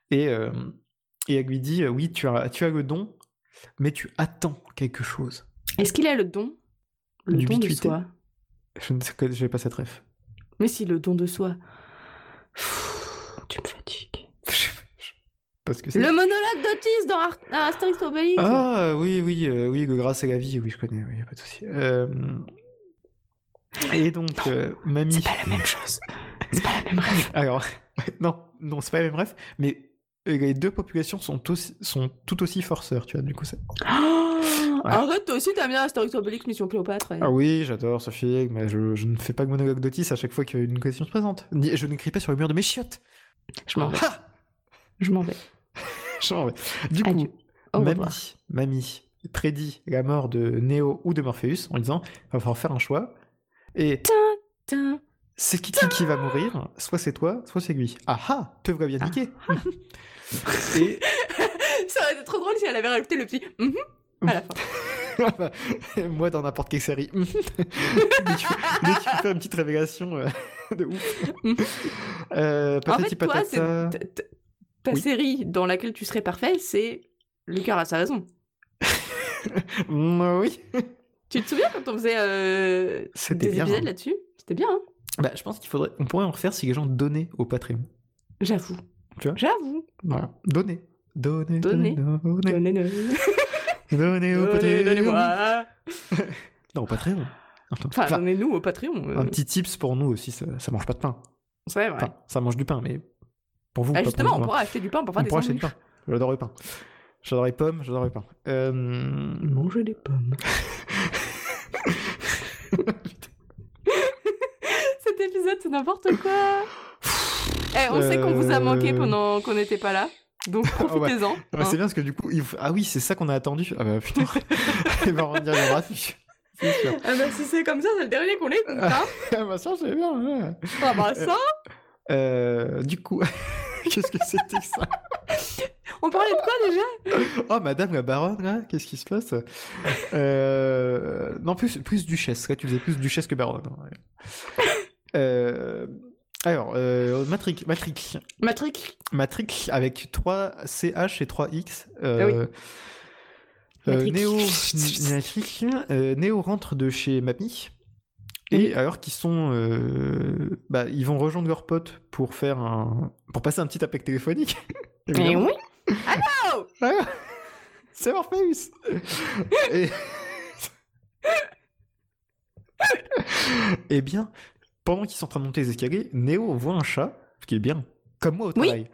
S7: Et, euh, et elle lui dit, oui, tu as, tu as le don, mais tu attends quelque chose.
S8: Est-ce qu'il a le don Le don de
S7: L'ubiquité.
S8: soi.
S7: Je ne sais que j'ai pas cette ref.
S8: Mais si, le don de soi. Pfff, Tu me fatigues.
S7: Parce que c'est-
S8: Le monologue d'Otis dans Ar- dans Astérix et Obélix.
S7: Ah oui, oui, euh, oui, grâce à la vie, oui, je connais, oui, y a pas de souci. Euh, Et donc, euh, mamie.
S8: C'est pas la même chose. C'est pas la même rêve.
S7: Alors, non, non, c'est pas la même ref, mais euh, les deux populations sont, aussi, sont tout aussi forceurs, tu vois, du coup. ça-
S8: Arrête, toi aussi, t'as bien Astérix et Obélix, Mission Cléopâtre. et-
S7: Ah oui, j'adore ce film, mais je, je ne fais pas le monologue d'Otis à chaque fois qu'une question se présente. Ni- Je n'écris pas sur le mur de mes chiottes.
S8: Je m'en vais.
S7: Ha
S8: Je m'en vais.
S7: Ah, J'en vais. Du coup,
S8: Adieu. Au revoir.
S7: mamie, mamie prédit la mort de Neo ou de Morpheus en disant il va falloir faire un choix. Et
S8: Tin.
S7: c'est qui qui- qui va mourir Soit c'est toi, soit c'est lui. Ah ah Te voilà bien
S8: Ah.
S7: niqué Et
S8: Ça aurait été trop drôle si elle avait rajouté le petit mhm à la fin.
S7: Mm-hmm. moi, dans n'importe quelle série. dès que dès que tu peux faire une petite révélation euh, de ouf. Euh,
S8: En
S7: patati
S8: fait, toi, c'est-
S7: patata.
S8: ta- ta- ta
S7: Oui.
S8: série dans laquelle tu serais parfait, c'est Lucas a sa raison.
S7: Mm, oui,
S8: Tu te souviens quand on faisait euh,
S7: c'était
S8: des
S7: bien.
S8: épisodes là-dessus C'était bien, hein
S7: Bah, je pense qu'il faudrait. On pourrait en refaire si les gens donnaient au Patreon.
S8: J'avoue.
S7: Tu vois
S8: J'avoue.
S7: Voilà. Donner. Donner.
S8: Donner.
S7: Donner.
S8: Donnez-le.
S7: Donner au
S8: Donnez-
S7: Patreon.
S8: Donnez-moi.
S7: Non, au Patreon.
S8: Enfin,
S7: Enfin,
S8: donnez-nous au Patreon. euh,
S7: un petit tips pour nous aussi, ça, ça mange pas de pain.
S8: C'est vrai.
S7: Enfin, ça mange du pain, mais pour vous.
S8: Ah,
S7: pas pour
S8: justement,
S7: nous,
S8: on
S7: hein.
S8: pourra acheter du pain pour faire
S7: On
S8: des
S7: pourra acheter du
S8: sandwichs.
S7: pain. J'adore le pain. J'adore les pommes, j'adore le pain. Euh...
S8: Manger des pommes. Cet épisode, c'est n'importe quoi. Eh, on sait qu'on vous a manqué
S7: Euh.
S8: pendant qu'on n'était pas là. Donc profitez-en.
S7: Ah bah,
S8: hein.
S7: C'est bien parce que du coup, il faut- ah oui, c'est ça qu'on a attendu. Ah bah putain, il va revenir le graphique. C'est sûr.
S8: Ah bah, si c'est comme ça, c'est le dernier qu'on écoute. Hein.
S7: Ah bah ça, c'est bien. ouais.
S8: Ah bah ça,
S7: Euh, du coup, qu'est-ce que c'était que ça
S8: on parlait de quoi déjà
S7: Oh, madame la baronne, là, qu'est-ce qui se passe euh... Non, plus, plus duchesse. Là, tu faisais plus duchesse que baronne. hein, Ouais. Euh, Alors, euh, Matrix, Matrix,
S8: Matrix.
S7: Matrix avec 3 CH et 3 X. Euh, euh,
S9: Matrix.
S7: Neo, Matrix, euh, Neo rentre de chez Mamie. Et alors qu'ils sont, euh, bah, ils vont rejoindre leurs potes pour faire un, pour passer un petit appel téléphonique.
S9: Mais
S7: évidemment.
S9: oui
S7: C'est Morpheus. et... Eh bien, pendant qu'ils sont en train de monter les escaliers, Neo voit un chat, ce qui est bien, comme moi au
S8: Oui.
S7: travail.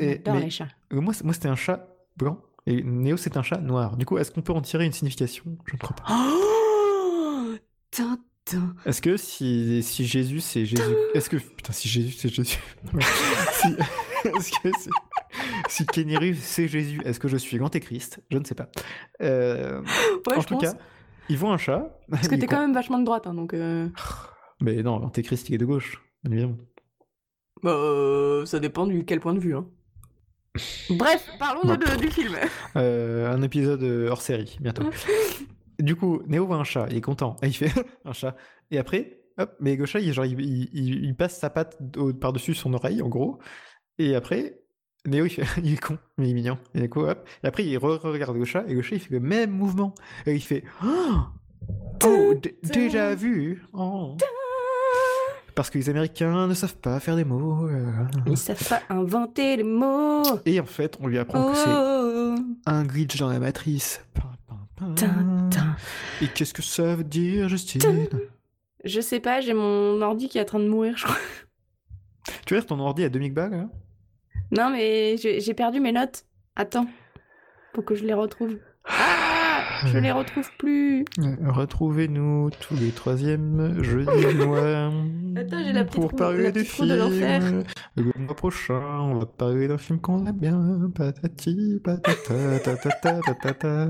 S7: Et-
S8: J'adore
S7: mais-
S8: les chats.
S7: Euh, Moi, c'est- moi c'était un chat blanc et Néo, c'est un chat noir. Du coup, est-ce qu'on peut en tirer une signification Je ne crois pas.
S8: Oh Tintin.
S7: Est-ce que si, si Jésus, c'est Jésus Est-ce que. Putain, si Jésus, c'est Jésus. Non, mais si, est-ce que si, si Kenny Reeves, c'est Jésus, est-ce que je suis l'antéchrist Je ne sais pas. Euh,
S8: Ouais,
S7: en
S8: je
S7: tout
S8: pense.
S7: cas, ils voient un chat.
S8: Parce que
S7: ils
S8: t'es quand
S7: con-
S8: même vachement de droite, hein, donc. euh,
S7: Mais non, l'antéchrist, il est de gauche, bien évidemment.
S8: Bah, euh, ça dépend du quel point de vue. Hein. Bref, parlons de- de- du film.
S7: Euh, un épisode euh, hors série, bientôt. du coup, Néo voit un chat, il est content. Et il fait un chat. Et après, hop, mais le chat, il, genre, il, il- il- il passe sa patte au- par-dessus son oreille, en gros. Et après, Néo, il, fait- il est con, mais il est mignon. Et, du coup, hop. Et après, il regarde le chat, et le chat, il fait le même mouvement. Et il fait Oh, Oh, d- déjà vu Oh. Parce que les Américains ne savent pas faire des mots. euh.
S8: Ils savent pas inventer les mots.
S7: Et en fait, on lui apprend que c'est
S8: Oh.
S7: un glitch dans la matrice. Pin, pin, pin.
S8: Tin, tin.
S7: Et qu'est-ce que ça veut dire, Justine
S8: Je sais pas, j'ai mon ordi qui est en train de mourir, je crois.
S7: Tu veux dire ton ordi à 2000 balles là
S8: Non, mais j'ai j'ai perdu mes notes. Attends, faut que je les retrouve. Ah, je les retrouve plus.
S7: Euh, Retrouvez-nous tous les troisièmes jeudi du mois.
S8: Attends, j'ai la petite
S7: Pour
S8: roue-
S7: parler
S8: la
S7: des
S8: petite roue
S7: films.
S8: de l'enfer.
S7: le mois prochain, on va parler d'un film qu'on aime bien. Patati, patata, tatata, tatata.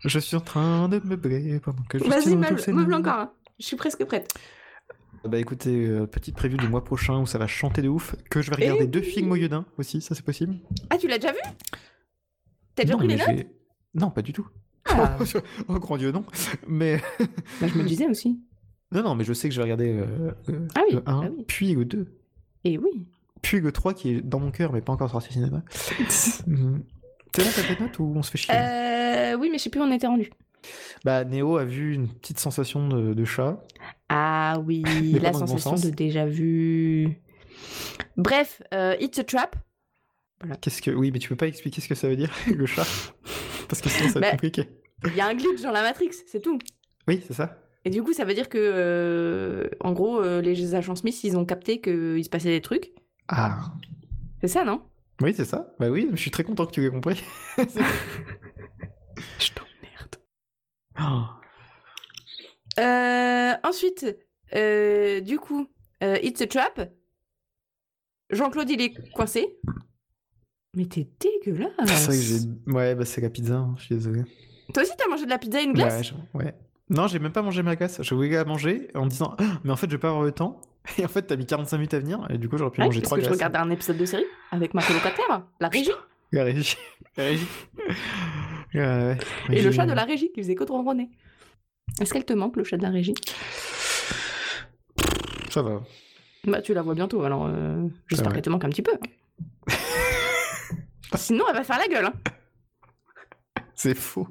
S7: Je suis en train de meubler pendant que Justine
S8: Vas-y,
S7: retrouve
S8: meuble,
S7: ses
S8: meuble
S7: notes.
S8: encore. hein. Je suis presque prête.
S7: Bah écoutez, euh, petite preview du mois prochain où ça va chanter de ouf. Que je vais
S8: Et
S7: regarder deux films au lieu d'un aussi, ça c'est possible
S8: Ah, tu l'as déjà vu T'as déjà
S7: Non,
S8: pris les
S7: mais
S8: notes
S7: j'ai- Non, pas du tout.
S8: Ah.
S7: oh grand Dieu, non. Mais
S8: Bah, je me disais aussi.
S7: non, non, mais je sais que je vais regarder euh, euh,
S8: Ah oui,
S7: le 1,
S8: ah oui.
S7: puis le 2,
S8: Et oui.
S7: puis le 3 qui est dans mon cœur mais pas encore sorti au cinéma. Hum. T'es là, t'as tes notes ou on se fait chier
S8: Mm. Euh, oui, mais je sais plus où on était rendu.
S7: Bah, Néo a vu une petite sensation de, de chat.
S8: Ah oui,
S7: pas
S8: la
S7: dans le bon
S8: sensation
S7: sens.
S8: de déjà vu. Bref, euh, It's a Trap. Voilà.
S7: Qu'est-ce que oui, mais tu peux pas expliquer ce que ça veut dire le chat parce que sinon ça va
S8: Bah-
S7: être compliqué.
S8: Il y a un glitch dans la Matrix, c'est tout.
S7: Oui, c'est ça.
S8: Et du coup, ça veut dire que, euh, en gros, euh, les agents Smith, ils ont capté qu'il se passait des trucs.
S7: Ah
S8: C'est ça, non
S7: oui, c'est ça. Bah oui, je suis très content que tu aies compris.
S8: Je t'emmerde.
S7: Oh.
S8: Euh, ensuite, euh, du coup, euh, It's a Trap. Jean-Claude, il est coincé. Mais t'es
S7: c'est
S8: dégueulasse.
S7: vrai que j'ai ouais, bah c'est la pizza. hein, je suis désolé.
S8: Toi aussi, t'as mangé de la pizza et une glace
S7: Ouais, je- ouais. Non, j'ai même pas mangé ma glace. Je voulais la manger en me disant, Ah, mais en fait, je vais pas avoir le temps. Et en fait, t'as mis 45 minutes à venir, et du coup, j'aurais pu
S8: Ouais,
S7: manger
S8: Ah parce
S7: trois
S8: que je
S7: glaces.
S8: regardais un épisode de série avec ma colocataire, la régie,
S7: La régie. La régie. Ouais, ouais.
S8: et le
S7: Régie.
S8: chat de la régie qui faisait que de ronronner. Est-ce qu'elle te manque, le chat de la régie
S7: Ça va.
S8: Bah, tu la vois bientôt, alors euh,
S7: C'est
S8: j'espère
S7: vrai.
S8: qu'elle te manque un petit peu. hein. Sinon, elle va faire la gueule. hein.
S7: C'est faux.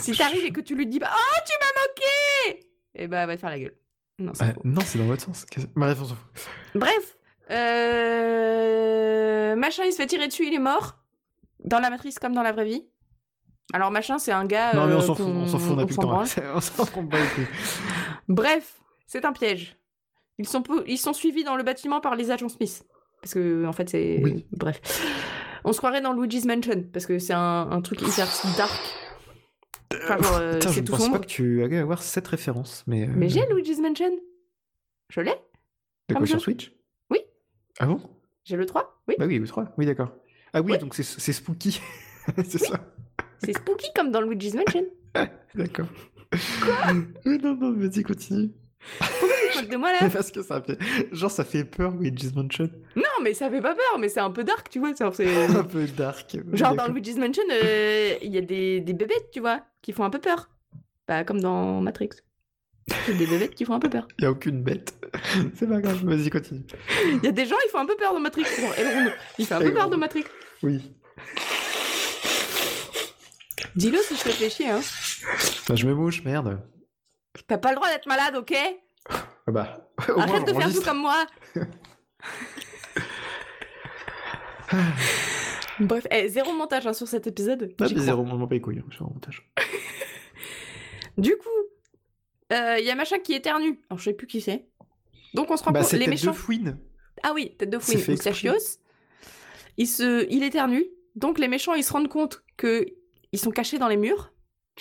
S8: Si t'arrives et que tu lui dis bah, Oh, tu m'as moqué Et bah, elle va te faire la gueule. Non, c'est
S7: Euh,
S8: faux.
S7: non, c'est dans votre sens. Qu'est-ce- Bref, on s'en fout.
S8: Bref, euh, machin, il se fait tirer dessus, il est mort. Dans la matrice comme dans la vraie vie. Alors, machin, c'est un gars.
S7: non, mais on
S8: euh,
S7: s'en fout, on s'en fout, on a
S8: qu'on-
S7: plus
S8: s'en
S7: le temps.
S8: branle.
S7: On s'en fout pas les couilles.
S8: Bref, c'est un piège. Ils sont, peu- ils sont suivis dans le bâtiment par les agents Smith. Parce que, en fait, c'est.
S7: Oui.
S8: Bref. On se croirait dans Luigi's Mansion, parce que c'est un, un truc hyper dark. Enfin, genre, euh,
S7: Putain, je
S8: c'est
S7: ne
S8: tout
S7: pense
S8: sombre.
S7: pas que tu allais avoir cette référence, mais. euh,
S8: Mais j'ai Luigi's Mansion. Je l'ai.
S7: De
S8: comme
S7: quoi sur
S8: jeu.
S7: Switch
S8: Oui.
S7: Ah bon
S8: J'ai le 3. Oui.
S7: Bah oui, ou trois. Oui, d'accord. Ah oui,
S8: Oui.
S7: donc c'est- c'est spooky. c'est ça.
S8: C'est spooky comme dans Luigi's Mansion.
S7: D'accord. non, non, vas-y, continue.
S8: Tu te moques de moi là.
S7: Mais Parce que ça fait. Genre, ça fait peur, Luigi's Mansion.
S8: Non, mais ça fait pas peur, mais c'est un peu dark, tu vois. c'est- c'est-
S7: Un peu dark. Oui,
S8: Genre dans
S7: d'accord.
S8: Luigi's Mansion, euh, il y a des, des bébêtes, tu vois, qui font un peu peur. Bah, comme dans Matrix. Il y a des bébêtes qui font un peu peur.
S7: Il y a aucune bête. C'est pas grave, vas-y, continue.
S8: Il y a des gens, ils font un peu peur dans Matrix. Genre Elrond, il fait un peu peur dans Matrix.
S7: Oui.
S8: Dis-le si je te fais chier, hein.
S7: Bah, je me mouche, merde.
S8: T'as pas le droit d'être malade, ok
S7: Ah bah. Au moins,
S8: Arrête de faire tout
S7: j'enregistre.
S8: comme moi Bref, eh, zéro montage hein, sur cet épisode.
S7: Ah,
S8: J'y
S7: mais
S8: crois.
S7: zéro, on m'en pas les couilles, hein, je suis en montage.
S8: Du coup, il y a machin qui éternue. Alors je sais plus qui c'est. Donc on se rend
S7: Bah,
S8: compte,
S7: c'est
S8: les
S7: peut-être
S8: méchants.
S7: deux fouines.
S8: Ah oui, tête de
S7: C'est
S8: fouine,
S7: fait exprès.
S8: moustachios. Il, se... il éternue. Donc les méchants, ils se rendent compte que ils sont cachés dans les murs.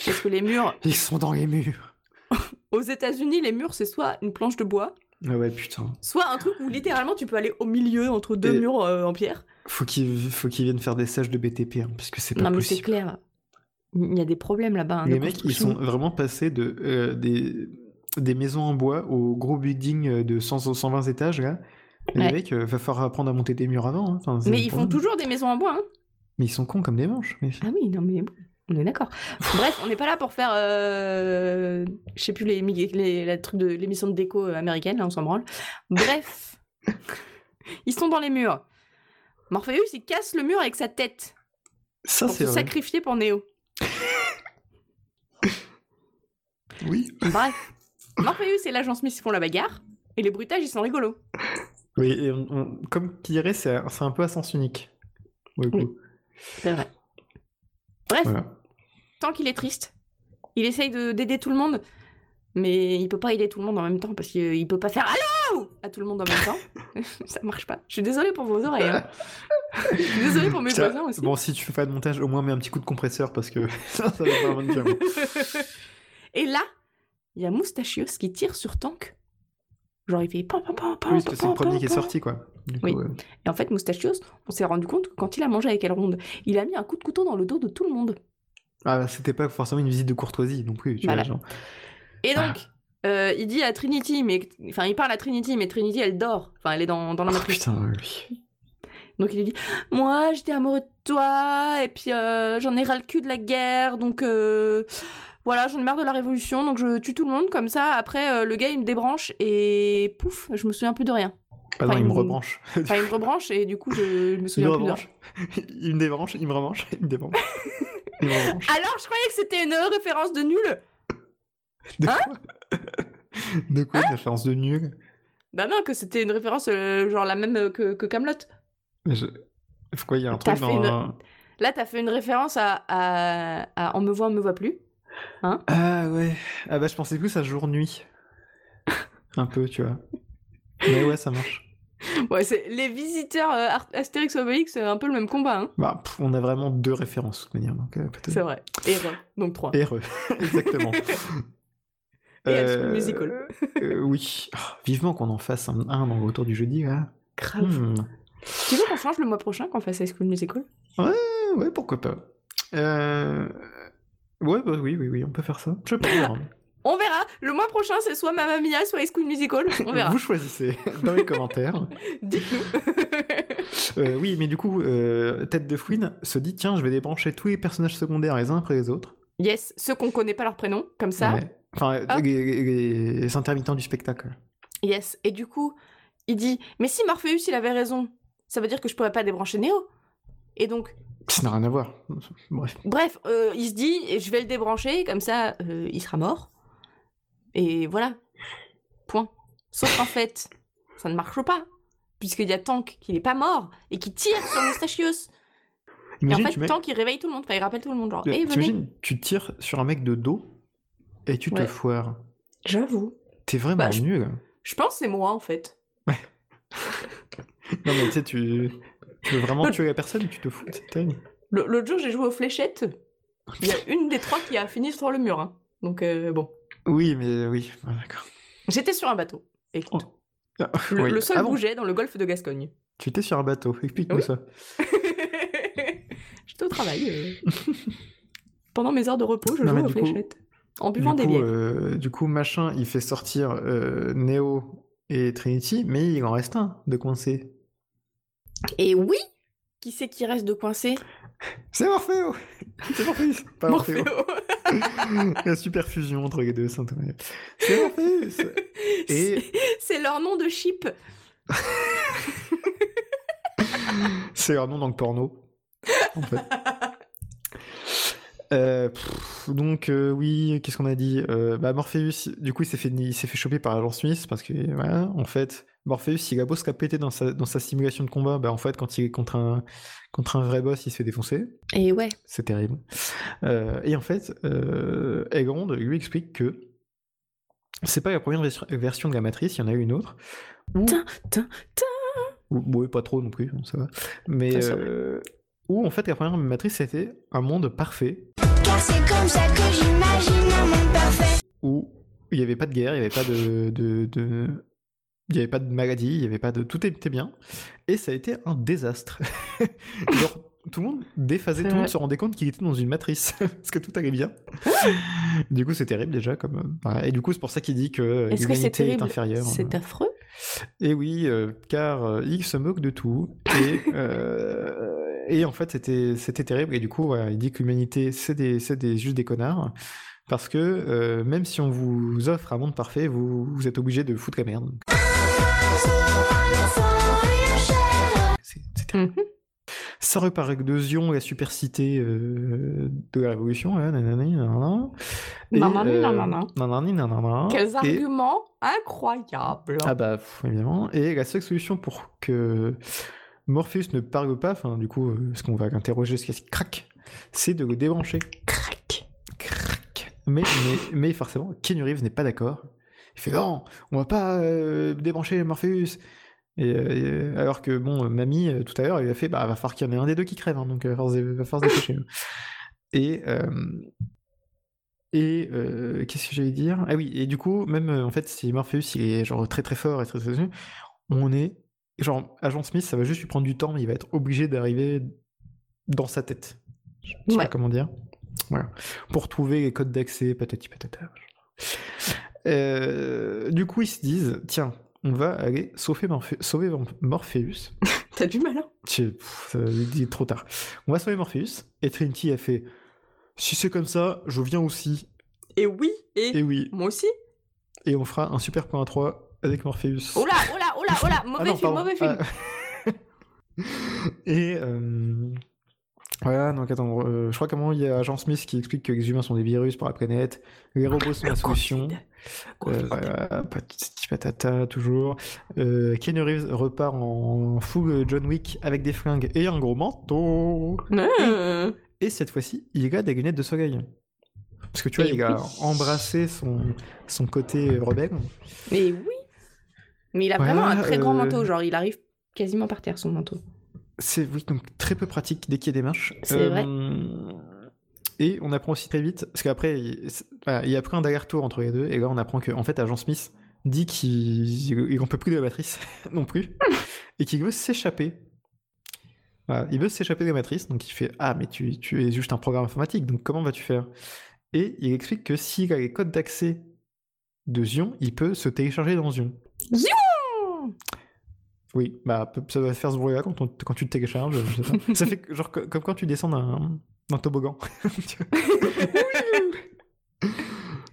S8: Parce que les murs,
S7: Ils sont dans les murs.
S8: aux États-Unis, les murs, c'est soit une planche de bois,
S7: Ah ouais, putain.
S8: soit un truc où littéralement tu peux aller au milieu entre deux
S7: Et-
S8: murs euh, en pierre.
S7: Faut qu'ils faut qu'ils viennent faire des stages de BTP, hein, parce que c'est pas
S8: Non, mais c'est
S7: possible.
S8: clair. Il y a des problèmes là-bas. hein,
S7: les
S8: de
S7: mecs, ils sont
S8: construction.
S7: vraiment passés de, euh, des, des maisons en bois au gros building euh, de 100, 120 étages, là. Et
S8: Ouais.
S7: Les mecs, euh, va falloir apprendre à monter des murs avant. hein. Enfin, c'est
S8: Mais
S7: le
S8: ils font
S7: problème.
S8: toujours des maisons en bois. hein.
S7: Mais ils sont cons comme des manches. Mais...
S8: Ah oui, non, mais bon, on est d'accord. Bref, on n'est pas là pour faire. euh, Je sais plus, les, mi- les, la truc de l'émission de déco euh, américaine, là, on s'en branle. Bref, ils sont dans les murs. Morpheus, il casse le mur avec sa tête
S7: Ça,
S8: pour
S7: Ah, c'est
S8: se
S7: vrai.
S8: sacrifier pour Neo.
S7: Oui.
S8: Bref, Morpheus et l'agent Smith ils font la bagarre. Et les bruitages, ils sont rigolos.
S7: oui et on- on- comme qui dirait, c'est un c'est un peu à sens unique. pour le coup.
S8: Oui. C'est vrai. Bref,
S7: Voilà.
S8: tant qu'il est triste, il essaye de- d'aider tout le monde, mais il peut pas aider tout le monde en même temps parce qu'il il peut pas faire allô à tout le monde en même temps. ça marche pas. Je suis désolée pour vos oreilles. hein. Je suis désolée pour mes
S7: Putain,
S8: voisins aussi.
S7: Bon, si tu fais pas de montage, au moins mets un petit coup de compresseur parce que ça, ça va pas vraiment bien.
S8: Et là, il y a Moustachios qui tire sur Tank. Genre il fait pan pan pan pan.
S7: Oui, parce que c'est le
S8: pan, pan,
S7: premier qui est
S8: pan.
S7: sorti, quoi. Du coup,
S8: Oui.
S7: euh,
S8: Et en fait, Moustachios, on s'est rendu compte que quand il a mangé avec Elrond, il a mis un coup de couteau dans le dos de tout le monde.
S7: Ah, c'était pas forcément une visite de courtoisie non plus, tu
S8: Voilà.
S7: vois. genre.
S8: Et donc,
S7: Ah.
S8: euh, il dit à Trinity, mais enfin, il parle à Trinity, mais Trinity, elle dort. Enfin, elle est dans, dans la matrice.
S7: Putain, Ah, oui.
S8: Donc il lui dit Moi, j'étais amoureux de toi, et puis euh, j'en ai ras le cul de la guerre, donc euh, voilà, j'en ai marre de la révolution, donc je tue tout le monde, comme ça, après, euh, le gars, il me débranche, et pouf, je me souviens plus de rien.
S7: Ah non,
S8: Enfin,
S7: il me
S8: il-
S7: rebranche.
S8: Enfin, il me rebranche, et du coup, je, je me
S7: Il me
S8: souviens plus de rien.
S7: rebranche. Il me débranche, il me rebranche, il me débranche. Il me rebranche.
S8: Alors, je croyais que c'était une référence de nul
S7: De
S8: Hein
S7: quoi De quoi une référence de nul
S8: Bah non, que c'était une référence, euh, genre la même euh, que, que Camelot.
S7: Je- Pourquoi il y a un
S8: T'as
S7: truc
S8: fait
S7: dans.
S8: une- Là, t'as fait une référence à, à- à On me voit, on me voit plus.
S7: Ah ouais. Ah bah je pensais plus à jour-nuit. un peu, tu vois. Mais ouais, ça marche.
S8: Ouais, c'est les visiteurs euh, Ar- Astérix Obélix, c'est un peu le même combat, hein.
S7: Bah, pff, on a vraiment deux références de toute manière. Donc, euh, peut-être-
S8: C'est vrai. Et re, donc trois.
S7: Heureux, exactement.
S8: Et High School Musical.
S7: euh, oui. Oh, vivement qu'on en fasse un, un dans le retour du jeudi. Là.
S8: Grave.
S7: Hmm.
S8: Tu veux qu'on change le mois prochain qu'on fasse High School Musical
S7: Ah Ouais, pourquoi pas. Euh, Ouais, bah oui, oui, oui, on peut faire ça. Je sais pas. on verra.
S8: On verra. Le mois prochain, c'est soit Mamma Mia, soit High School Musical. On verra.
S7: Vous choisissez dans les commentaires.
S8: Dites-nous.
S7: Euh, oui, mais du coup, euh, Tête de Fouine se dit tiens, je vais débrancher tous les personnages secondaires les uns après les autres.
S8: yes, ceux qu'on connaît pas leur prénom, comme ça. Ah.
S7: Ouais. Enfin,
S8: Hop.
S7: les, les- les intermittents du spectacle.
S8: Yes. Et du coup, il dit Mais si Morpheus, il avait raison, ça veut dire que je pourrais pas débrancher Néo. Et donc,
S7: Ça n'a rien à voir. Bref.
S8: bref, euh, il se dit Je vais le débrancher, comme ça, euh, il sera mort. Et voilà. Point. Sauf qu'en fait, ça ne marche pas. Puisqu'il y a Tank qui n'est pas mort et qui tire sur Moustachios. Et en
S7: Imagine,
S8: fait,
S7: tu mets-
S8: Tank, il réveille tout le monde. Enfin, il rappelle tout le monde. Genre,
S7: Euh,
S8: Eh, venez.
S7: T'imagines, tu tires sur un mec de dos et tu te
S8: Ouais.
S7: foires.
S8: J'avoue.
S7: T'es vraiment
S8: Bah, je-
S7: nul.
S8: Je pense que c'est moi, en fait.
S7: Non, mais tu sais, tu tu veux vraiment
S8: Non.
S7: tuer la personne, tu te fous, c'est terrible.
S8: Le- L'autre jour, j'ai joué aux fléchettes. Il y a une des trois qui a fini sur le mur. hein. Donc, euh, bon.
S7: Oui, mais oui, ouais, d'accord.
S8: J'étais sur un bateau. Écoute,
S7: Ah,
S8: le,
S7: oui.
S8: le sol
S7: Ah bon,
S8: bougeait dans le golfe de Gascogne.
S7: Tu étais sur un bateau, explique-nous
S8: Oui.
S7: ça.
S8: J'étais au travail. euh. Pendant mes heures de repos, je
S7: Non, mais
S8: jouais aux
S7: du coup-
S8: fléchettes. En
S7: Du
S8: buvant des
S7: coup,
S8: bières.
S7: euh, du coup, machin, il fait sortir euh, Neo et Trinity, mais il en reste un de coincé. euh,
S8: Et oui Qui c'est qui reste de coincé
S7: C'est Morphéo C'est Morpheus Pas Morphéo.
S8: Morphéo.
S7: La superfusion entre les deux, c'est incroyable. C'est Morpheus Et
S8: C'est- C'est leur nom de chip.
S7: C'est leur nom dans le porno. En fait. Euh, pff, donc euh, oui, qu'est-ce qu'on a dit Euh, bah, Morpheus, du coup, il s'est fait, il s'est fait choper par l'agent Smith parce que voilà, en fait, Morpheus, il a beau se la péter dans sa, dans sa simulation de combat, bah en fait, quand il est contre un contre un vrai boss, il se fait défoncer.
S8: Et ouais.
S7: C'est terrible. Euh, et en fait, euh, Egrond lui explique que c'est pas la première vers- version de la matrice, il y en a eu une autre. Où...
S9: Tin, tin,
S7: Ou- ouais, pas trop non plus, bon, ça va. Mais
S9: Ça, ça va.
S7: euh, où en fait la première matrice c'était un monde parfait
S6: Car c'est comme ça que j'imagine un monde parfait.
S7: où il n'y avait pas de guerre, il n'y avait pas de, de, de- il y avait pas de maladie, il n'y avait pas de tout était bien et ça a été un désastre. Genre tout le monde déphasé,
S8: C'est
S7: tout le monde
S8: vrai.
S7: se rendait compte qu'il était dans une matrice parce que tout allait bien. du coup c'est terrible déjà comme euh, voilà. et du coup c'est pour ça qu'il dit que
S8: Est-ce que
S7: Euh, l'humanité
S8: c'est
S7: est,
S8: terrible
S7: inférieure. euh, hein.
S8: C'est affreux.
S7: Et oui, euh, car euh, il se moque de tout. Et, euh, et en fait, c'était c'était terrible. Et du coup, voilà, il dit que l'humanité, c'est des, c'est des, juste des connards. Parce que euh, même si on vous offre un monde parfait, vous, vous êtes obligé de foutre la merde. C'est c'est terrible.
S8: Mhm.
S7: Ça repart avec de Zion, la supercité euh, de la révolution. hein, nanani, nanana. Et,
S8: Nanani,
S7: euh,
S8: nanana.
S7: nanani, nanana.
S8: Quels
S7: Ah, Et-
S8: arguments incroyables.
S7: ah bah, pff, évidemment. Et la seule solution pour que Morpheus ne parle pas, enfin, du coup, euh, ce qu'on va interroger jusqu'à ce qu'il craque, c'est de le débrancher. Crac Crac Mais, mais, mais forcément, Ken Reeves n'est pas d'accord. Il fait non, on va pas euh, débrancher Morpheus. Et, euh, et- alors que, bon, euh, Mamie, euh, tout à l'heure, elle lui a fait bah, va falloir qu'il y en ait un des deux qui crève, hein, donc euh, force de- va falloir se dépêcher. Et. euh, et euh, qu'est-ce que j'allais dire Ah oui, et du coup, même euh, en fait, si Morpheus il est genre très très fort et très très, très on est genre Agent Smith, ça va juste lui prendre du temps, mais il va être obligé d'arriver dans sa tête. Je sais pas
S8: Ouais.
S7: comment dire. Voilà. Pour trouver les codes d'accès, patati patata. Euh, du coup, ils se disent, tiens, on va aller sauver, Morphe- sauver Morph- Morpheus.
S8: T'as du mal, hein
S7: Tu- pff, ça, il est trop tard. On va sauver Morpheus. Et Trinity a fait Si c'est comme ça, je viens aussi.
S8: Et oui, et,
S7: Et oui.
S8: moi aussi.
S7: Et on fera un super point à 3 avec Morpheus.
S8: Oh là, oh là, oh là, oh là,
S7: Ah
S8: mauvais
S7: non,
S8: film,
S7: pardon.
S8: mauvais film.
S7: Ah. Et. euh, Voilà, non, donc attends, euh, je crois qu'à un moment, il y a Jean Smith qui explique que les humains sont des virus par la planète, les robots sont la solution. Euh, voilà, patati patata, toujours. Euh, Keanu Reeves repart en full John Wick avec des flingues et un gros manteau.
S8: Euh,
S7: Et cette fois-ci, il a des lunettes de soleil. Parce que tu vois,
S9: Eh
S7: il a
S9: oui.
S7: embrassé son, son côté rebelle.
S9: Mais oui Mais il a
S7: Voilà,
S9: vraiment un très grand
S7: euh,
S9: manteau, genre il arrive quasiment par terre son manteau.
S7: C'est oui, donc très peu pratique dès qu'il y a des marches. Euh,
S9: C'est vrai.
S7: Et on apprend aussi très vite, parce qu'après, il c'est- voilà, il y a plein d'aller-retours entre les deux, et là on apprend qu'en en fait, Agent Smith dit qu'il n'en peut plus de la matrice non plus, et qu'il veut s'échapper. Voilà, il veut s'échapper de la matrice, donc il fait Ah, mais tu, tu es juste un programme informatique, donc comment vas-tu faire Et il explique que s'il a les codes d'accès de Zion, il peut se télécharger dans Zion. Oh, Oui, bah peu- ça doit faire ce bruit-là quand, on- quand tu te télécharges. je sais pas. ça fait que- genre co- comme quand tu descends d'un d'un toboggan. Tu vois.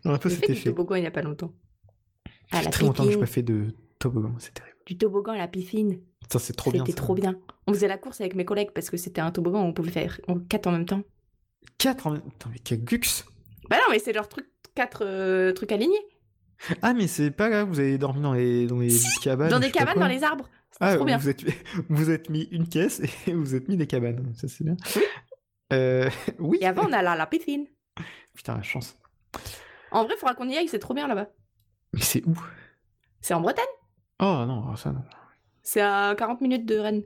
S7: Un peu
S9: J'ai fait
S7: cet
S9: du
S7: effet.
S9: toboggan il n'y a pas longtemps. À
S7: Ça fait
S9: la
S7: très longtemps que je
S9: piscine.
S7: pas fait de toboggan, c'est terrible.
S9: Du toboggan à la piscine.
S7: Ça c'est trop bien.
S9: C'était
S7: ça.
S9: trop bien. On faisait la course avec mes collègues parce que c'était un toboggan où on pouvait faire en quatre en même temps.
S7: Quatre. en- Attends, mais quel luxe
S9: Bah non, mais c'est genre truc, quatre euh, trucs alignés.
S7: Ah mais c'est pas là, vous avez dormi dans les dans les
S9: Si,
S7: cabanes.
S9: dans
S7: je
S9: des
S7: sais pas
S9: cabanes,
S7: quoi.
S9: dans les arbres. C'était
S7: Ah,
S9: trop bien.
S7: vous êtes, vous êtes mis une caisse et vous êtes mis des cabanes, ça c'est bien. Euh, oui.
S9: Et avant, on allait à la piscine.
S7: Putain la chance.
S9: En vrai, faudra qu'on y aille, c'est trop bien là-bas.
S7: Mais c'est où
S9: C'est en Bretagne.
S7: Oh non, ça non.
S9: C'est à 40 minutes de Rennes.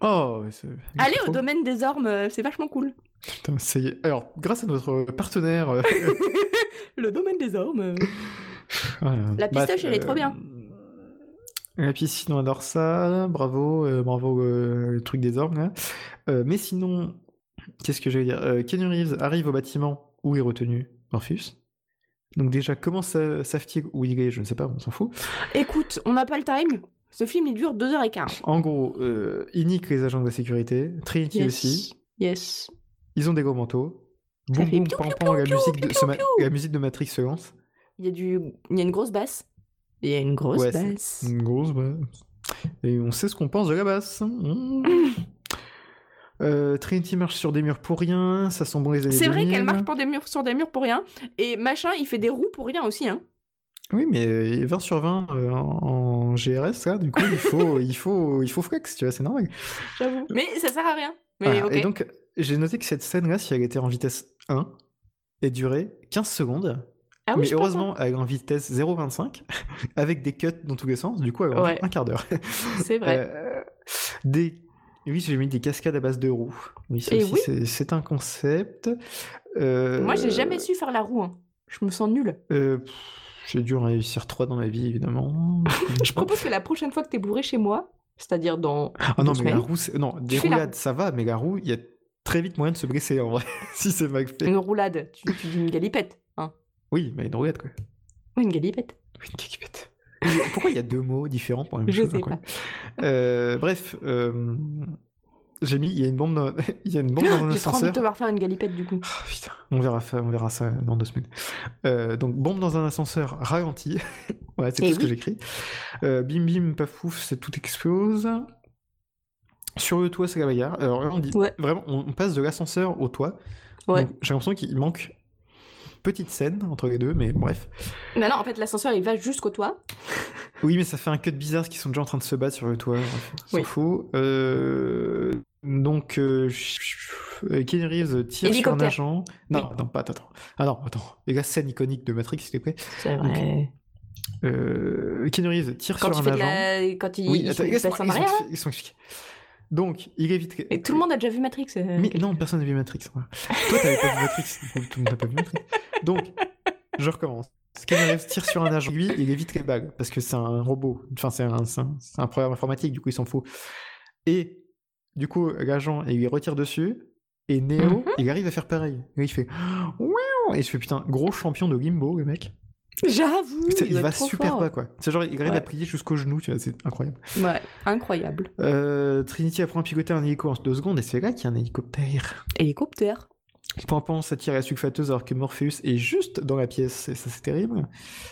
S7: Oh. mais c'est-
S9: Allez
S7: trop
S9: au
S7: bien.
S9: domaine des ormes, euh, c'est vachement cool.
S7: Putain, ça y est. Alors, grâce à notre partenaire. euh,
S9: Le domaine des ormes. euh.
S7: voilà,
S9: La
S7: Matt, euh,
S9: pistache, elle est trop bien.
S7: La piscine, on adore ça. Bravo, euh, bravo euh, le truc des ormes. là. Euh, mais sinon, qu'est-ce que j'allais dire euh, Keanu Reeves arrive au bâtiment où est retenu Morpheus. Donc, déjà, comment sa- savent-ils où il est Je ne sais pas, on s'en fout.
S9: Écoute, on n'a pas le time. Ce film, il dure 2h15.
S7: En gros, euh, il nique les agents de la sécurité, Trinity aussi.
S9: Yes.
S7: Ils ont des gros manteaux.
S9: Ça
S7: Boum,
S9: fait
S7: boum,
S9: piou,
S7: pam,
S9: piou,
S7: pam, la
S9: piou,
S7: musique
S9: piou,
S7: de- se ma-
S9: piou,
S7: la musique de Matrix se lance.
S9: Il y a du, il y a une grosse basse. Il y a une grosse
S7: Ouais, c'est-
S9: basse.
S7: Une grosse basse. Et on sait ce qu'on pense de la basse. Mm. Euh, Trinity marche sur des murs pour rien, ça sent bon les années
S8: C'est vrai
S7: 2000.
S8: qu'elle marche pour des murs, sur des murs pour rien. Et machin, il fait des roues pour rien aussi. Hein.
S7: Oui, mais euh, 20 sur 20 euh, en, en GRS, ça, du coup, il faut, il faut, il faut flex, tu vois, c'est normal.
S8: J'avoue. Mais ça sert à rien. Mais
S7: Voilà.
S8: ok.
S7: Et donc, j'ai noté que cette scène-là, si elle était en vitesse 1, et durait 15 secondes,
S8: ah oui,
S7: mais
S8: je pense,
S7: heureusement, elle est en vitesse 0,25, avec des cuts dans tous les sens, du coup, elle a
S8: Ouais.
S7: un quart d'heure.
S8: hein. C'est vrai.
S7: Euh, des... Oui, j'ai mis des cascades à base de roues. Oui, ça
S8: Eh
S7: aussi,
S8: oui.
S7: c'est- c'est un concept. Euh,
S8: Moi, j'ai jamais su faire la roue. hein. Je me sens nulle.
S7: euh, pff, j'ai dû en réussir trois dans ma vie, évidemment.
S8: Je propose que la prochaine fois que t'es bourré chez moi, c'est-à-dire dans.
S7: Ah non,
S8: deux
S7: mais la
S8: semaines,
S7: roue, c'est- non, des
S8: fais la
S7: roulades, ça va, mais la roue, il y a très vite moyen de se blesser, en vrai, si c'est mal fait.
S8: Une roulade. Tu, tu dis une galipette. Hein.
S7: Oui, mais une roulade, quoi.
S8: Oui, une galipette.
S7: Oui, une kikipette. Pourquoi il y a deux mots différents pour la même
S8: Je
S7: chose
S8: sais
S7: incroyable. Euh, Bref, euh, j'ai mis, il y a une bombe dans, il y a une bombe dans un
S8: J'ai trop envie de
S7: ascenseur.
S8: te voir faire une galipette du coup.
S7: Ah, putain, on verra ça, on verra ça dans deux semaines. Euh, donc bombe dans un ascenseur ralenti. ouais, c'est tout
S8: Eh
S7: ce que
S8: oui.
S7: j'écris. Euh, bim bim paf pouf, c'est tout explose. Sur le toit, c'est la bagarre. Alors là, on dit
S8: Ouais.
S7: vraiment, on, on passe de l'ascenseur au toit.
S8: Ouais.
S7: Donc, J'ai l'impression qu'il manque petite scène entre les deux, mais bref.
S8: Mais non, en fait, l'ascenseur, il va jusqu'au toit.
S7: Oui, mais ça fait un cut bizarre parce qu'ils sont déjà en train de se battre sur le toit. Bref, on s'en
S8: Oui.
S7: fout. Euh, Donc, euh, ch- ch- Keanu Reeves tire sur un
S8: Hélicoptère.
S7: agent. Non, non, pas, attends, attends. Ah non, attends. Et la scène iconique de Matrix, s'il te plaît.
S8: C'est vrai.
S7: Euh, Keanu Reeves tire
S8: Quand
S7: sur
S8: il
S7: un
S8: fait de
S7: agent.
S8: la. Quand il.
S7: Oui,
S8: il
S7: attends,
S8: fait- il
S7: laisse-moi,
S8: passe en
S7: ils ont-
S8: arrière.
S7: ils sont expliqués. Donc, il évite.
S8: Et tout le monde a déjà vu Matrix. euh,
S7: Mais
S8: quelque-
S7: non, personne n'a vu Matrix. voilà. Toi, t'avais pas vu Matrix. du coup, Tout le monde n'a pas vu Matrix. Donc, je recommence. Keanu Reeves tire sur un agent. Lui, il évite les bagues parce que c'est un robot. Enfin, c'est un, c'est un, c'est un programme informatique, du coup, il s'en fout. Et du coup, l'agent, il lui retire dessus. Et Neo,
S8: Mhm.
S7: il arrive à faire pareil. Et il fait. Ouiou Et je fais putain, gros champion de Gimbo, le mec.
S8: J'avoue.
S7: Putain,
S8: doit
S7: il va
S8: être trop
S7: super
S8: fort.
S7: bas, quoi. C'est genre, il arrive à
S8: Ouais.
S7: plier jusqu'au genou, tu vois, c'est incroyable.
S8: Ouais, incroyable.
S7: Euh, Trinity apprend à piloter un hélico en deux secondes et c'est là qu'il y a un hélicoptère.
S8: Hélicoptère.
S7: Pampan s'attire à la sulfateuse alors que Morpheus est juste dans la pièce, et ça c'est terrible.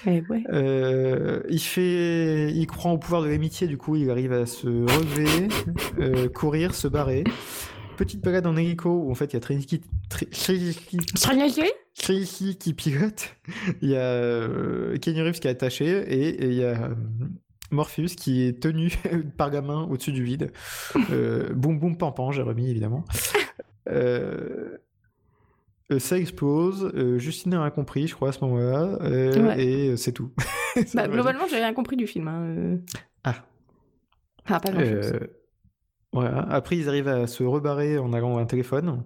S8: Eh ouais.
S7: Euh, il fait, il croit au pouvoir de l'amitié, du coup il arrive à se relever, euh, courir, se barrer. petite balade en hélico où en fait il y a Trinity qui, Tri- Trinity- Ah, Tracy qui pilote, il y a euh, Kenny Reeves qui est attaché et et il y a euh, Morpheus qui est tenu par gamin au-dessus du vide. Euh, boum boum pan pan, j'ai remis évidemment. Euh, euh, ça explose, euh, Justine n'a rien compris, je crois, à ce moment-là, euh,
S9: Ouais.
S7: et euh, c'est tout. C'est
S9: Bah,
S7: dommage.
S9: globalement, j'ai rien compris du film. hein, euh.
S7: Ah.
S9: Ah, pas grand-chose.
S7: Euh, voilà. Après, ils arrivent à se rebarrer en allant à un téléphone.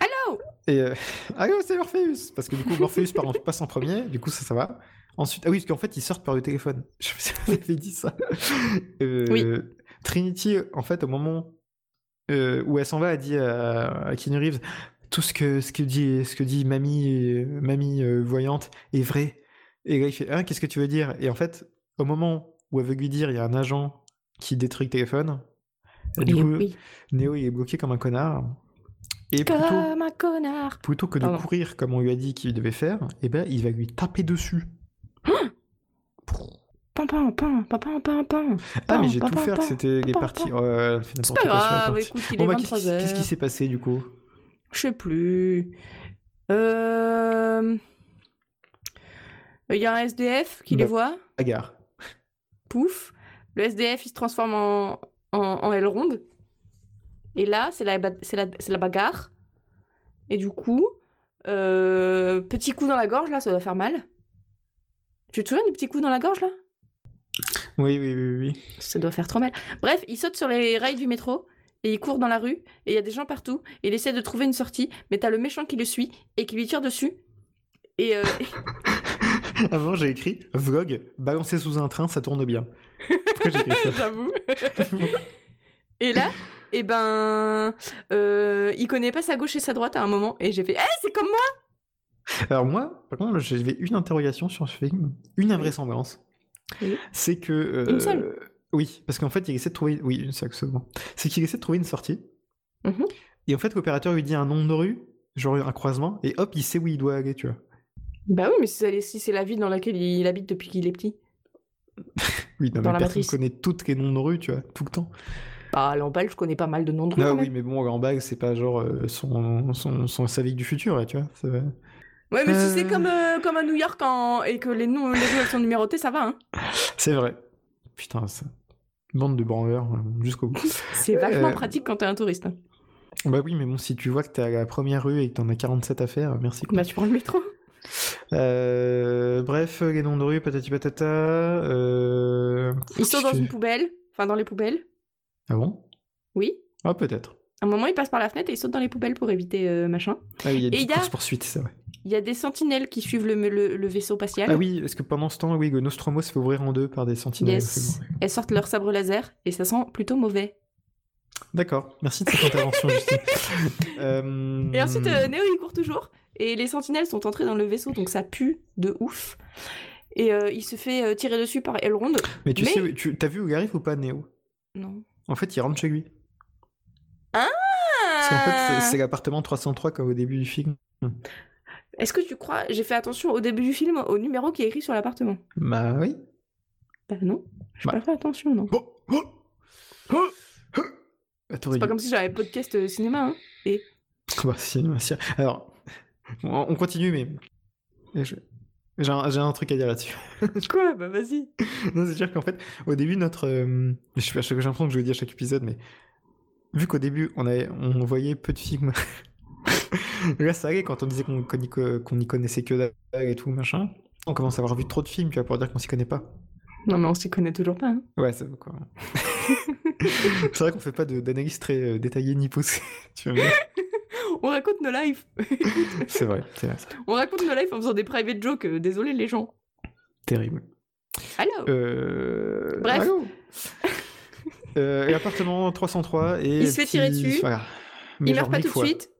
S9: Allô
S7: Et euh, allô, c'est Morpheus Parce que du coup, Morpheus part en- passe en premier, du coup, ça, ça va. Ensuite, ah oui, parce qu'en fait, ils sortent par le téléphone. Je sais pas si vous avez dit ça. Euh,
S8: Oui.
S7: Trinity, en fait, au moment euh, où elle s'en va, elle dit à, à Keanu Reeves tout ce que, ce que dit, ce que dit mamie, euh, mamie euh, voyante est vrai. Et là, il fait Ah, qu'est-ce que tu veux dire Et en fait, au moment où elle veut lui dire, il y a un agent qui détruit le téléphone. Et du
S8: Eh
S9: Et
S7: coup,
S9: oui.
S7: Néo il est bloqué comme un connard. Et plutôt,
S9: Comme un connard.
S7: plutôt que de
S9: Pardon.
S7: courir comme on lui a dit qu'il devait faire, eh ben, il va lui taper dessus.
S9: Pam, pam, pam, pam, pam, pam, pam.
S7: Ah, mais
S9: Pam,
S7: j'ai
S9: pam,
S7: tout
S9: pam,
S7: fait,
S9: pam,
S7: c'était les
S9: pam,
S7: parties.
S9: pam.
S7: Oh, elle fait
S8: C'est
S7: n'importe
S8: pas
S7: quoi sur la
S8: grave,
S7: partie.
S8: écoute, il est
S7: Bon, bah, qu'est-ce
S8: 23
S7: qui- qu'est-ce qui
S8: h
S7: s'est passé du coup
S8: Je sais plus. Euh... Il y a un SDF qui les
S7: Bah.
S8: voit.
S7: La gare.
S8: Pouf. Le SDF, il se transforme en, en, en aile ronde. Et là, c'est la, ba- c'est la, c'est la bagarre. Et du coup, euh, petit coup dans la gorge, là, ça doit faire mal. Tu te souviens du petit coup dans la gorge, là
S7: Oui, oui, oui, oui.
S8: Ça doit faire trop mal. Bref, il saute sur les rails du métro et il court dans la rue et il y a des gens partout et il essaie de trouver une sortie, mais t'as le méchant qui le suit et qui lui tire dessus. Et euh,
S7: Avant, j'ai écrit vlog, balancé sous un train, ça tourne bien. Pourquoi j'ai écrit ça
S8: j'avoue. et là, eh ben, euh, il connaît pas sa gauche et sa droite à un moment et j'ai fait, eh, c'est comme moi.
S7: Alors, moi, par contre, j'avais une interrogation sur ce film, une invraisemblance.
S8: Oui.
S7: C'est que. euh,
S8: Une seule
S7: Oui, parce qu'en fait, il essaie de trouver. Oui, une seule seulement. C'est qu'il essaie de trouver une sortie.
S8: Mhm.
S7: Et en fait, l'opérateur lui dit un nom de rue, genre un croisement, et hop, il sait où il doit aller, tu vois.
S8: Bah oui, mais si c'est- si c'est la ville dans laquelle il habite depuis qu'il est petit.
S7: Oui, non,
S8: Dans
S7: mais
S8: la
S7: personne
S8: matrice.
S7: connaît toutes les noms de rue, tu vois, tout le temps.
S8: Bah, à l'emballe, je connais pas mal de noms de rues,
S7: Ah
S8: quand
S7: oui,
S8: même.
S7: mais bon, en bague, c'est pas genre euh, son, son, son sa vie du futur, là, tu vois. ça va.
S8: Ouais, mais si
S7: Euh.
S8: c'est comme, euh, comme à New York en- et que les noms, les rues elles sont numérotées, ça va, hein.
S7: C'est vrai. Putain, ça. Bande de branleurs, euh, jusqu'au bout.
S8: C'est vachement
S7: Euh.
S8: pratique quand t'es un touriste. hein.
S7: bah oui, mais bon, si tu vois que t'es à la première rue et que t'en as 47 à faire, merci. quoi.
S8: Bah, tu prends le métro.
S7: Euh, bref, les noms de rue, patati patata. Euh...
S8: Ils sont dans
S7: Je-
S8: une poubelle, enfin dans les poubelles.
S7: Ah bon
S8: Oui.
S7: Ah, peut-être.
S8: À un moment, ils passent par la fenêtre et ils sautent dans les poubelles pour éviter euh, machin.
S7: Ah oui, il y a
S8: Et
S7: des
S8: il y a-
S7: courses-poursuites, c'est vrai.
S8: Il y a des sentinelles qui suivent le, le- le vaisseau spatial.
S7: Ah oui, parce que pendant ce temps, oui, le Nostromo se fait ouvrir en deux par des sentinelles.
S8: Yes.
S7: c'est bon.
S8: Elles sortent leur sabre laser et ça sent plutôt mauvais.
S7: D'accord, merci de cette intervention, Justine. Euh,
S8: Et ensuite, euh, Neo, il court toujours. Et les sentinelles sont entrées dans le vaisseau, donc ça pue de ouf. Et euh, il se fait euh, tirer dessus par Elrond.
S7: Mais tu
S8: mais-
S7: sais, tu t'as vu où il arrive ou pas, Néo
S8: Non.
S7: En fait, il rentre chez lui. Parce qu'en
S8: Ah.
S7: fait, c'est- c'est l'appartement 303 comme au début du film.
S8: Est-ce que tu crois J'ai fait attention au début du film au numéro qui est écrit sur l'appartement.
S7: Bah oui.
S8: Bah non, j'ai
S7: Bah.
S8: pas fait attention, non.
S7: Bon. Oh. Oh. Oh. Ah, t'aurais
S8: C'est pas
S7: dû.
S8: comme si j'avais podcast euh, cinéma, hein.
S7: Bah, si, bah, si. Alors, on on continue, mais Et je- j'ai un, j'ai un truc à dire là-dessus.
S8: Quoi Bah vas-y.
S7: Non, C'est-à-dire qu'en fait, au début, notre. euh, Je sais pas, j'ai l'impression que je le dis à chaque épisode, mais vu qu'au début, on, avait... on voyait peu de films. Là, ça allait quand on disait qu'on qu'on y co- qu'on y connaissait que dalle et tout, machin. On commence à avoir vu trop de films, tu vois, pour dire qu'on s'y connaît pas.
S8: Non, mais on s'y connaît toujours pas. Hein.
S7: Ouais, c'est quoi. c'est vrai qu'on fait pas de- d'analyse très euh, détaillée ni poussée. tu vois.
S8: On raconte nos lives.
S7: c'est vrai, c'est vrai, c'est
S8: On raconte nos lives en faisant des private jokes. euh, désolé les gens.
S7: terrible.
S8: Allô
S7: Euh...
S8: Bref.
S7: allô Euh, L'appartement 303 et.
S8: Il se fait
S7: petit-
S8: tirer dessus.
S7: Voilà. Mais
S8: Il
S7: genre
S8: meurt pas
S7: mille
S8: tout de
S7: fois.
S8: suite.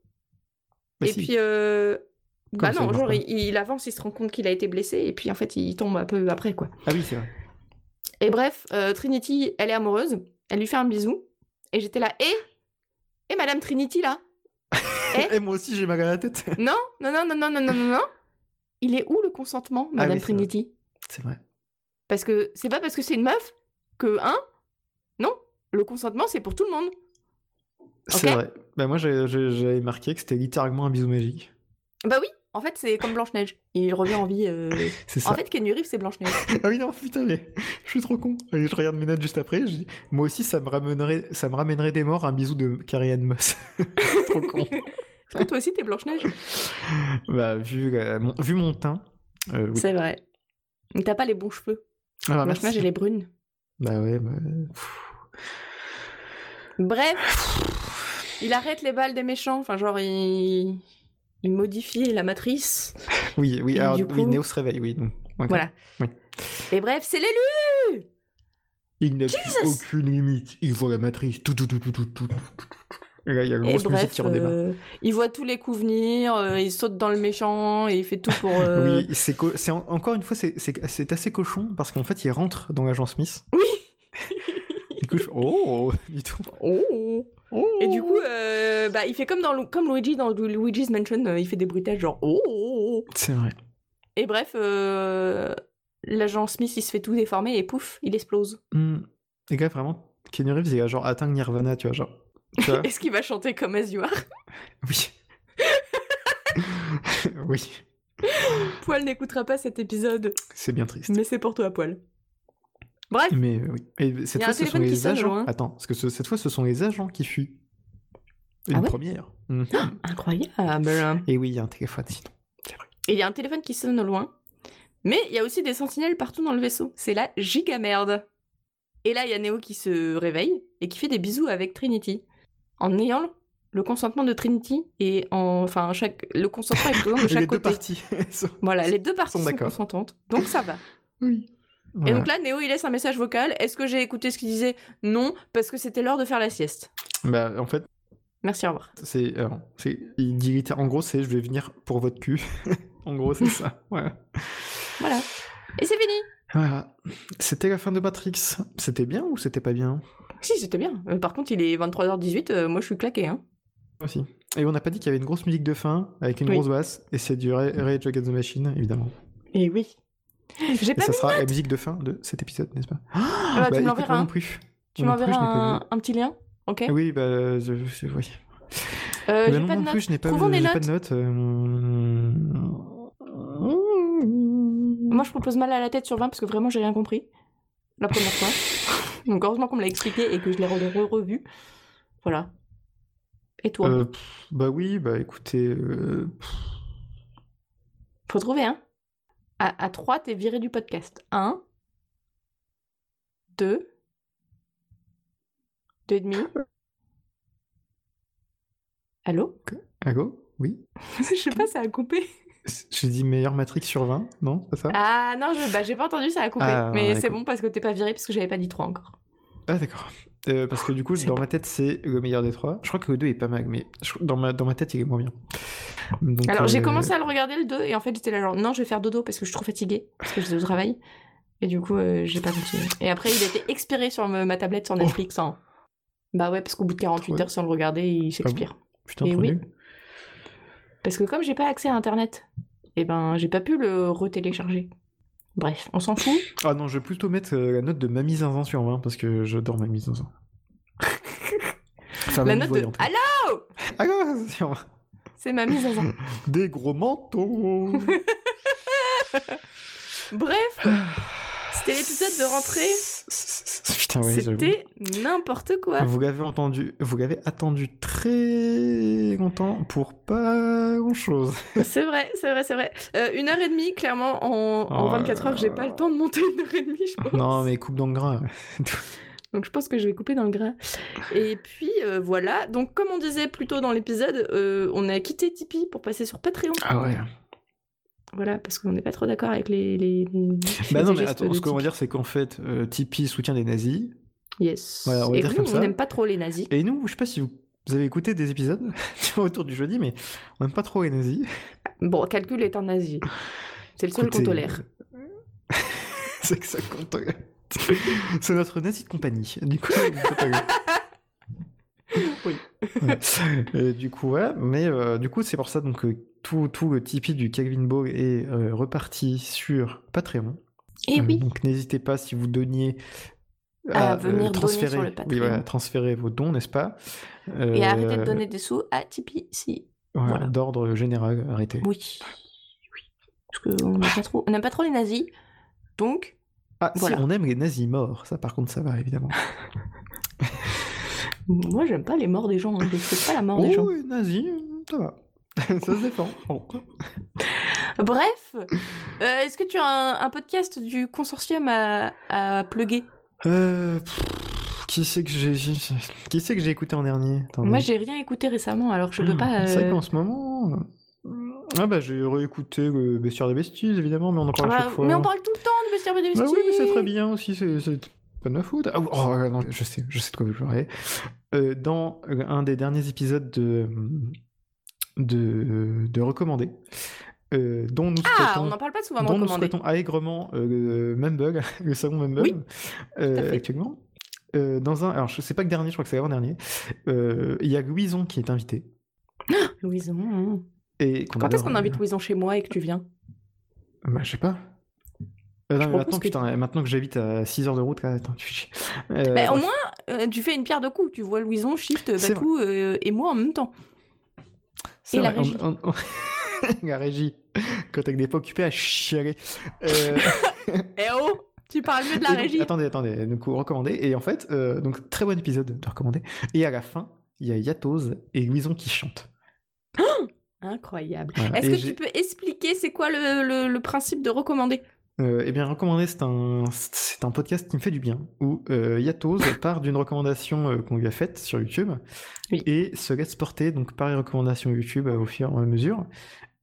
S7: Mais
S8: et
S7: Bah, si.
S8: puis. Euh... Bah
S7: Comme ça, il
S8: non,
S7: meurt
S8: genre
S7: pas.
S8: il, il avance, il se rend compte qu'il a été blessé et puis en fait il tombe un peu après quoi.
S7: Ah oui, c'est vrai.
S8: Et bref, euh, Trinity, elle est amoureuse, elle lui fait un bisou et j'étais là. Et Et Madame Trinity là Eh
S7: Et moi aussi, j'ai mal à la tête.
S8: Non, non, non, non, non, non, non, non, non. Il est où le consentement, Madame
S7: Ah oui, c'est vrai.
S8: Trinity
S7: C'est vrai.
S8: Parce que c'est pas parce que c'est une meuf que, hein Non, le consentement c'est pour tout le monde.
S7: C'est
S8: Ok.
S7: vrai. Bah moi, j'ai- j'ai- j'avais marqué que c'était littéralement un bisou magique.
S8: Bah oui, en fait, c'est comme Blanche-Neige. Il revient en vie. euh,
S7: C'est ça.
S8: En fait, Ken Reeves, c'est Blanche-Neige.
S7: Ah oui, non, putain, mais je suis trop con. Et je regarde mes notes juste après. Je dis, moi aussi, ça me ramènerait, ça me ramènerait des morts un bisou de Carrie Anne Moss. trop con.
S8: Est-ce que toi aussi, t'es Blanche-Neige
S7: bah, vu, euh, mon, vu mon teint. euh, oui.
S9: C'est vrai.
S8: Mais T'as pas les bons cheveux.
S7: Ah, bah,
S8: Blanche-Neige,
S7: merci.
S8: elle est brune.
S7: Bah ouais, bah,
S8: Bref, il arrête les balles des méchants. Enfin, genre, il, il modifie la matrice.
S7: Oui, oui,
S8: Et
S7: alors,
S8: du
S7: oui,
S8: coup-
S7: Néo se réveille, oui. Donc, ok.
S8: Voilà.
S7: Oui.
S8: Et bref, c'est l'élu
S7: Il n'a plus aucune limite. Il voit la matrice. Tout, tout, tout, tout, tout, tout. Et là, il y a la
S8: Et
S7: grosse musique
S8: bref,
S7: qui redémarre.
S8: euh, il voit tous les coups venir, euh, il saute dans le méchant et il fait tout pour... euh,
S7: Oui, c'est co- c'est en- encore une fois, c'est- c'est c'est assez cochon parce qu'en fait, il rentre dans l'agent Smith.
S8: Oui.
S7: Du coup, je- oh, du tout.
S8: Oh. Et du coup, euh, bah, il fait comme, dans, Lu- comme Luigi dans Lu- Luigi's Mansion, euh, il fait des bruitages genre... Oh, oh, oh.
S7: C'est vrai.
S8: Et bref, euh, l'agent Smith, il se fait tout déformer et pouf, il explose.
S7: Hmm. Les gars, vraiment, Kenny Reeves, il a genre atteint le Nirvana, tu vois, genre. Tu vois
S8: Est-ce qu'il va chanter comme As You Are
S7: oui. oui,
S8: Poil n'écoutera pas cet épisode,
S7: c'est bien triste.
S8: mais c'est pour toi, Poil. Bref,
S7: Mais euh, oui. Et cette
S8: Il y a
S7: fois, ce
S8: un
S7: sont
S8: téléphone qui
S7: les
S8: sonne,
S7: agents.
S8: loin.
S7: Attends, parce que ce- cette fois, ce sont les agents qui fuient. Une
S8: Ah ouais
S7: première. Hmm.
S8: incroyable.
S7: Et oui, il y a un téléphone, sinon.
S8: Et il y a un téléphone qui sonne au loin. Mais il y a aussi des sentinelles partout dans le vaisseau. C'est la giga merde. Et là, il y a Neo qui se réveille et qui fait des bisous avec Trinity. En ayant le- le consentement de Trinity et en. Enfin, chaque... le consentement est présent de chaque
S7: les deux
S8: côté.
S7: parties. sont-
S8: Voilà, les deux parties
S7: sont
S8: sont,
S7: d'accord.
S8: consentantes. Donc ça va.
S7: oui. Voilà.
S8: Et donc là, Neo, il laisse un message vocal. Est-ce que j'ai écouté ce qu'il disait Non, parce que c'était l'heure de faire la sieste.
S7: Bah, en fait,
S8: Merci, au revoir.
S7: c'est. alors, c'est il dit littéralement- En gros, c'est je vais venir pour votre cul. en gros, c'est ça. Ouais.
S8: Voilà. Et c'est fini.
S7: Voilà. C'était la fin de Matrix. C'était bien ou c'était pas bien
S8: Si, c'était bien. Euh, Par contre, il est 23h18. euh, moi, je suis claqué. Hein.
S7: aussi. Et on n'a pas dit qu'il y avait une grosse musique de fin avec une
S8: Oui.
S7: grosse basse. Et c'est du Ra- Rage Against the Machine, évidemment. Eh
S8: Et oui. J'ai
S7: Et
S8: pas
S7: ça
S8: mis-
S7: sera la musique de fin de cet épisode, n'est-ce pas
S8: Ah,
S7: Bah,
S8: tu
S7: écoute,
S8: me
S7: moi
S8: l'enverras.
S7: non
S8: hein.
S7: plus.
S8: Tu
S7: Moi non plus,
S8: m'enverras
S7: je n'ai pas
S8: un,
S7: vu.
S8: un petit lien. Ok.
S7: Oui, bah, je, je- oui.
S8: Euh,
S7: Bah
S8: j'ai
S7: non,
S8: pas de
S7: non
S8: notes.
S7: plus, je n'ai pas,
S8: Trouvons des
S7: j'ai pas de notes. euh,
S8: Moi, je propose mal à la tête sur 20 parce que vraiment, j'ai rien compris. La première fois. Donc, heureusement qu'on me l'a expliqué et que je l'ai re- re- revu. Voilà. Et toi
S7: euh, pff, bah oui, bah écoutez, euh,
S8: Faut trouver, hein À, à 3, t'es viré du podcast. 1, 2, 2,5.
S7: Euh.
S8: Allô
S7: Ago Oui
S8: Je sais pas, ça a coupé.
S7: J'ai dit meilleur Matrix sur 20, non C'est ça Ah,
S8: Ah non, je, bah, j'ai pas entendu, ça a coupé.
S7: Ah,
S8: Mais c'est
S7: d'accord.
S8: bon parce que t'es pas viré parce que j'avais pas dit 3 encore.
S7: d'accord. Euh, parce que du coup,
S8: C'est
S7: dans ma tête, c'est le meilleur des trois. Je crois que le 2 est pas mal, mais je- dans, ma, dans ma tête, il est moins bien. Donc,
S8: Alors j'ai
S7: euh,
S8: commencé à le regarder le 2 et en fait j'étais là genre non je vais faire dodo parce que je suis trop fatiguée parce que j'étais au travail et du coup euh, j'ai pas continué. Et après il a été expiré sur me- ma tablette sur Netflix en... Bah ouais parce qu'au bout de 48
S7: Oh. Ouais. Ah
S8: heures si on le regardait il s'expire.
S7: Putain,
S8: Et
S7: trop
S8: oui.
S7: nul.
S8: Parce que comme j'ai pas accès à internet et ben j'ai pas pu le retélécharger. Bref on s'en fout.
S7: Ah non, je vais plutôt mettre euh, la note de Mamie Zinzin sur 20 parce que j'adore Mamie Zinzin. Enfin,
S8: La
S7: Mamie
S8: note de...
S7: Voyante.
S8: Alors
S7: Ah non, sur 20.
S8: c'est ma mise à jour.
S7: Des gros manteaux
S8: Bref c'était l'épisode de rentrée.
S7: Putain, ouais, j'avoue.
S8: C'était n'importe quoi.
S7: Vous l'avez entendu, vous l'avez attendu très longtemps pour pas grand chose.
S8: C'est vrai, c'est vrai, c'est vrai. Euh, une heure et demie, clairement, en, en
S7: Oh
S8: 24
S7: là
S8: heures, j'ai
S7: là.
S8: pas le temps de monter une heure et demie, je pense.
S7: Non, mais coupe dans le gras.
S8: Donc je pense que je vais couper dans le gras. Et puis euh, voilà, donc comme on disait plus tôt dans l'épisode, euh, on a quitté Tipeee pour passer sur Patreon.
S7: Ah ouais.
S8: Voilà, parce qu'on n'est pas trop d'accord avec les... les,
S7: Bah
S8: les
S7: non, mais
S8: gestes
S7: attends,
S8: de
S7: ce qu'on va
S8: Tipeee.
S7: dire, c'est qu'en fait, euh, Tipeee soutient les nazis.
S8: Yes.
S7: Voilà, on va
S8: et
S7: dire
S8: vous,
S7: comme ça.
S8: on n'aime pas trop les nazis.
S7: Et nous, je sais pas si vous, vous avez écouté des épisodes autour du jeudi, mais on aime pas trop les nazis.
S8: Bon, calcul est un nazi. C'est le seul qu'on
S7: Écoutez,
S8: tolère.
S7: c'est que ça compte. c'est notre nazi de compagnie. Du coup, c'est pas grave.
S8: Oui.
S7: Et du coup, voilà. Mais euh, du coup, c'est pour ça donc que tout, tout le Tipeee du Calvin Bog est euh, reparti sur Patreon. Euh,
S8: Et Eh oui.
S7: Donc n'hésitez pas si vous donniez euh,
S8: À venir donner sur le
S7: transférer,
S8: Patreon.
S7: oui, voilà, transférer vos dons, n'est-ce pas
S8: Et
S7: Euh,
S8: arrêtez de donner des sous à Tipeee, si.
S7: voilà,
S8: voilà.
S7: D'ordre général, arrêtez.
S8: Oui. Oui. Parce qu'on n'aime pas, trop- on n'aime pas trop les nazis. Donc,
S7: Ah,
S8: Voilà.
S7: si on aime les nazis morts, ça par contre ça va évidemment.
S8: moi, j'aime pas les morts des gens. hein. Je ne pas la mort des gens.
S7: Oh, les nazis, ça va. ça se défend. Bon. Oh.
S8: Bref, euh, est-ce que tu as un, un podcast du consortium à, à plugger
S7: Euh, pff, qui c'est que j'ai qui c'est que j'ai écouté en dernier Attendez. Hmm,
S8: Moi, j'ai rien écouté récemment, alors je peux pas.
S7: Ah C'est vrai
S8: euh,
S7: qu'en ce moment. Ah bah j'ai réécouté euh, Bestiaire des Besties évidemment, mais on en parle à
S8: voilà,
S7: chaque fois.
S8: Ah,
S7: hein.
S8: mais on parle tout le temps de Bestiaire des
S7: Bah oui, mais c'est
S8: Besties.
S7: très bien aussi, c'est c'est pas de la food. Ah, oh, non, je sais, je sais de quoi vous parlez. Euh, dans euh, un des derniers épisodes de de, de recommandé, euh, dont nous
S8: Ah,
S7: traitons-
S8: on n'en parle pas souvent,
S7: dont nous
S8: recommandé.
S7: souhaitons allègrement euh, le Mumble, le salon Mumble,
S8: Oui,
S7: euh,
S8: tout à fait.
S7: actuellement. Euh, dans un, alors je sais pas que dernier, je crois que c'est avant-dernier. Euh, Il y a Louison qui est invité.
S8: Louison. hein.
S7: Et qu'on
S8: Quand est-ce
S7: adore.
S8: qu'on invite Louison chez moi et que tu viens
S7: Bah, je sais pas. Euh, non, mais
S8: propose
S7: maintenant,
S8: que-
S7: putain, maintenant que j'habite à 6 heures de route, quoi, attends, tu fais chier. Euh,
S8: Bah, Au moins, euh, tu fais une pierre de coups. Tu vois Louison, Shift,
S7: C'est
S8: Batou euh, et moi en même temps.
S7: c'est
S8: et la
S7: vrai,
S8: régie.
S7: on- on- la régie. Quand t'es des pas occupé à chialer. Euh,
S8: Eh oh Tu parles mieux de la
S7: Et donc,
S8: régie.
S7: Attendez, attendez, donc recommandé. Et en fait, euh, donc très bon épisode de recommandé. Et à la fin, il y a Yatoz et Louison qui chantent.
S8: Incroyable.
S7: Voilà.
S8: Est-ce
S7: Et
S8: que
S7: j'ai-
S8: tu peux expliquer c'est quoi le, le- le principe de recommander
S7: Euh, eh bien, recommandé, c'est un, c'est un podcast qui me fait du bien, où euh, Yatoz part d'une recommandation euh, qu'on lui a faite sur YouTube
S8: Oui.
S7: et se laisse porter donc par les recommandations YouTube euh, au fur et à mesure.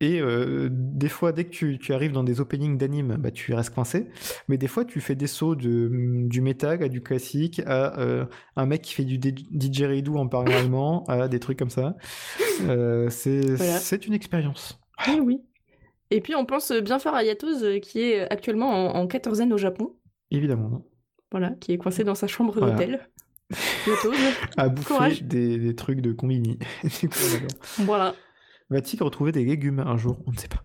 S7: Et euh, des fois, dès que tu, tu arrives dans des openings d'animes, bah, tu restes coincé. Mais des fois, tu fais des sauts de, mm, du métal à du classique, à euh, un mec qui fait du dj- didgeridoo en parlant allemand, à des trucs comme ça. Euh, c'est
S8: Voilà.
S7: c'est une expérience.
S8: Eh oui. Et puis on pense bien fort à Yatoz euh, qui est actuellement en, en quatorzaine au Japon,
S7: Évidemment.
S8: voilà, qui est coincé dans sa chambre
S7: Voilà.
S8: d'hôtel. Yatoz,
S7: À bouffer
S8: Courage.
S7: des, des trucs de combini. Du coup, voilà.
S8: voilà.
S7: Va-t-il retrouver des légumes un jour On ne sait pas.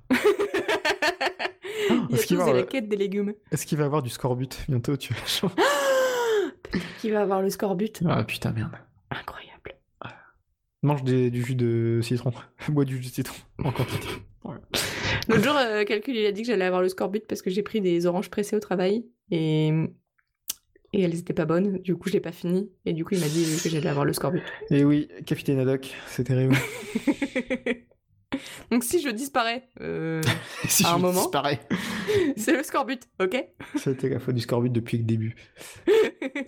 S8: Yatoz
S7: qu'il va-
S8: et la quête des légumes.
S7: Est-ce qu'il va avoir du scorbut bientôt tu vois
S8: Qui va avoir le score but
S7: Ah putain, merde.
S8: Incroyable.
S7: Mange des- du jus de citron. Bois du jus de citron en quantité.
S8: L'autre jour, euh, Calcul, il a dit que j'allais avoir le score but parce que j'ai pris des oranges pressées au travail et, et elles étaient pas bonnes. Du coup, je l'ai pas fini. Et du coup, il m'a dit que j'allais avoir le score but.
S7: Et Eh oui, Capitaine Haddock, c'est terrible.
S8: Donc si je disparais, euh,
S7: si
S8: À un
S7: je
S8: moment.
S7: disparais.
S8: c'est le score but, ok
S7: C'était la faute du scorbut depuis le début.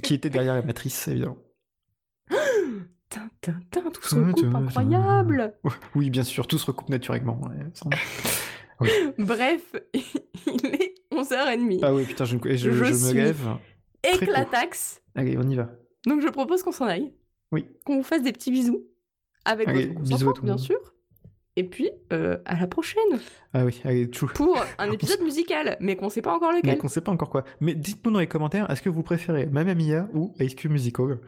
S7: Qui était derrière la matrice, évidemment.
S8: Tin, tin, tin, tout se
S7: Ouais, tu
S8: coupe,
S7: vois,
S8: incroyable
S7: Oui, bien sûr, tout se recoupe naturellement. ouais, sans-
S8: Bref, il est 11h30.
S7: Ah oui, putain, je, me- et je-
S8: Je
S7: je me
S8: suis-
S7: lève. très tôt.
S8: Éclataxe.
S7: Allez, on y va.
S8: Donc je propose qu'on s'en aille.
S7: Oui.
S8: Qu'on vous fasse des petits bisous. Avec
S7: Allez,
S8: votre
S7: bisous à
S8: consentement,
S7: tout le
S8: bien
S7: monde.
S8: sûr. Et puis, euh, à la prochaine
S7: Ah oui, allez, tchou.
S8: pour un épisode musical, mais qu'on sait pas encore
S7: Mais
S8: lequel.
S7: qu'on sait pas encore quoi. Mais dites-nous dans les commentaires, est-ce que vous préférez Mamma Mia ou Ice Cube Musical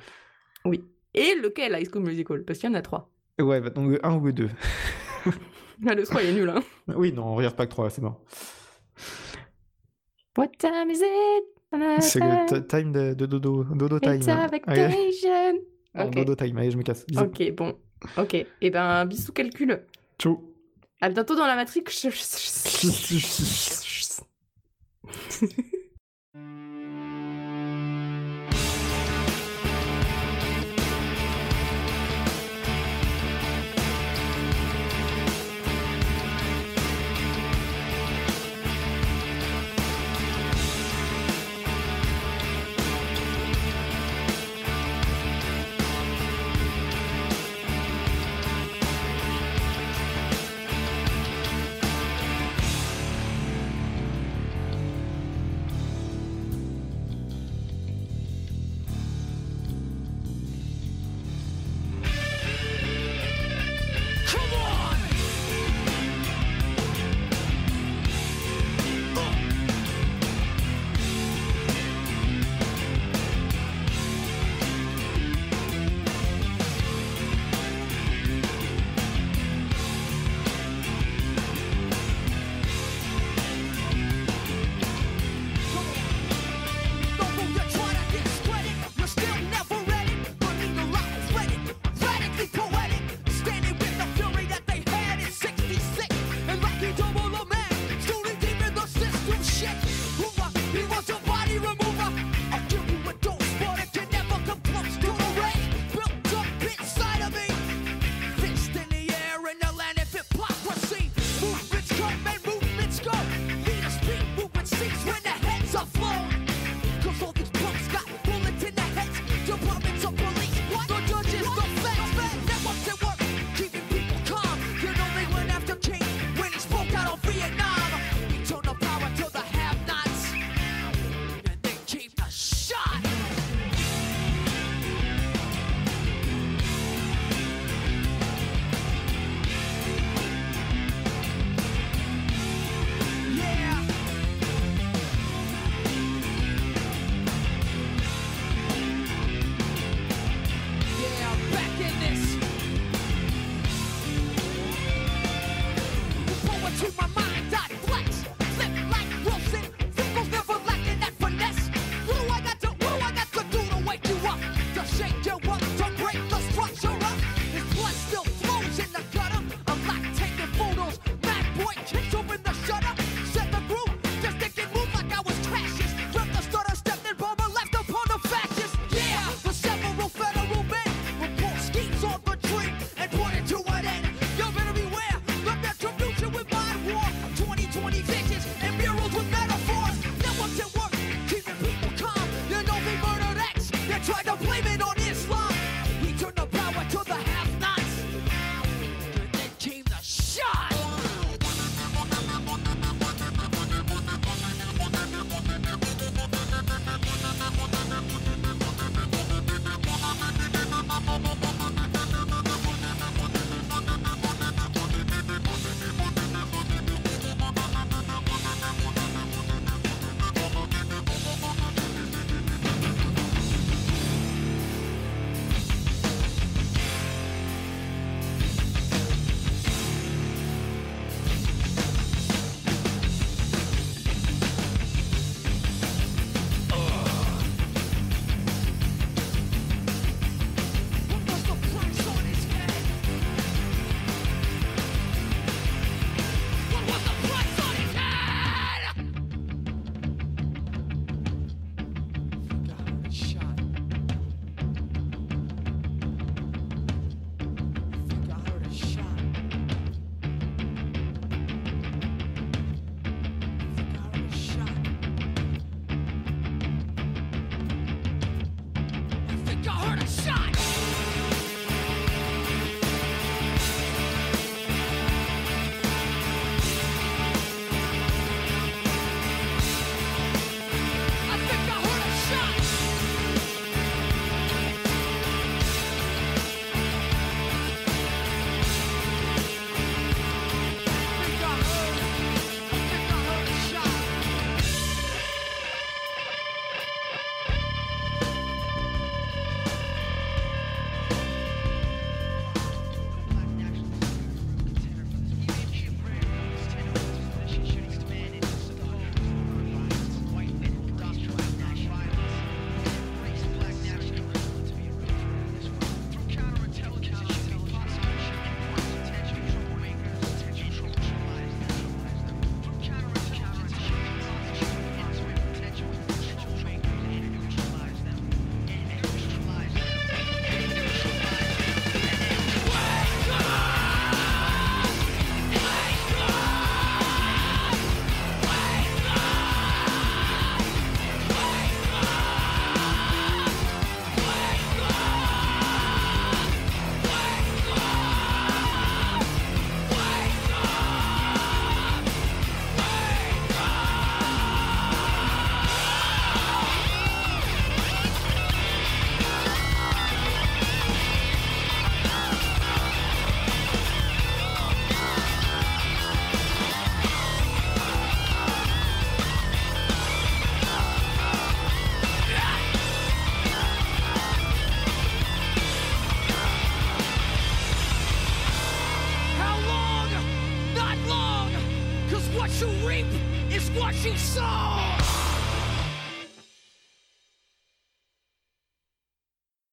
S8: Et lequel High School Musical Parce qu'il y en a trois.
S7: Ouais, bah, donc le 1 ou le 2.
S8: Ah, le 3 il est nul, hein.
S7: Oui, non, on regarde pas que 3, c'est mort.
S8: What time is it
S7: C'est
S8: ah.
S7: le ti- time de, de dodo, dodo time. Ah,
S8: It's a vacation.
S7: Non,
S8: Ok.
S7: Dodo time, allez, je me casse. Bisous.
S8: Ok, bon. Ok. Et ben, bisous calcul.
S7: Ciao.
S8: À bientôt dans la Matrix.
S10: you reap is what you sow!